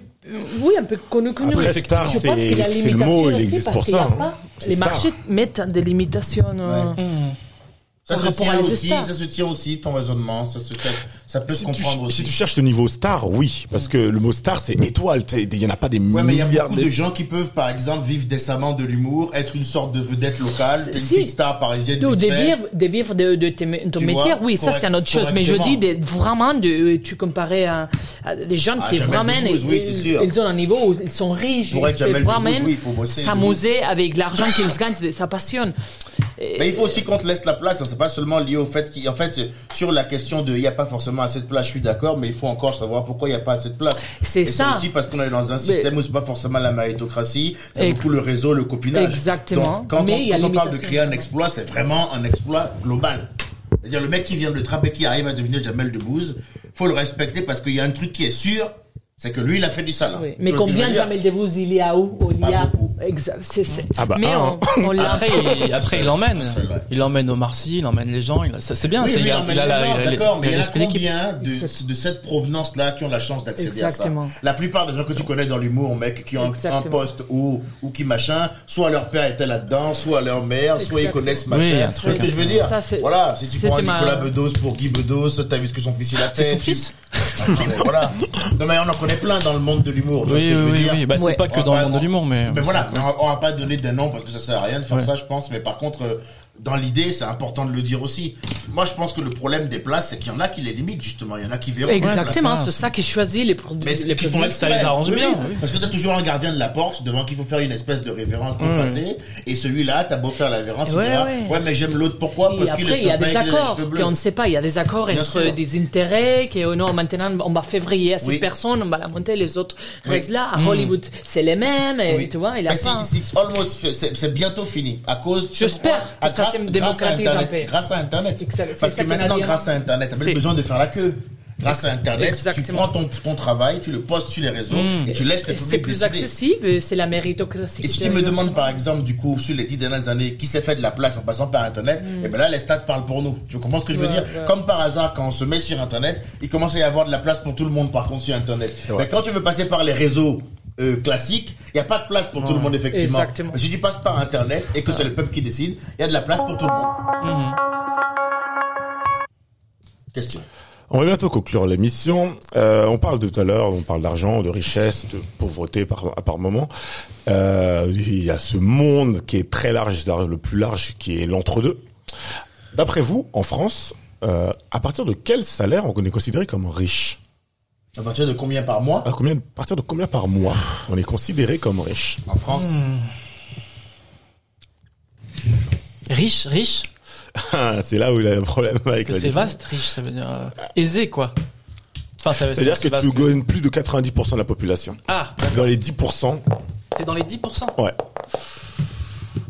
Speaker 4: oui, un peu connu comme
Speaker 1: Après, star,
Speaker 4: Je pense
Speaker 1: c'est-
Speaker 4: que la
Speaker 1: c'est le
Speaker 4: limitation
Speaker 1: mot, il
Speaker 4: aussi,
Speaker 1: existe hein.
Speaker 4: parce
Speaker 1: pour
Speaker 4: qu'il y a
Speaker 1: ça, hein.
Speaker 4: pas-
Speaker 1: C'est
Speaker 4: Les
Speaker 1: star.
Speaker 4: marchés mettent des limitations. euh,
Speaker 2: Ça
Speaker 4: par
Speaker 2: se
Speaker 4: rapport à
Speaker 2: tient
Speaker 4: les
Speaker 2: aussi,
Speaker 4: stars.
Speaker 2: ça se tient aussi, ton raisonnement, ça se ça peut se
Speaker 1: Si tu,
Speaker 2: comprendre aussi.
Speaker 1: si tu cherches le niveau star, oui, parce que le mot star c'est étoile. tu sais, Il y en a pas des
Speaker 2: Ouais, mais il y a
Speaker 1: milliards.
Speaker 2: beaucoup de gens qui peuvent, par exemple, vivre décemment de l'humour, être une sorte de vedette locale,
Speaker 4: C'est-
Speaker 2: t'es une
Speaker 4: si.
Speaker 2: petite star parisienne.
Speaker 4: Ou
Speaker 2: vite
Speaker 4: de
Speaker 2: fait.
Speaker 4: vivre, de vivre de, de tes- ton
Speaker 2: Tu
Speaker 4: métier,
Speaker 2: vois,
Speaker 4: oui, ça
Speaker 2: correct-
Speaker 4: c'est un autre chose. Mais je dis
Speaker 2: correctement.
Speaker 4: de, vraiment, de, euh, tu comparais à, à des gens
Speaker 2: Ah,
Speaker 4: qui
Speaker 2: Jamel
Speaker 4: vraiment,
Speaker 2: Debbouze,
Speaker 4: ils,
Speaker 2: oui, c'est sûr.
Speaker 4: ils ont un niveau où ils sont riches,
Speaker 2: Pour
Speaker 4: ils
Speaker 2: être Jamel
Speaker 4: peuvent vraiment
Speaker 2: Debbouze, oui, il faut bosser de
Speaker 4: s'amuser avec l'argent qu'ils gagnent, c'est- ça passionne.
Speaker 2: Mais il faut aussi qu'on te laisse la place. hein. C'est pas seulement lié au fait qu'en fait, c'est- sur la question de il n'y a pas forcément assez de place, je suis d'accord, mais il faut encore savoir pourquoi il n'y a pas assez de place.
Speaker 4: C'est
Speaker 2: Et
Speaker 4: ça.
Speaker 2: aussi parce qu'on est dans un
Speaker 4: Mais-
Speaker 2: système où c'est pas forcément la méritocratie, c'est
Speaker 4: Et-
Speaker 2: beaucoup le réseau, le copinage.
Speaker 4: Exactement.
Speaker 2: Donc, quand
Speaker 4: Mais
Speaker 2: on,
Speaker 4: il y a
Speaker 2: quand on parle de
Speaker 4: limitation.
Speaker 2: créer un exploit, c'est vraiment un exploit global. C'est-à-dire le mec qui vient de Trappé qui arrive à devenir Jamel Debbouze, faut le respecter parce qu'il y a un truc qui est sûr, c'est que lui il a fait du sale. hein.
Speaker 4: Oui.
Speaker 2: Tu
Speaker 4: Mais
Speaker 2: vois ce que je
Speaker 4: combien
Speaker 2: veux
Speaker 4: de
Speaker 2: dire
Speaker 4: Jamel Debbouze il y a où Il y
Speaker 2: Ah, Pas
Speaker 4: a.
Speaker 2: beaucoup. Ah,
Speaker 4: Exact. c'est- c'est-
Speaker 1: Ah bah,
Speaker 4: Mais
Speaker 1: un,
Speaker 4: on, on l'a.
Speaker 3: Après, il, après, il l'emmène.
Speaker 2: C'est vrai.
Speaker 3: Il l'emmène au Marcy, il emmène les gens. il- ça, c'est bien.
Speaker 2: Oui,
Speaker 3: c'est-
Speaker 2: mais
Speaker 3: il a-
Speaker 2: non, mais
Speaker 3: il a
Speaker 2: les
Speaker 3: la-
Speaker 2: gens,
Speaker 3: il a
Speaker 2: d'accord, mais il y en a
Speaker 3: l'esprit d'équipe.
Speaker 2: combien de, de cette provenance-là qui ont la chance d'accéder à ça
Speaker 4: Exactement.
Speaker 2: La plupart des gens que tu connais dans l'humour, mec, qui ont un- un
Speaker 4: Exactement.
Speaker 2: poste ou, ou qui machin, soit leur père était là-dedans, soit leur mère, soit ils
Speaker 4: Exactement.
Speaker 2: connaissent
Speaker 3: Oui,
Speaker 2: machin.
Speaker 3: un
Speaker 2: tu vois
Speaker 3: truc
Speaker 2: ce que je veux
Speaker 4: comme
Speaker 2: dire
Speaker 4: ça. Ça, c'est-
Speaker 2: Voilà, si tu prends
Speaker 4: c'était ma-
Speaker 2: Nicolas Bedos pour Guy Bedos, t'as vu ce que son fils il a fait.
Speaker 3: C'est son
Speaker 2: tu-
Speaker 3: fils.
Speaker 2: Attends, mais voilà. Non, mais on en connaît plein dans le monde de l'humour, tu vois ce
Speaker 3: Oui,
Speaker 2: que je veux
Speaker 3: oui,
Speaker 2: dire
Speaker 3: oui. Bah,
Speaker 4: Ouais.
Speaker 3: c'est pas que dans le monde de l'humour, mais. euh,
Speaker 2: mais voilà, mais on, on va pas donner des noms parce que ça sert à rien de faire
Speaker 3: Ouais.
Speaker 2: ça, je pense. Mais par contre, euh, dans l'idée, c'est important de le dire aussi. Moi, je pense que le problème des places, c'est qu'il y en a qui les limitent justement. Il y en a qui verront.
Speaker 4: Exactement,
Speaker 3: ça,
Speaker 4: c'est
Speaker 3: ça.
Speaker 4: ça qui choisit les produits.
Speaker 2: Mais
Speaker 4: les
Speaker 2: qui font
Speaker 4: produits.
Speaker 2: exprès,
Speaker 3: ça les arrange
Speaker 2: oui,
Speaker 3: bien,
Speaker 2: oui.
Speaker 3: oui.
Speaker 2: Parce que t'as toujours un gardien de la porte devant qu'il faut faire une espèce de révérence pour passer. Et celui-là, t'as beau faire la révérence, il
Speaker 4: Ouais,
Speaker 2: dira,
Speaker 4: ouais.
Speaker 2: ouais, mais j'aime l'autre. Pourquoi?
Speaker 4: Et
Speaker 2: Parce qu'il est
Speaker 4: après, il y a
Speaker 2: sympa et qu'il a
Speaker 4: des
Speaker 2: les
Speaker 4: accords
Speaker 2: cheveux bleus.
Speaker 4: qu'on ne sait pas. Il y a des accords
Speaker 2: Bien
Speaker 4: entre
Speaker 2: sûr.
Speaker 4: des intérêts que oh non, maintenant on va faire vriller à cette
Speaker 2: Oui.
Speaker 4: personne, on va la monter, les autres
Speaker 2: Oui. Mm.
Speaker 4: restent là. À Hollywood, c'est les mêmes, et,
Speaker 2: Oui.
Speaker 4: tu vois, il a
Speaker 2: Mais c'est-
Speaker 4: pas.
Speaker 2: c'est- it's almost fait. c'est c'est bientôt fini à cause tu sais
Speaker 4: J'espère
Speaker 2: pourquoi Ah,
Speaker 4: que ça
Speaker 2: grâce,
Speaker 4: se
Speaker 2: grâce à
Speaker 4: démocratise un
Speaker 2: internet
Speaker 4: peu.
Speaker 2: grâce à internet
Speaker 4: Exact, c'est
Speaker 2: parce
Speaker 4: ça
Speaker 2: que
Speaker 4: qu'on a
Speaker 2: maintenant
Speaker 4: dit, hein.
Speaker 2: grâce à internet t'as plus
Speaker 4: C'est-
Speaker 2: besoin de faire la queue grâce à internet tu
Speaker 4: Exactement. Mm.
Speaker 2: prends ton, ton travail tu le postes sur les réseaux et tu laisses le
Speaker 4: Et C'est
Speaker 2: public
Speaker 4: plus
Speaker 2: décider
Speaker 4: accessible, c'est la méritocratie.
Speaker 2: et
Speaker 4: que
Speaker 2: si
Speaker 4: j'ai
Speaker 2: tu me
Speaker 4: eu
Speaker 2: demandes
Speaker 4: aussi.
Speaker 2: par exemple du coup sur les dix dernières années qui s'est fait de la place en passant par internet, et ben là les stats parlent pour nous. Tu comprends ce que je veux
Speaker 4: Mm. Ouais,
Speaker 2: dire
Speaker 4: ouais.
Speaker 2: Comme par hasard quand on se met sur internet, il commence à y avoir de la place pour tout le monde par contre sur internet. Mais quand tu veux passer par les réseaux euh, classiques, il y a pas de place pour tout le monde effectivement.
Speaker 4: Exactement.
Speaker 2: Mais si tu passes par internet et que c'est le peuple qui décide, il y a de la place pour tout le monde. Mm-hmm. Question.
Speaker 1: On va bientôt conclure l'émission. Euh, on parle de tout à l'heure, on parle d'argent, de richesse, de pauvreté par, à par moment. Euh, il y a ce monde qui est très large, c'est-à-dire le plus large, qui est l'entre-deux. D'après vous, en France, euh, à partir de quel salaire on est considéré comme riche
Speaker 2: À partir de combien par mois
Speaker 1: à, combien, à partir de combien par mois on est considéré comme riche
Speaker 2: en France
Speaker 3: Riche, riche.
Speaker 1: Ah, C'est là où il y a un problème avec
Speaker 3: Que
Speaker 1: la
Speaker 3: c'est
Speaker 1: différence.
Speaker 3: vaste, riche, ça veut dire euh, aisé, quoi. Enfin, ça veut
Speaker 1: C'est-à-dire que
Speaker 3: vaste,
Speaker 1: tu gagnes plus de 90% de la population.
Speaker 3: Ah,
Speaker 1: Dans les 10%,
Speaker 3: t'es dans les 10%
Speaker 1: ouais,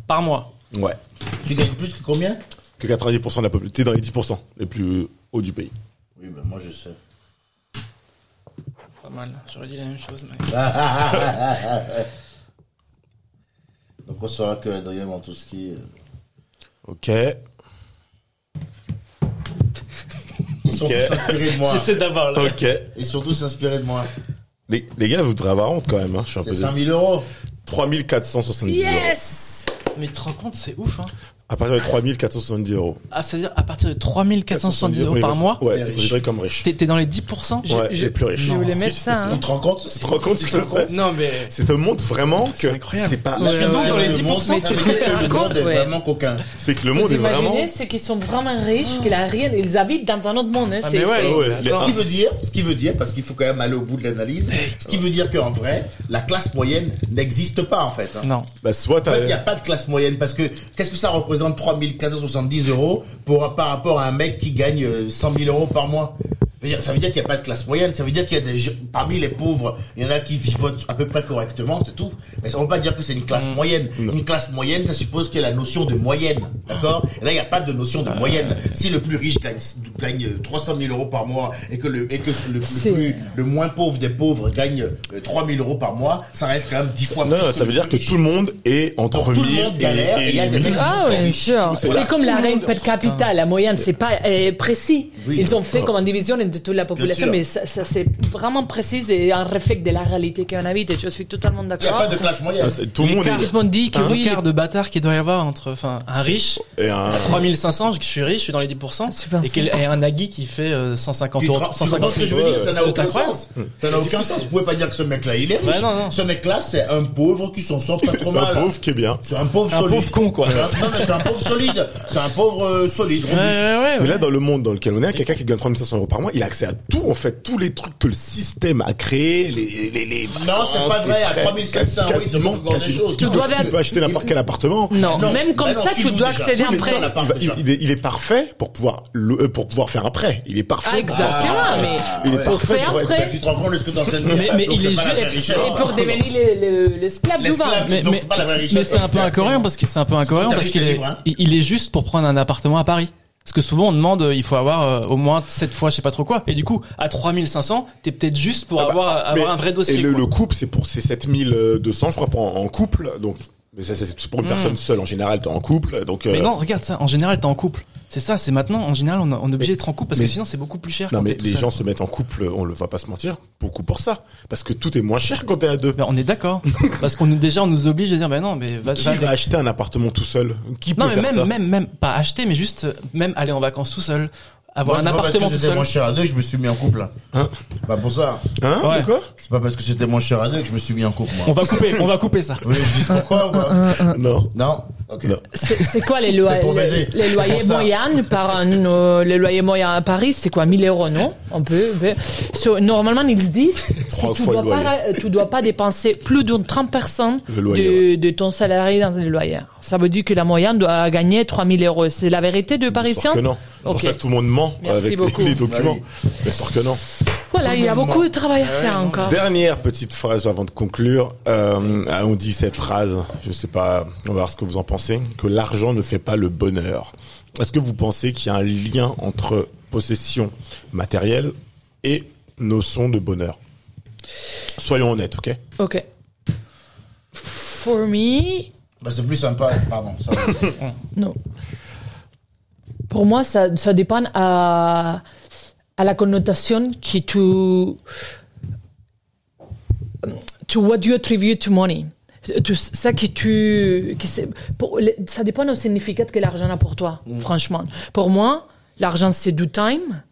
Speaker 3: par mois.
Speaker 1: ouais,
Speaker 2: Tu gagnes plus que combien
Speaker 1: que 90% de la population, t'es dans les 10% les plus hauts du pays.
Speaker 2: Oui, ben moi je sais.
Speaker 3: Pas mal. J'aurais dit la même chose, mais.
Speaker 2: Donc on saura que Adrien Mantouski. euh,
Speaker 1: Ok.
Speaker 2: Ils sont
Speaker 1: Ok.
Speaker 2: tous inspirés de moi.
Speaker 3: [laughs] J'essaie d'avoir là.
Speaker 1: Ok.
Speaker 2: Ils sont tous inspirés de moi.
Speaker 1: Les, les gars, vous devez avoir honte quand même. Hein. Je suis un peu
Speaker 2: C'est
Speaker 1: désolé.
Speaker 2: 5000 euros.
Speaker 1: 3470 euros.
Speaker 4: Yes!
Speaker 3: Mais tu te rends compte, c'est ouf, hein.
Speaker 1: À partir de 3470 euros.
Speaker 3: Ah, c'est-à-dire à partir de 3470 euros
Speaker 1: oui,
Speaker 3: par
Speaker 1: vas-y.
Speaker 3: mois,
Speaker 1: Ouais,
Speaker 2: T'es
Speaker 1: t'es
Speaker 2: riche.
Speaker 1: considéré comme riche.
Speaker 3: t'es t'es dans les 10%
Speaker 1: Ouais, les plus riches.
Speaker 4: je voulais
Speaker 1: Si,
Speaker 4: mettre
Speaker 1: si,
Speaker 4: ça,
Speaker 1: si.
Speaker 2: Tu
Speaker 4: hein.
Speaker 2: te rends compte
Speaker 1: Tu te rends compte ce que c'est
Speaker 3: Non, mais.
Speaker 1: C'est un monde vraiment que
Speaker 3: C'est incroyable.
Speaker 1: c'est pas.
Speaker 3: Là, je suis
Speaker 4: Ouais,
Speaker 3: donc dans les
Speaker 2: Le monde-
Speaker 3: 10%.
Speaker 4: Mais tu te rends
Speaker 2: Le monde est
Speaker 4: compte, ouais.
Speaker 2: vraiment coquin.
Speaker 1: C'est que le monde
Speaker 4: Vous
Speaker 1: est vraiment.
Speaker 4: imaginez ceux qui sont vraiment riches, qu'ils a rien, ils habitent dans un autre monde. hein,
Speaker 3: Ah,
Speaker 4: c'est-
Speaker 3: mais ouais,
Speaker 4: c'est-
Speaker 1: Ouais, les-
Speaker 2: Ce
Speaker 3: Attends.
Speaker 2: qui veut dire, ce qui veut dire, parce qu'il faut quand même aller au bout de l'analyse, ce qui veut dire qu'en vrai, la classe moyenne n'existe pas en fait. hein.
Speaker 3: Non.
Speaker 1: bah, soit
Speaker 2: En fait, il n'y a
Speaker 1: t'as.
Speaker 2: pas de classe moyenne parce que qu'est-ce que ça représente 3470 euros pour, par rapport à un mec qui gagne euh, 100 000 euros par mois Ça veut dire- ça veut dire qu'il n'y a pas de classe moyenne, ça veut dire qu'il y a des gens- parmi les pauvres, il y en a qui vivotent à peu près correctement, c'est tout. Mais ça ne veut pas dire que c'est une classe
Speaker 1: Mm.
Speaker 2: moyenne. Une classe moyenne, ça suppose qu'il y a la notion de moyenne, d'accord Et Là, il n'y a pas de notion de moyenne.
Speaker 1: Ah.
Speaker 2: Si le plus riche gagne, gagne euh, 300 000 euros par mois et que le, et que le, le
Speaker 4: C'est-
Speaker 2: plus, le moins pauvre des pauvres gagne euh, 3 000 euros par mois, ça reste quand même 10 fois
Speaker 1: Non,
Speaker 2: plus.
Speaker 1: ça veut
Speaker 2: le
Speaker 1: dire que
Speaker 2: plus riche.
Speaker 1: tout le monde est entre
Speaker 2: Donc, tout le
Speaker 1: 1000
Speaker 2: monde galère et il y a des
Speaker 1: mille.
Speaker 2: gens-
Speaker 4: Ah ouais, sûr.
Speaker 1: C'est là.
Speaker 4: C'est comme la règle per capita, la moyenne, c'est pas euh, précis.
Speaker 2: Oui.
Speaker 4: Ils ont fait comme une division de toute la population,
Speaker 2: sûr.
Speaker 4: mais ça, ça, c'est vraiment précise et un reflet de la réalité qu'on habite. Et je suis totalement
Speaker 2: Il n'y a
Speaker 4: d'accord.
Speaker 2: pas de classe moyenne.
Speaker 1: Ah, c'est- Tout le monde
Speaker 4: Ils m'ont dit que
Speaker 3: un
Speaker 4: oui.
Speaker 3: écart de bâtard qu'il doit y avoir entre enfin un riche
Speaker 1: est. et un-
Speaker 3: 3500 je suis riche je suis dans les 10%
Speaker 4: Super.
Speaker 3: et, quel- et un nagui qui fait euh, 150
Speaker 2: Tu te
Speaker 3: euros
Speaker 2: rends- tu comprends
Speaker 3: 150
Speaker 2: ce que je
Speaker 1: euros,
Speaker 2: veux dire Ça
Speaker 1: ouais,
Speaker 2: n'a
Speaker 3: c'est
Speaker 2: aucun
Speaker 3: incroyable.
Speaker 2: sens. Ça n'a aucun sens. Vous pouvez pas dire que ce mec-là, il est riche.
Speaker 3: Ouais, non, non.
Speaker 2: Ce mec-là, c'est un pauvre qui s'en
Speaker 3: [laughs]
Speaker 2: sort pas
Speaker 1: [laughs]
Speaker 2: trop
Speaker 1: C'est un
Speaker 2: mal.
Speaker 1: pauvre qui est bien.
Speaker 2: C'est un pauvre
Speaker 3: un
Speaker 2: solide.
Speaker 3: pauvre con quoi
Speaker 2: C'est un- Non, mais c'est un pauvre solide. C'est un pauvre euh, solide.
Speaker 3: Ouais,
Speaker 2: robuste.
Speaker 3: ouais, ouais,
Speaker 1: Mais
Speaker 3: ouais.
Speaker 1: là, dans le monde dans lequel on est, quelqu'un qui gagne 3500 euros par mois, il a accès à tout, en fait, tous les trucs que le système a créé, les, les, les
Speaker 2: Non, c'est pas vrai. À
Speaker 1: les
Speaker 2: 3700,
Speaker 1: traites,
Speaker 2: oui, c'est bon, dans des
Speaker 1: quasiment.
Speaker 2: choses.
Speaker 4: Tu dois
Speaker 1: Tu peux acheter n'importe quel appartement.
Speaker 4: Non,
Speaker 2: Non,
Speaker 4: même comme
Speaker 2: bah non,
Speaker 4: ça,
Speaker 2: tu
Speaker 4: tu
Speaker 2: loues
Speaker 4: dois
Speaker 2: déjà.
Speaker 4: accéder à
Speaker 2: Tu es
Speaker 4: un
Speaker 2: dans
Speaker 4: prêt.
Speaker 2: la-
Speaker 1: Il, va- il- il est, il est parfait pour pouvoir le, euh, pour pouvoir faire un prêt. Il est parfait.
Speaker 4: Ah, exactement,
Speaker 2: Ah,
Speaker 4: mais
Speaker 1: Il est
Speaker 2: ouais.
Speaker 4: pour
Speaker 1: parfait
Speaker 4: faire
Speaker 1: pour être-
Speaker 4: prêt.
Speaker 2: Tu te rends compte de ce que t'es en train de dire
Speaker 3: Mais- mais
Speaker 2: Donc,
Speaker 3: il
Speaker 2: c'est
Speaker 3: est
Speaker 2: pas la
Speaker 3: juste-
Speaker 2: vraie richesse.
Speaker 4: et pour devenir le- le- l'esclave du vin.
Speaker 2: L'esclave.
Speaker 3: mais,
Speaker 2: donc
Speaker 3: mais-
Speaker 2: c'est pas la vraie richesse,
Speaker 3: mais c'est un peu
Speaker 2: exactement.
Speaker 3: incohérent parce que c'est un peu incohérent
Speaker 2: t'as
Speaker 3: parce
Speaker 2: vu
Speaker 3: qu'il
Speaker 2: tes
Speaker 3: est,
Speaker 2: livres, hein.
Speaker 3: il il est juste pour prendre un appartement à Paris. Parce que souvent on demande, euh, il faut avoir euh, au moins 7 fois, je sais pas trop quoi. Et du coup, à 3500, t'es peut-être juste pour
Speaker 1: Ah bah,
Speaker 3: avoir, avoir
Speaker 1: mais-
Speaker 3: un vrai dossier.
Speaker 1: Et le,
Speaker 3: quoi.
Speaker 1: le couple, c'est pour ces 7200, je crois, pour en, en couple. Donc, mais ça, c'est c'est pour une
Speaker 3: Hmm.
Speaker 1: personne seule. En général, t'es en couple. Donc,
Speaker 3: Mais
Speaker 1: euh,
Speaker 3: non, regarde ça. En général, t'es en couple. C'est ça. C'est maintenant. En général, on, on est obligé
Speaker 1: Mais-
Speaker 3: d'être en couple parce
Speaker 1: mais-
Speaker 3: que sinon, c'est beaucoup plus cher.
Speaker 1: non,
Speaker 3: quand
Speaker 1: mais
Speaker 3: t'es tout
Speaker 1: les
Speaker 3: seul.
Speaker 1: gens se mettent en couple, on le va pas se mentir, beaucoup pour ça. Parce que tout est moins cher quand t'es à deux.
Speaker 3: Ben, on
Speaker 1: [laughs]
Speaker 3: est d'accord. parce qu'on nous déjà, on nous oblige à dire, ben non, mais va.
Speaker 1: Qui
Speaker 3: va-
Speaker 1: va acheter un appartement tout seul Qui peut
Speaker 3: non, mais
Speaker 1: faire
Speaker 3: même,
Speaker 1: ça
Speaker 3: même, même pas acheter, mais juste euh, même aller en vacances tout seul, avoir
Speaker 2: Moi, c'est
Speaker 3: un
Speaker 2: pas parce
Speaker 3: appartement
Speaker 2: que
Speaker 3: tout
Speaker 2: C'était
Speaker 3: seul.
Speaker 2: moins cher à deux, je me suis mis en couple.
Speaker 1: Hein
Speaker 2: Pas pour ça.
Speaker 1: Hein
Speaker 3: Ouais.
Speaker 1: De quoi
Speaker 2: C'est pas parce que c'était moins cher à deux que je me suis mis en couple, moi.
Speaker 3: On va couper. on va couper ça.
Speaker 2: Vous voulez que je dise pourquoi ou pas
Speaker 3: [laughs]
Speaker 1: Non.
Speaker 2: Non Ok.
Speaker 1: Non.
Speaker 4: C'est c'est quoi les,
Speaker 2: C'était
Speaker 4: loyers
Speaker 2: pour baiser.
Speaker 4: les, les
Speaker 2: Pour
Speaker 4: loyers
Speaker 2: ça.
Speaker 4: moyens par un, euh, les loyers moyens à Paris c'est quoi 1000 euros non on peut, on peut. So, normalement ils disent
Speaker 1: [laughs] Trois
Speaker 4: que tu
Speaker 1: fois
Speaker 4: dois
Speaker 1: le
Speaker 4: pas
Speaker 1: loyer.
Speaker 4: euh, tu dois pas dépenser plus de 30%
Speaker 1: Le loyer,
Speaker 4: de, de ton salarié dans les loyers ça veut dire que la moyenne doit gagner 3000 euros c'est la vérité
Speaker 1: Bien
Speaker 4: de
Speaker 1: sûr
Speaker 4: Parisien
Speaker 1: que non. C'est pour
Speaker 4: Ok.
Speaker 1: ça que tout le monde ment
Speaker 4: Merci
Speaker 1: avec
Speaker 4: beaucoup.
Speaker 1: les, les documents.
Speaker 3: Bah
Speaker 1: Bien sûr que non. Ah
Speaker 4: voilà il y a beaucoup de travail à faire encore
Speaker 1: Dernière petite phrase avant de conclure. Euh, ah, on dit cette phrase, je sais pas, on va voir ce que vous en pensez, que l'argent ne fait pas le bonheur. Est-ce que vous pensez qu'il y a un lien entre possession matérielle et notion de bonheur Soyons honnêtes, ok
Speaker 4: ok for me
Speaker 2: Bah, c'est plus sympa. Pardon. ça va.
Speaker 4: Non. Pour moi, ça, ça dépend à, à la connotation que tu. To what you attribute to money. Tout ça que tu. que c'est- pour- le- ça dépend au significat que l'argent a pour toi, franchement. Pour moi, l'argent, c'est du time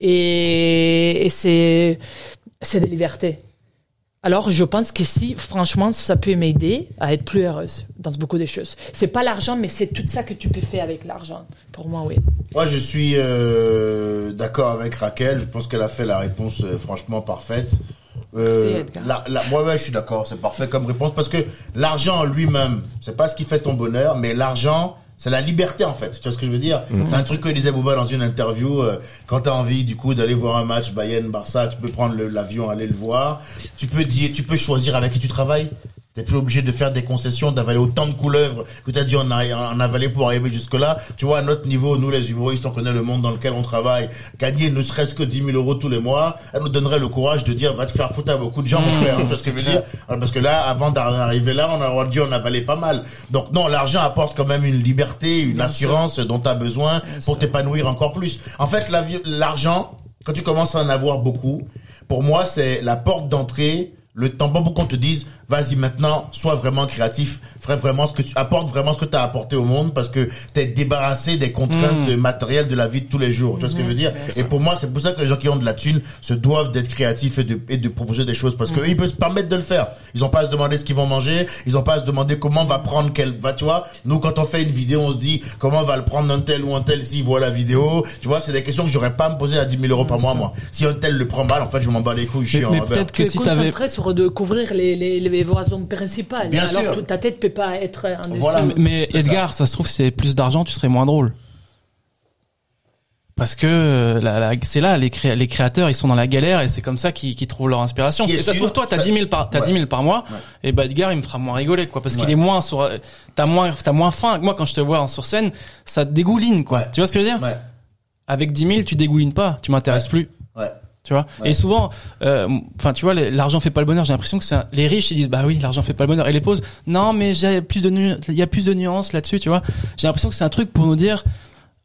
Speaker 4: et, et c'est c'est de liberté. Alors, je pense que si, franchement, ça peut m'aider à être plus heureuse dans beaucoup de choses. C'est pas l'argent, mais c'est tout ça que tu peux faire avec l'argent. Pour moi, oui.
Speaker 2: Moi, je suis euh, d'accord avec Raquel. Je pense qu'elle a fait la réponse euh, franchement parfaite.
Speaker 4: Merci,
Speaker 2: Euh,
Speaker 4: Edgar.
Speaker 2: la, la, moi, ouais, je suis d'accord. C'est parfait comme réponse parce que l'argent en lui-même, c'est pas ce qui fait ton bonheur, mais l'argent, c'est la liberté en fait. Tu vois ce que je veux dire C'est un truc que disait Bouba dans une interview. euh, quand t'as envie, du coup, d'aller voir un match Bayern-Barça, tu peux prendre le- l'avion, aller le voir. Tu peux dire, tu peux choisir avec qui tu travailles. T'es plus obligé de faire des concessions, d'avaler autant de couleuvres que t'as dû en, a- en avaler pour arriver jusque-là. Tu vois, à notre niveau, nous les humoristes, on connaît le monde dans lequel on travaille. Gagner ne serait-ce que 10 000 euros tous les mois, elle nous donnerait le courage de dire, va te faire foutre à beaucoup de gens, mon frère. Tu vois ce que je veux dire Alors, Parce que là, avant d'arriver là, on a dit, on avalait pas mal. Donc non, l'argent apporte quand même une liberté, une assurance dont t'as besoin pour t'épanouir encore plus. En fait, la vie- l'argent, quand tu commences à en avoir beaucoup, pour moi, c'est la porte d'entrée, le tampon pour qu'on te dise, vas-y maintenant, sois vraiment créatif, fais vraiment ce que tu apportes vraiment ce que tu as apporté au monde parce que t'es débarrassé des contraintes matérielles de la vie de tous les jours. Tu vois ce que je veux dire? Et pour moi, Hmm. c'est pour ça que les gens qui ont de la thune se doivent d'être créatifs et de, et de proposer des choses parce que
Speaker 3: Mhm.
Speaker 2: eux, ils peuvent se permettre de le faire. Ils ont pas à se demander ce qu'ils vont manger, ils ont pas à se demander comment on va prendre quel, va, tu vois. Nous, quand on fait une vidéo, on se dit comment on va le prendre un tel ou un tel s'il voit la vidéo. Tu vois, c'est des questions que j'aurais pas à me poser à 10 000 euros par mois, moi. Si un tel le prend mal, en fait, je m'en bats les couilles, je suis
Speaker 3: Mais-
Speaker 2: un
Speaker 3: mais
Speaker 2: rebelle.
Speaker 3: peut-être que
Speaker 4: tu es
Speaker 3: si t'avais,
Speaker 4: concentré sur de couvrir les, les, les voisins principales.
Speaker 2: Bien
Speaker 4: Alors
Speaker 2: sûr.
Speaker 4: toute ta tête peut pas être en dessous.
Speaker 2: Voilà.
Speaker 3: Mais
Speaker 2: C'est ça.
Speaker 3: Edgar, ça. se trouve, si t'avais plus d'argent, tu serais moins drôle. Parce que euh, la- la- c'est là, les, créa- les créateurs, ils sont dans la galère et c'est comme ça qu'ils qu'ils trouvent leur inspiration.
Speaker 2: Ce qui
Speaker 3: Et
Speaker 2: est
Speaker 3: ça se
Speaker 2: sûr,
Speaker 3: trouve, toi, t'as
Speaker 2: ça-
Speaker 3: 10 000 par, t'as
Speaker 2: ouais.
Speaker 3: 10 000 par mois,
Speaker 2: Ouais.
Speaker 3: et bah Edgar, il me fera moins rigoler, quoi. Parce qu'il
Speaker 2: Ouais.
Speaker 3: est moins sur, euh, t'as moins, t'as moins faim. Moi, quand je te vois en sur scène, ça te dégouline, quoi.
Speaker 2: Ouais.
Speaker 3: Tu vois ce que je veux dire?
Speaker 2: Ouais,
Speaker 3: Avec 10 000, tu dégoulines pas, tu m'intéresses plus.
Speaker 2: ouais.
Speaker 3: Tu vois
Speaker 2: Ouais.
Speaker 3: Et souvent, euh, enfin, tu vois, les- l'argent fait pas le bonheur. J'ai l'impression que c'est un- les riches ils disent bah oui, l'argent fait pas le bonheur. Et les pauvres, non, mais j'ai plus de nu- il y a plus de nuances là-dessus, tu vois. J'ai l'impression que c'est un truc pour nous dire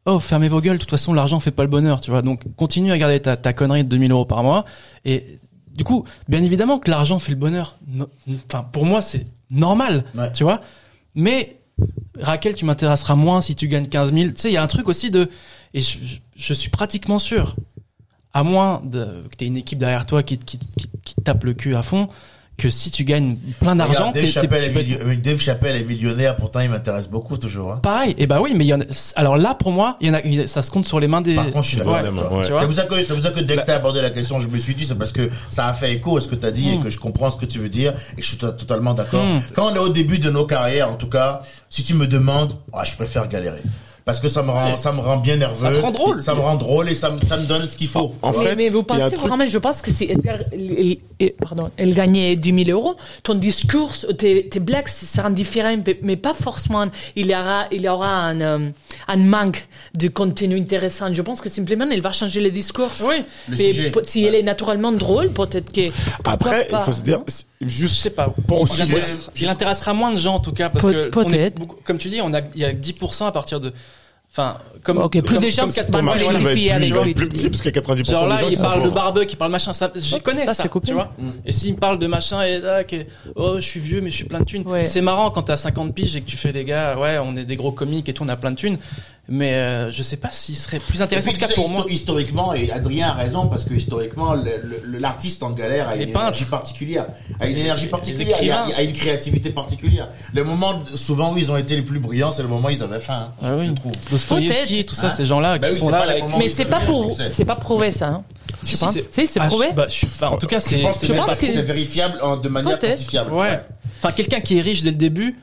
Speaker 3: oh fermez vos gueules. De toute façon, l'argent fait pas le bonheur, tu vois. Donc continue à garder ta, ta connerie de 2000 euros par mois et du coup, bien évidemment que l'argent fait le bonheur. No- Enfin, pour moi, c'est normal,
Speaker 2: Ouais.
Speaker 3: tu vois. Mais Raquel, tu m'intéresseras moins si tu gagnes 15 000. Tu sais, il y a un truc aussi de, et je, je- je suis pratiquement sûr, à moins de, que t'aies une équipe derrière toi qui, te- qui, te- qui, te- qui te tape le cul à fond, que si tu gagnes plein d'argent,
Speaker 2: Regarde, Dave,
Speaker 3: t'es- t'es-
Speaker 2: Chappelle
Speaker 3: tu
Speaker 2: est
Speaker 3: peux-
Speaker 2: milli- euh, Dave Chappelle est millionnaire, pourtant il m'intéresse beaucoup toujours. hein.
Speaker 3: Pareil, et bah oui, mais il y en a, alors là, pour moi, il y en a, il y a- ça se compte sur les mains des,
Speaker 2: Par contre, je suis d'accord
Speaker 3: Ouais,
Speaker 2: avec toi.
Speaker 1: ouais.
Speaker 3: tu vois.
Speaker 2: C'est pour ça que, c'est pour ça que dès que t'as abordé la question, je me suis dit, c'est parce que ça a fait écho à ce que t'as dit
Speaker 3: Hmm.
Speaker 2: et que je comprends ce que tu veux dire et que je suis to- totalement d'accord.
Speaker 3: Mm.
Speaker 2: Quand on est au début de nos carrières, en tout cas, si tu me demandes, ah, je préfère galérer. Parce que ça me rend, ça me rend bien nerveux.
Speaker 3: Ça te rend drôle.
Speaker 2: Ça me rend drôle et ça me, ça me donne ce qu'il faut.
Speaker 1: En
Speaker 4: mais,
Speaker 1: fait,
Speaker 4: mais vous
Speaker 1: il y a un
Speaker 4: pensez
Speaker 1: truc-
Speaker 4: vraiment, je pense que si Edgar, elle, elle- pardon, elle gagnait 10 000 euros, ton discours, tes, tes blagues seront différentes, mais- mais pas forcément. Il y aura, il y aura un, euh, un manque de contenu intéressant. Je pense que simplement, elle va changer le discours.
Speaker 3: Oui.
Speaker 2: Le
Speaker 4: Mais
Speaker 2: sujet.
Speaker 4: po- si elle est naturellement drôle, peut-être que.
Speaker 1: Après, il
Speaker 4: pourquoi
Speaker 1: faut
Speaker 4: pas,
Speaker 1: se dire,
Speaker 4: non
Speaker 1: c'est-
Speaker 3: Je sais
Speaker 1: juste
Speaker 3: pas.
Speaker 1: pour
Speaker 3: Il
Speaker 1: aussi.
Speaker 3: intéresse- Il intéressera moins de gens en tout cas parce
Speaker 4: Peut-
Speaker 3: que on est
Speaker 4: peut-être.
Speaker 3: beaucoup- comme tu dis, on a il y a 10% à partir de enfin comme
Speaker 4: Ok, plus
Speaker 3: comme-
Speaker 4: des gens
Speaker 3: comme
Speaker 4: qui
Speaker 3: quatre-
Speaker 1: Ton
Speaker 4: parlent,
Speaker 1: marché
Speaker 4: Voilà.
Speaker 1: il va être
Speaker 4: Fille
Speaker 1: plus,
Speaker 4: avec
Speaker 1: il va
Speaker 4: lui,
Speaker 1: être plus
Speaker 4: tu dis.
Speaker 1: petit parce qu'il y a 90%
Speaker 3: Genre
Speaker 1: des
Speaker 3: là,
Speaker 1: gens qui
Speaker 3: il
Speaker 1: sont
Speaker 3: parle de
Speaker 1: pauvres.
Speaker 3: barbecue, il parle machin, ça, j'y
Speaker 4: Oups,
Speaker 3: connais ça,
Speaker 4: ça, c'est coupé.
Speaker 3: tu vois.
Speaker 2: Mm.
Speaker 3: Et s'il me parle de machin et là, que, oh, je suis vieux, mais je suis plein de thunes.
Speaker 4: Ouais.
Speaker 3: C'est marrant quand t'as 50 piges et que tu fais les gars, ouais, on est des gros comiques et tout, on a plein de thunes. Mais euh, je sais pas s'il serait plus
Speaker 2: Et
Speaker 3: intéressant,
Speaker 2: puis,
Speaker 3: en tout cas
Speaker 2: tu sais,
Speaker 3: pour
Speaker 2: histo-
Speaker 3: moi.
Speaker 2: Historiquement, et Adrien a raison, parce que historiquement, le- le- le- l'artiste en galère a
Speaker 3: Les
Speaker 2: une
Speaker 3: peintres.
Speaker 2: énergie particulière, a une
Speaker 3: Les-
Speaker 2: énergie
Speaker 3: les
Speaker 2: particulière, il y a-
Speaker 3: écrivains.
Speaker 2: il y a une créativité particulière. Le moment, souvent, où ils ont été les plus brillants, c'est le moment où ils avaient faim, hein,
Speaker 3: Ah oui.
Speaker 2: je trouve.
Speaker 3: Dostoïevski, tout ça, ces gens-là
Speaker 2: Bah
Speaker 3: qui
Speaker 2: oui,
Speaker 3: sont
Speaker 2: c'est
Speaker 3: là.
Speaker 2: pas les
Speaker 3: avec-
Speaker 2: moments
Speaker 4: Mais
Speaker 2: où
Speaker 4: c'est
Speaker 2: ils
Speaker 4: pas
Speaker 2: deviennent
Speaker 4: pour,
Speaker 2: succès.
Speaker 4: c'est pas prouvé, ça. hein.
Speaker 3: Si,
Speaker 4: Je
Speaker 3: si,
Speaker 4: pense. Si, c'est
Speaker 3: Ah, je-
Speaker 4: prouvé.
Speaker 3: bah, je suis- enfin, en tout cas, c'est.
Speaker 2: Je pense que
Speaker 3: c'est
Speaker 2: c'est
Speaker 4: pense
Speaker 2: pas-
Speaker 4: que-
Speaker 2: c'est vérifiable en- de manière
Speaker 4: Peut-être.
Speaker 2: quantifiable.
Speaker 3: Ouais.
Speaker 2: ouais.
Speaker 3: Enfin, quelqu'un qui est riche dès le début.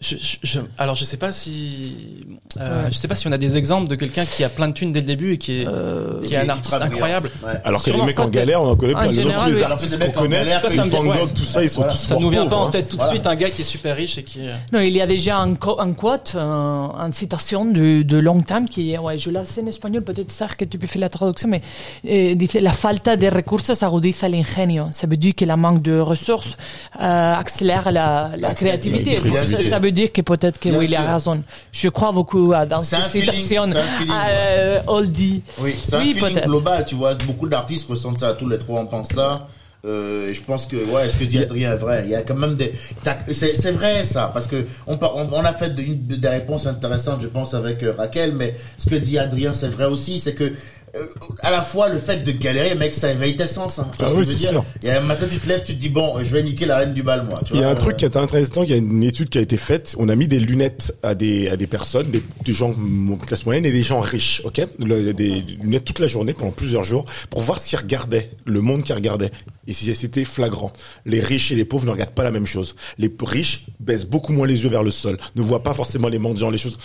Speaker 3: Je, je- je- alors, je sais pas si, euh,
Speaker 4: Ouais.
Speaker 3: je sais pas si on a des exemples de quelqu'un qui a plein de thunes dès le début et qui est, qui est
Speaker 2: Et
Speaker 3: un
Speaker 2: qui
Speaker 3: artiste
Speaker 2: travaille.
Speaker 3: incroyable.
Speaker 2: Ouais.
Speaker 1: Alors que les
Speaker 3: Sûrement,
Speaker 1: mecs en
Speaker 3: quand t'es-
Speaker 1: galère, on en connaît
Speaker 4: en
Speaker 1: plein. Les gens,
Speaker 4: général,
Speaker 1: tous les
Speaker 4: oui.
Speaker 1: artistes
Speaker 2: Alors que les
Speaker 1: qu'on
Speaker 2: mecs en
Speaker 1: connaît,
Speaker 2: galère,
Speaker 3: ça, ça me
Speaker 1: Van
Speaker 3: dit- ouais.
Speaker 1: Gogh, tout ça, ils sont
Speaker 2: Voilà.
Speaker 1: tous
Speaker 3: Ça
Speaker 1: morts
Speaker 3: nous vient pas
Speaker 1: pauvres,
Speaker 3: en
Speaker 1: hein.
Speaker 3: tête tout de
Speaker 2: Voilà.
Speaker 3: suite un gars qui est super riche et qui. euh,
Speaker 4: Non, il y avait déjà un, co- un quote, euh, un- une citation de, de Long Time qui, est- ouais, je la sais en espagnol, peut-être ça que tu peux faire la traduction, mais euh, disait la falta de recursos agudiza el ingenio. Ça veut dire que la manque de ressources euh, accélère la, la
Speaker 2: La
Speaker 4: créativité.
Speaker 2: créativité.
Speaker 4: Bon, ça, ça veut dire que peut-être que
Speaker 2: Bien
Speaker 4: oui, il a
Speaker 2: sûr.
Speaker 4: raison. Je crois beaucoup euh, dans
Speaker 2: C'est
Speaker 4: cette
Speaker 2: un feeling,
Speaker 4: citation.
Speaker 2: c'est un feeling,
Speaker 4: Euh, Oldie.
Speaker 2: Oui, c'est un
Speaker 4: Oui,
Speaker 2: feeling
Speaker 4: peut-être.
Speaker 2: global, tu vois. Beaucoup d'artistes ressentent ça, tous les trois en pensent ça. Euh, je pense que ouais, ce que dit Adrien est vrai. Il y a quand même des, t'as- c'est c'est vrai ça, parce que on, par- on, on a fait de- une- des réponses intéressantes, je pense, avec euh, Raquel. Mais ce que dit Adrien, c'est vrai aussi, c'est que euh, à la fois le fait de galérer, mec, ça éveille tes sens. Hein, Tu vois
Speaker 1: Ah
Speaker 2: ce que
Speaker 1: oui,
Speaker 2: je veux
Speaker 1: c'est
Speaker 2: dire
Speaker 1: sûr.
Speaker 2: Et un matin, tu te lèves, tu te dis bon, je vais niquer la reine du bal, moi. Tu
Speaker 1: Il y a
Speaker 2: vois,
Speaker 1: un
Speaker 2: euh,
Speaker 1: truc qui est intéressant, il y a une étude qui a été faite, on a mis des lunettes à des, à des personnes, des, des gens de classe moyenne et des gens riches, ok Le- Des lunettes toute la journée, pendant plusieurs jours, pour voir ce qu'ils regardaient, le monde qu'ils regardaient. Et si c'était flagrant. Les riches et les pauvres ne regardent pas la même chose. Les p- riches baissent beaucoup moins les yeux vers le sol, ne voient pas forcément les mendiants, les choses...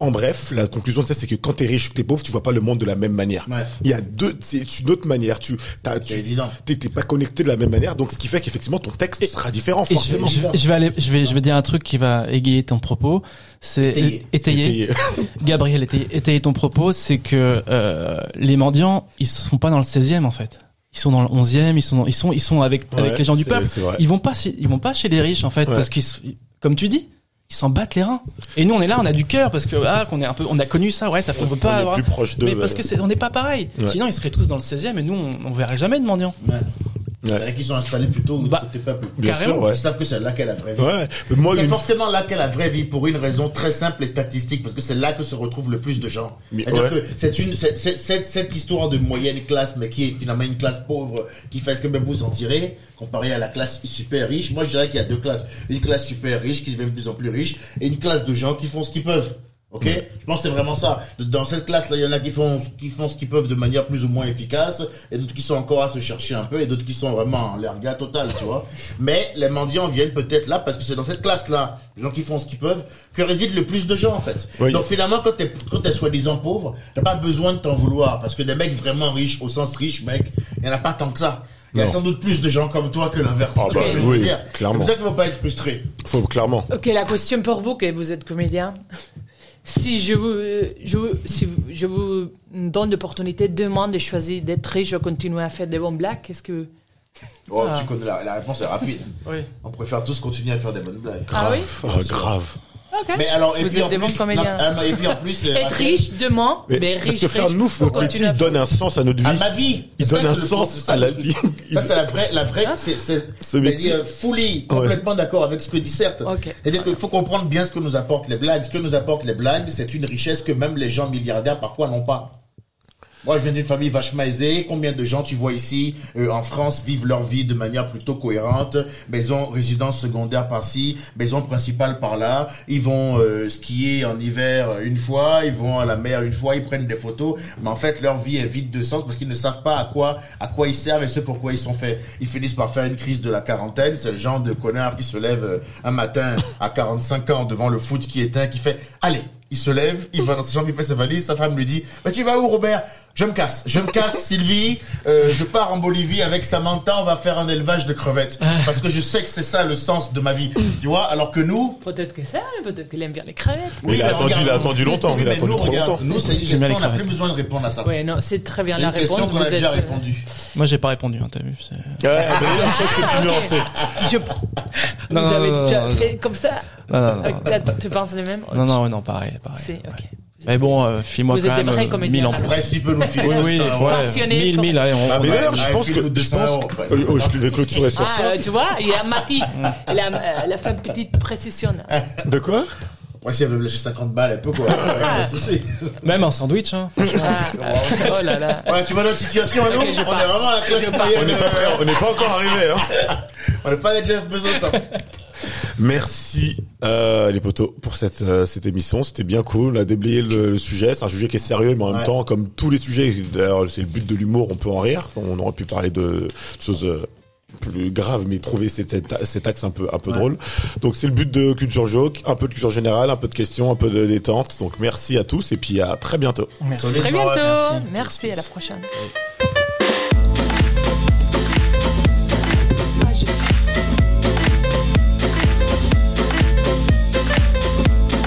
Speaker 1: En bref, la conclusion de ça, c'est que quand t'es riche ou que t'es pauvre, tu vois pas le monde de la même manière.
Speaker 2: Ouais.
Speaker 1: Il y a deux, c'est une autre manière. Tu, t'as- tu,
Speaker 2: évident.
Speaker 1: t'es t'es pas connecté de la même manière, donc ce qui fait qu'effectivement ton texte sera différent,
Speaker 3: Et je,
Speaker 1: forcément.
Speaker 3: je- je vais aller, je vais, je vais dire un truc qui va égayer ton propos. C'est
Speaker 2: Étayer.
Speaker 3: étayer.
Speaker 1: Étayer.
Speaker 3: Gabriel, étayer, étayer ton propos, c'est que euh, les mendiants, ils sont pas dans le 16e en fait. Ils sont dans le 11e, ils sont, dans- ils sont, ils sont avec, avec
Speaker 1: Ouais,
Speaker 3: les gens du
Speaker 1: c'est-
Speaker 3: peuple.
Speaker 1: c'est vrai.
Speaker 3: Ils vont pas, chez- ils vont pas chez les riches en fait,
Speaker 1: Ouais.
Speaker 3: parce qu'ils, se- comme tu dis, ils s'en battent les reins. Et nous, on est là, on a du cœur parce que ah, qu'on est un peu, on a connu ça, ouais, ça on peut pas
Speaker 1: est
Speaker 3: avoir.
Speaker 1: plus proche d'eux,
Speaker 3: Mais parce
Speaker 1: ouais.
Speaker 3: que c'est, on n'est pas pareil.
Speaker 1: Ouais.
Speaker 3: Sinon, ils seraient tous dans le 16e et nous, on, on verrait jamais de mendiants.
Speaker 2: ouais. C'est vrai qu'ils sont installés plutôt
Speaker 3: Bah,
Speaker 2: côté peuple.
Speaker 1: Bien
Speaker 3: Carrément.
Speaker 1: sûr, ouais.
Speaker 2: Ils savent que c'est là qu'est la vraie vie.
Speaker 1: Ouais. Mais Moi,
Speaker 2: C'est
Speaker 1: une-
Speaker 2: forcément là qu'est la vraie vie pour une raison très simple et statistique parce que c'est là que se retrouvent le plus de gens.
Speaker 1: Mais
Speaker 2: C'est-à-dire
Speaker 1: ouais.
Speaker 2: que c'est une c'est- c'est- c'est- cette histoire de moyenne classe mais qui est finalement une classe pauvre qui fait ce que même vous en tirez comparé à la classe super riche. Moi je dirais qu'il y a deux classes, une classe super riche qui devient de plus en plus riche et une classe de gens qui font ce qu'ils peuvent. Ok, je pense que c'est vraiment ça. Dans cette classe-là, il y en a qui font qui font ce qu'ils peuvent de manière plus ou moins efficace, et d'autres qui sont encore à se chercher un peu, et d'autres qui sont vraiment en l'erga total, tu vois. Mais les mendiants viennent peut-être là parce que c'est dans cette classe-là, les gens qui font ce qu'ils peuvent, que résident le plus de gens en fait.
Speaker 1: Oui.
Speaker 2: Donc finalement, quand t'es quand t'es soi-disant pauvre, t'as pas besoin de t'en vouloir parce que des mecs vraiment riches, au sens riche, mec, il y en a pas tant que ça. Il y a
Speaker 1: Non.
Speaker 2: sans doute plus de gens comme toi que l'inverse.
Speaker 1: Ah bah
Speaker 2: Tu vois ce que je veux
Speaker 1: oui,
Speaker 2: dire
Speaker 1: clairement.
Speaker 2: C'est pour ça qu'il faut pas être frustré.
Speaker 1: faut clairement.
Speaker 4: Ok, la question pour vous, que vous êtes comédien. Si je vous, je, vous- si vous- je vous donne l'opportunité demain de choisir d'être riche ou continuer à faire des bons blagues, qu'est-ce que.
Speaker 2: Oh,
Speaker 3: Ah.
Speaker 2: tu connais la, la réponse est rapide.
Speaker 3: Oui.
Speaker 2: On préfère tous continuer à faire des bonnes blagues.
Speaker 4: Ah oui
Speaker 1: Grave. grave.
Speaker 2: Mais alors, et
Speaker 6: Vous
Speaker 2: puis
Speaker 6: êtes
Speaker 2: en
Speaker 6: des
Speaker 2: plus,
Speaker 6: bons comédiens.
Speaker 2: non, et puis
Speaker 6: [laughs]
Speaker 2: en plus, euh,
Speaker 4: Être riche demain, mais,
Speaker 1: Mais parce
Speaker 4: riche.
Speaker 1: que faire
Speaker 4: riche,
Speaker 1: nous,
Speaker 4: faut
Speaker 1: notre métier,
Speaker 4: continuer à
Speaker 1: il donne un sens à notre
Speaker 3: Ah,
Speaker 1: vie.
Speaker 2: à
Speaker 3: bah,
Speaker 2: ma vie.
Speaker 1: Il
Speaker 2: C'est ça
Speaker 1: donne un
Speaker 2: que le- c'est
Speaker 1: sens
Speaker 2: ça
Speaker 1: à
Speaker 2: le
Speaker 1: la
Speaker 2: truc.
Speaker 1: vie.
Speaker 2: Ça, c'est la vraie, la vraie,
Speaker 6: Hein
Speaker 2: c'est, c'est,
Speaker 1: Ce métier.
Speaker 2: c'est-à-dire fully, complètement d'accord avec ce que dit Certes.
Speaker 6: Ok.
Speaker 2: C'est-à-dire qu'il faut comprendre bien ce que nous apportent les blagues. Ce que nous apportent les blagues, c'est une richesse que même les gens milliardaires parfois n'ont pas. Moi, je viens d'une famille vachement aisée. Combien de gens tu vois ici euh, en France vivent leur vie de manière plutôt cohérente Maison, résidence secondaire par-ci, maison principale par-là. Ils vont euh, skier en hiver euh, une fois, ils vont à la mer une fois, ils prennent des photos. Mais en fait, leur vie est vide de sens parce qu'ils ne savent pas à quoi à quoi ils servent et ce pourquoi ils sont faits. Ils finissent par faire une crise de la quarantaine. C'est le genre de connard qui se lève euh, un matin à 45 ans devant le foot qui éteint, qui fait allez. Il se lève, il va dans sa chambre, il fait sa valise, sa femme lui dit bah, tu vas où Robert Je me casse, je me
Speaker 6: [laughs]
Speaker 2: casse Sylvie, euh, je pars en Bolivie avec Samantha, on va faire un élevage de crevettes
Speaker 6: Ah.
Speaker 2: parce que je sais que c'est ça le sens de ma vie. Tu vois, alors que nous
Speaker 6: Peut-être que ça, peut-être qu'il aime bien les crevettes.
Speaker 1: Mais il a attendu- il a attendu longtemps,
Speaker 2: Oui,
Speaker 1: il a
Speaker 2: mais
Speaker 1: attendu
Speaker 2: nous,
Speaker 1: trop
Speaker 2: regarde,
Speaker 1: longtemps.
Speaker 2: Nous, c'est une
Speaker 3: J'aime bien
Speaker 2: question, on n'a
Speaker 3: les
Speaker 2: plus besoin de répondre à ça.
Speaker 6: Ouais, non, c'est très bien
Speaker 2: C'est
Speaker 6: la
Speaker 2: une question
Speaker 6: réponse.
Speaker 2: qu'on a
Speaker 6: vous
Speaker 2: déjà
Speaker 6: êtes, euh,
Speaker 4: [laughs]
Speaker 2: répondu.
Speaker 3: Moi, j'ai pas répondu, hein, t'as vu. c'est-
Speaker 1: Ouais, mais là, je sais que c'est plus nuancé.
Speaker 3: Ah,
Speaker 6: Je-
Speaker 4: Vous
Speaker 3: Non, non,
Speaker 4: avez
Speaker 3: non,
Speaker 4: déjà
Speaker 3: non,
Speaker 4: fait comme ça
Speaker 3: Non, non, non,
Speaker 6: euh, t'as- tu penses les mêmes
Speaker 3: Ah. non, non, ouais, non, pareil, pareil.
Speaker 6: C'est- ok.
Speaker 3: Ouais. Mais bon, euh, file-moi
Speaker 6: Vous êtes
Speaker 3: quand
Speaker 6: des
Speaker 3: même
Speaker 6: vrais
Speaker 3: euh,
Speaker 6: comédiens,
Speaker 3: 1000 en plus.
Speaker 2: Après, si tu peux nous filer hein.
Speaker 3: Oui, oui,
Speaker 2: 700 euros.
Speaker 3: ouais,
Speaker 6: Passionnés,
Speaker 3: 1000, 1000, allez, on-
Speaker 2: Ah,
Speaker 3: on
Speaker 1: Mais
Speaker 3: va-
Speaker 1: d'ailleurs, je pense que, je pense que- oh, oh, je vais clôturer sur
Speaker 4: Ah,
Speaker 1: ça.
Speaker 4: euh, tu vois, il y a Mathis. Elle a, euh, elle a fait une petite précision. là.
Speaker 1: De quoi?
Speaker 2: Moi, si elle veut me lâcher 50 balles, elle peut, quoi.
Speaker 6: Ah.
Speaker 2: Pas de souci.
Speaker 3: Même un sandwich, hein.
Speaker 4: Ah, oh là là.
Speaker 2: Voilà, tu vois notre situation, nous, on est vraiment à la classe moyenne,
Speaker 1: On n'est pas prêt, on n'est pas encore arrivé, hein.
Speaker 2: euh, On n'est pas des Jeff Bezos, ça.
Speaker 1: Merci euh, les potos pour cette euh, cette émission, c'était bien cool, on a déblayé le, le sujet, c'est un sujet qui est sérieux, mais en
Speaker 2: Ouais.
Speaker 1: même temps, comme tous les sujets, d'ailleurs c'est le but de l'humour, on peut en rire, on aurait pu parler de choses euh, plus graves, mais trouver cet, cet- cet axe un peu un peu
Speaker 2: Ouais.
Speaker 1: drôle. Donc c'est le but de culture joke, un peu de culture générale, un peu de questions, un peu de détente. Donc merci à tous et puis à très bientôt.
Speaker 2: Solide,
Speaker 4: Très
Speaker 2: bon, ouais,
Speaker 4: bientôt.
Speaker 2: merci.
Speaker 4: Merci, à la prochaine.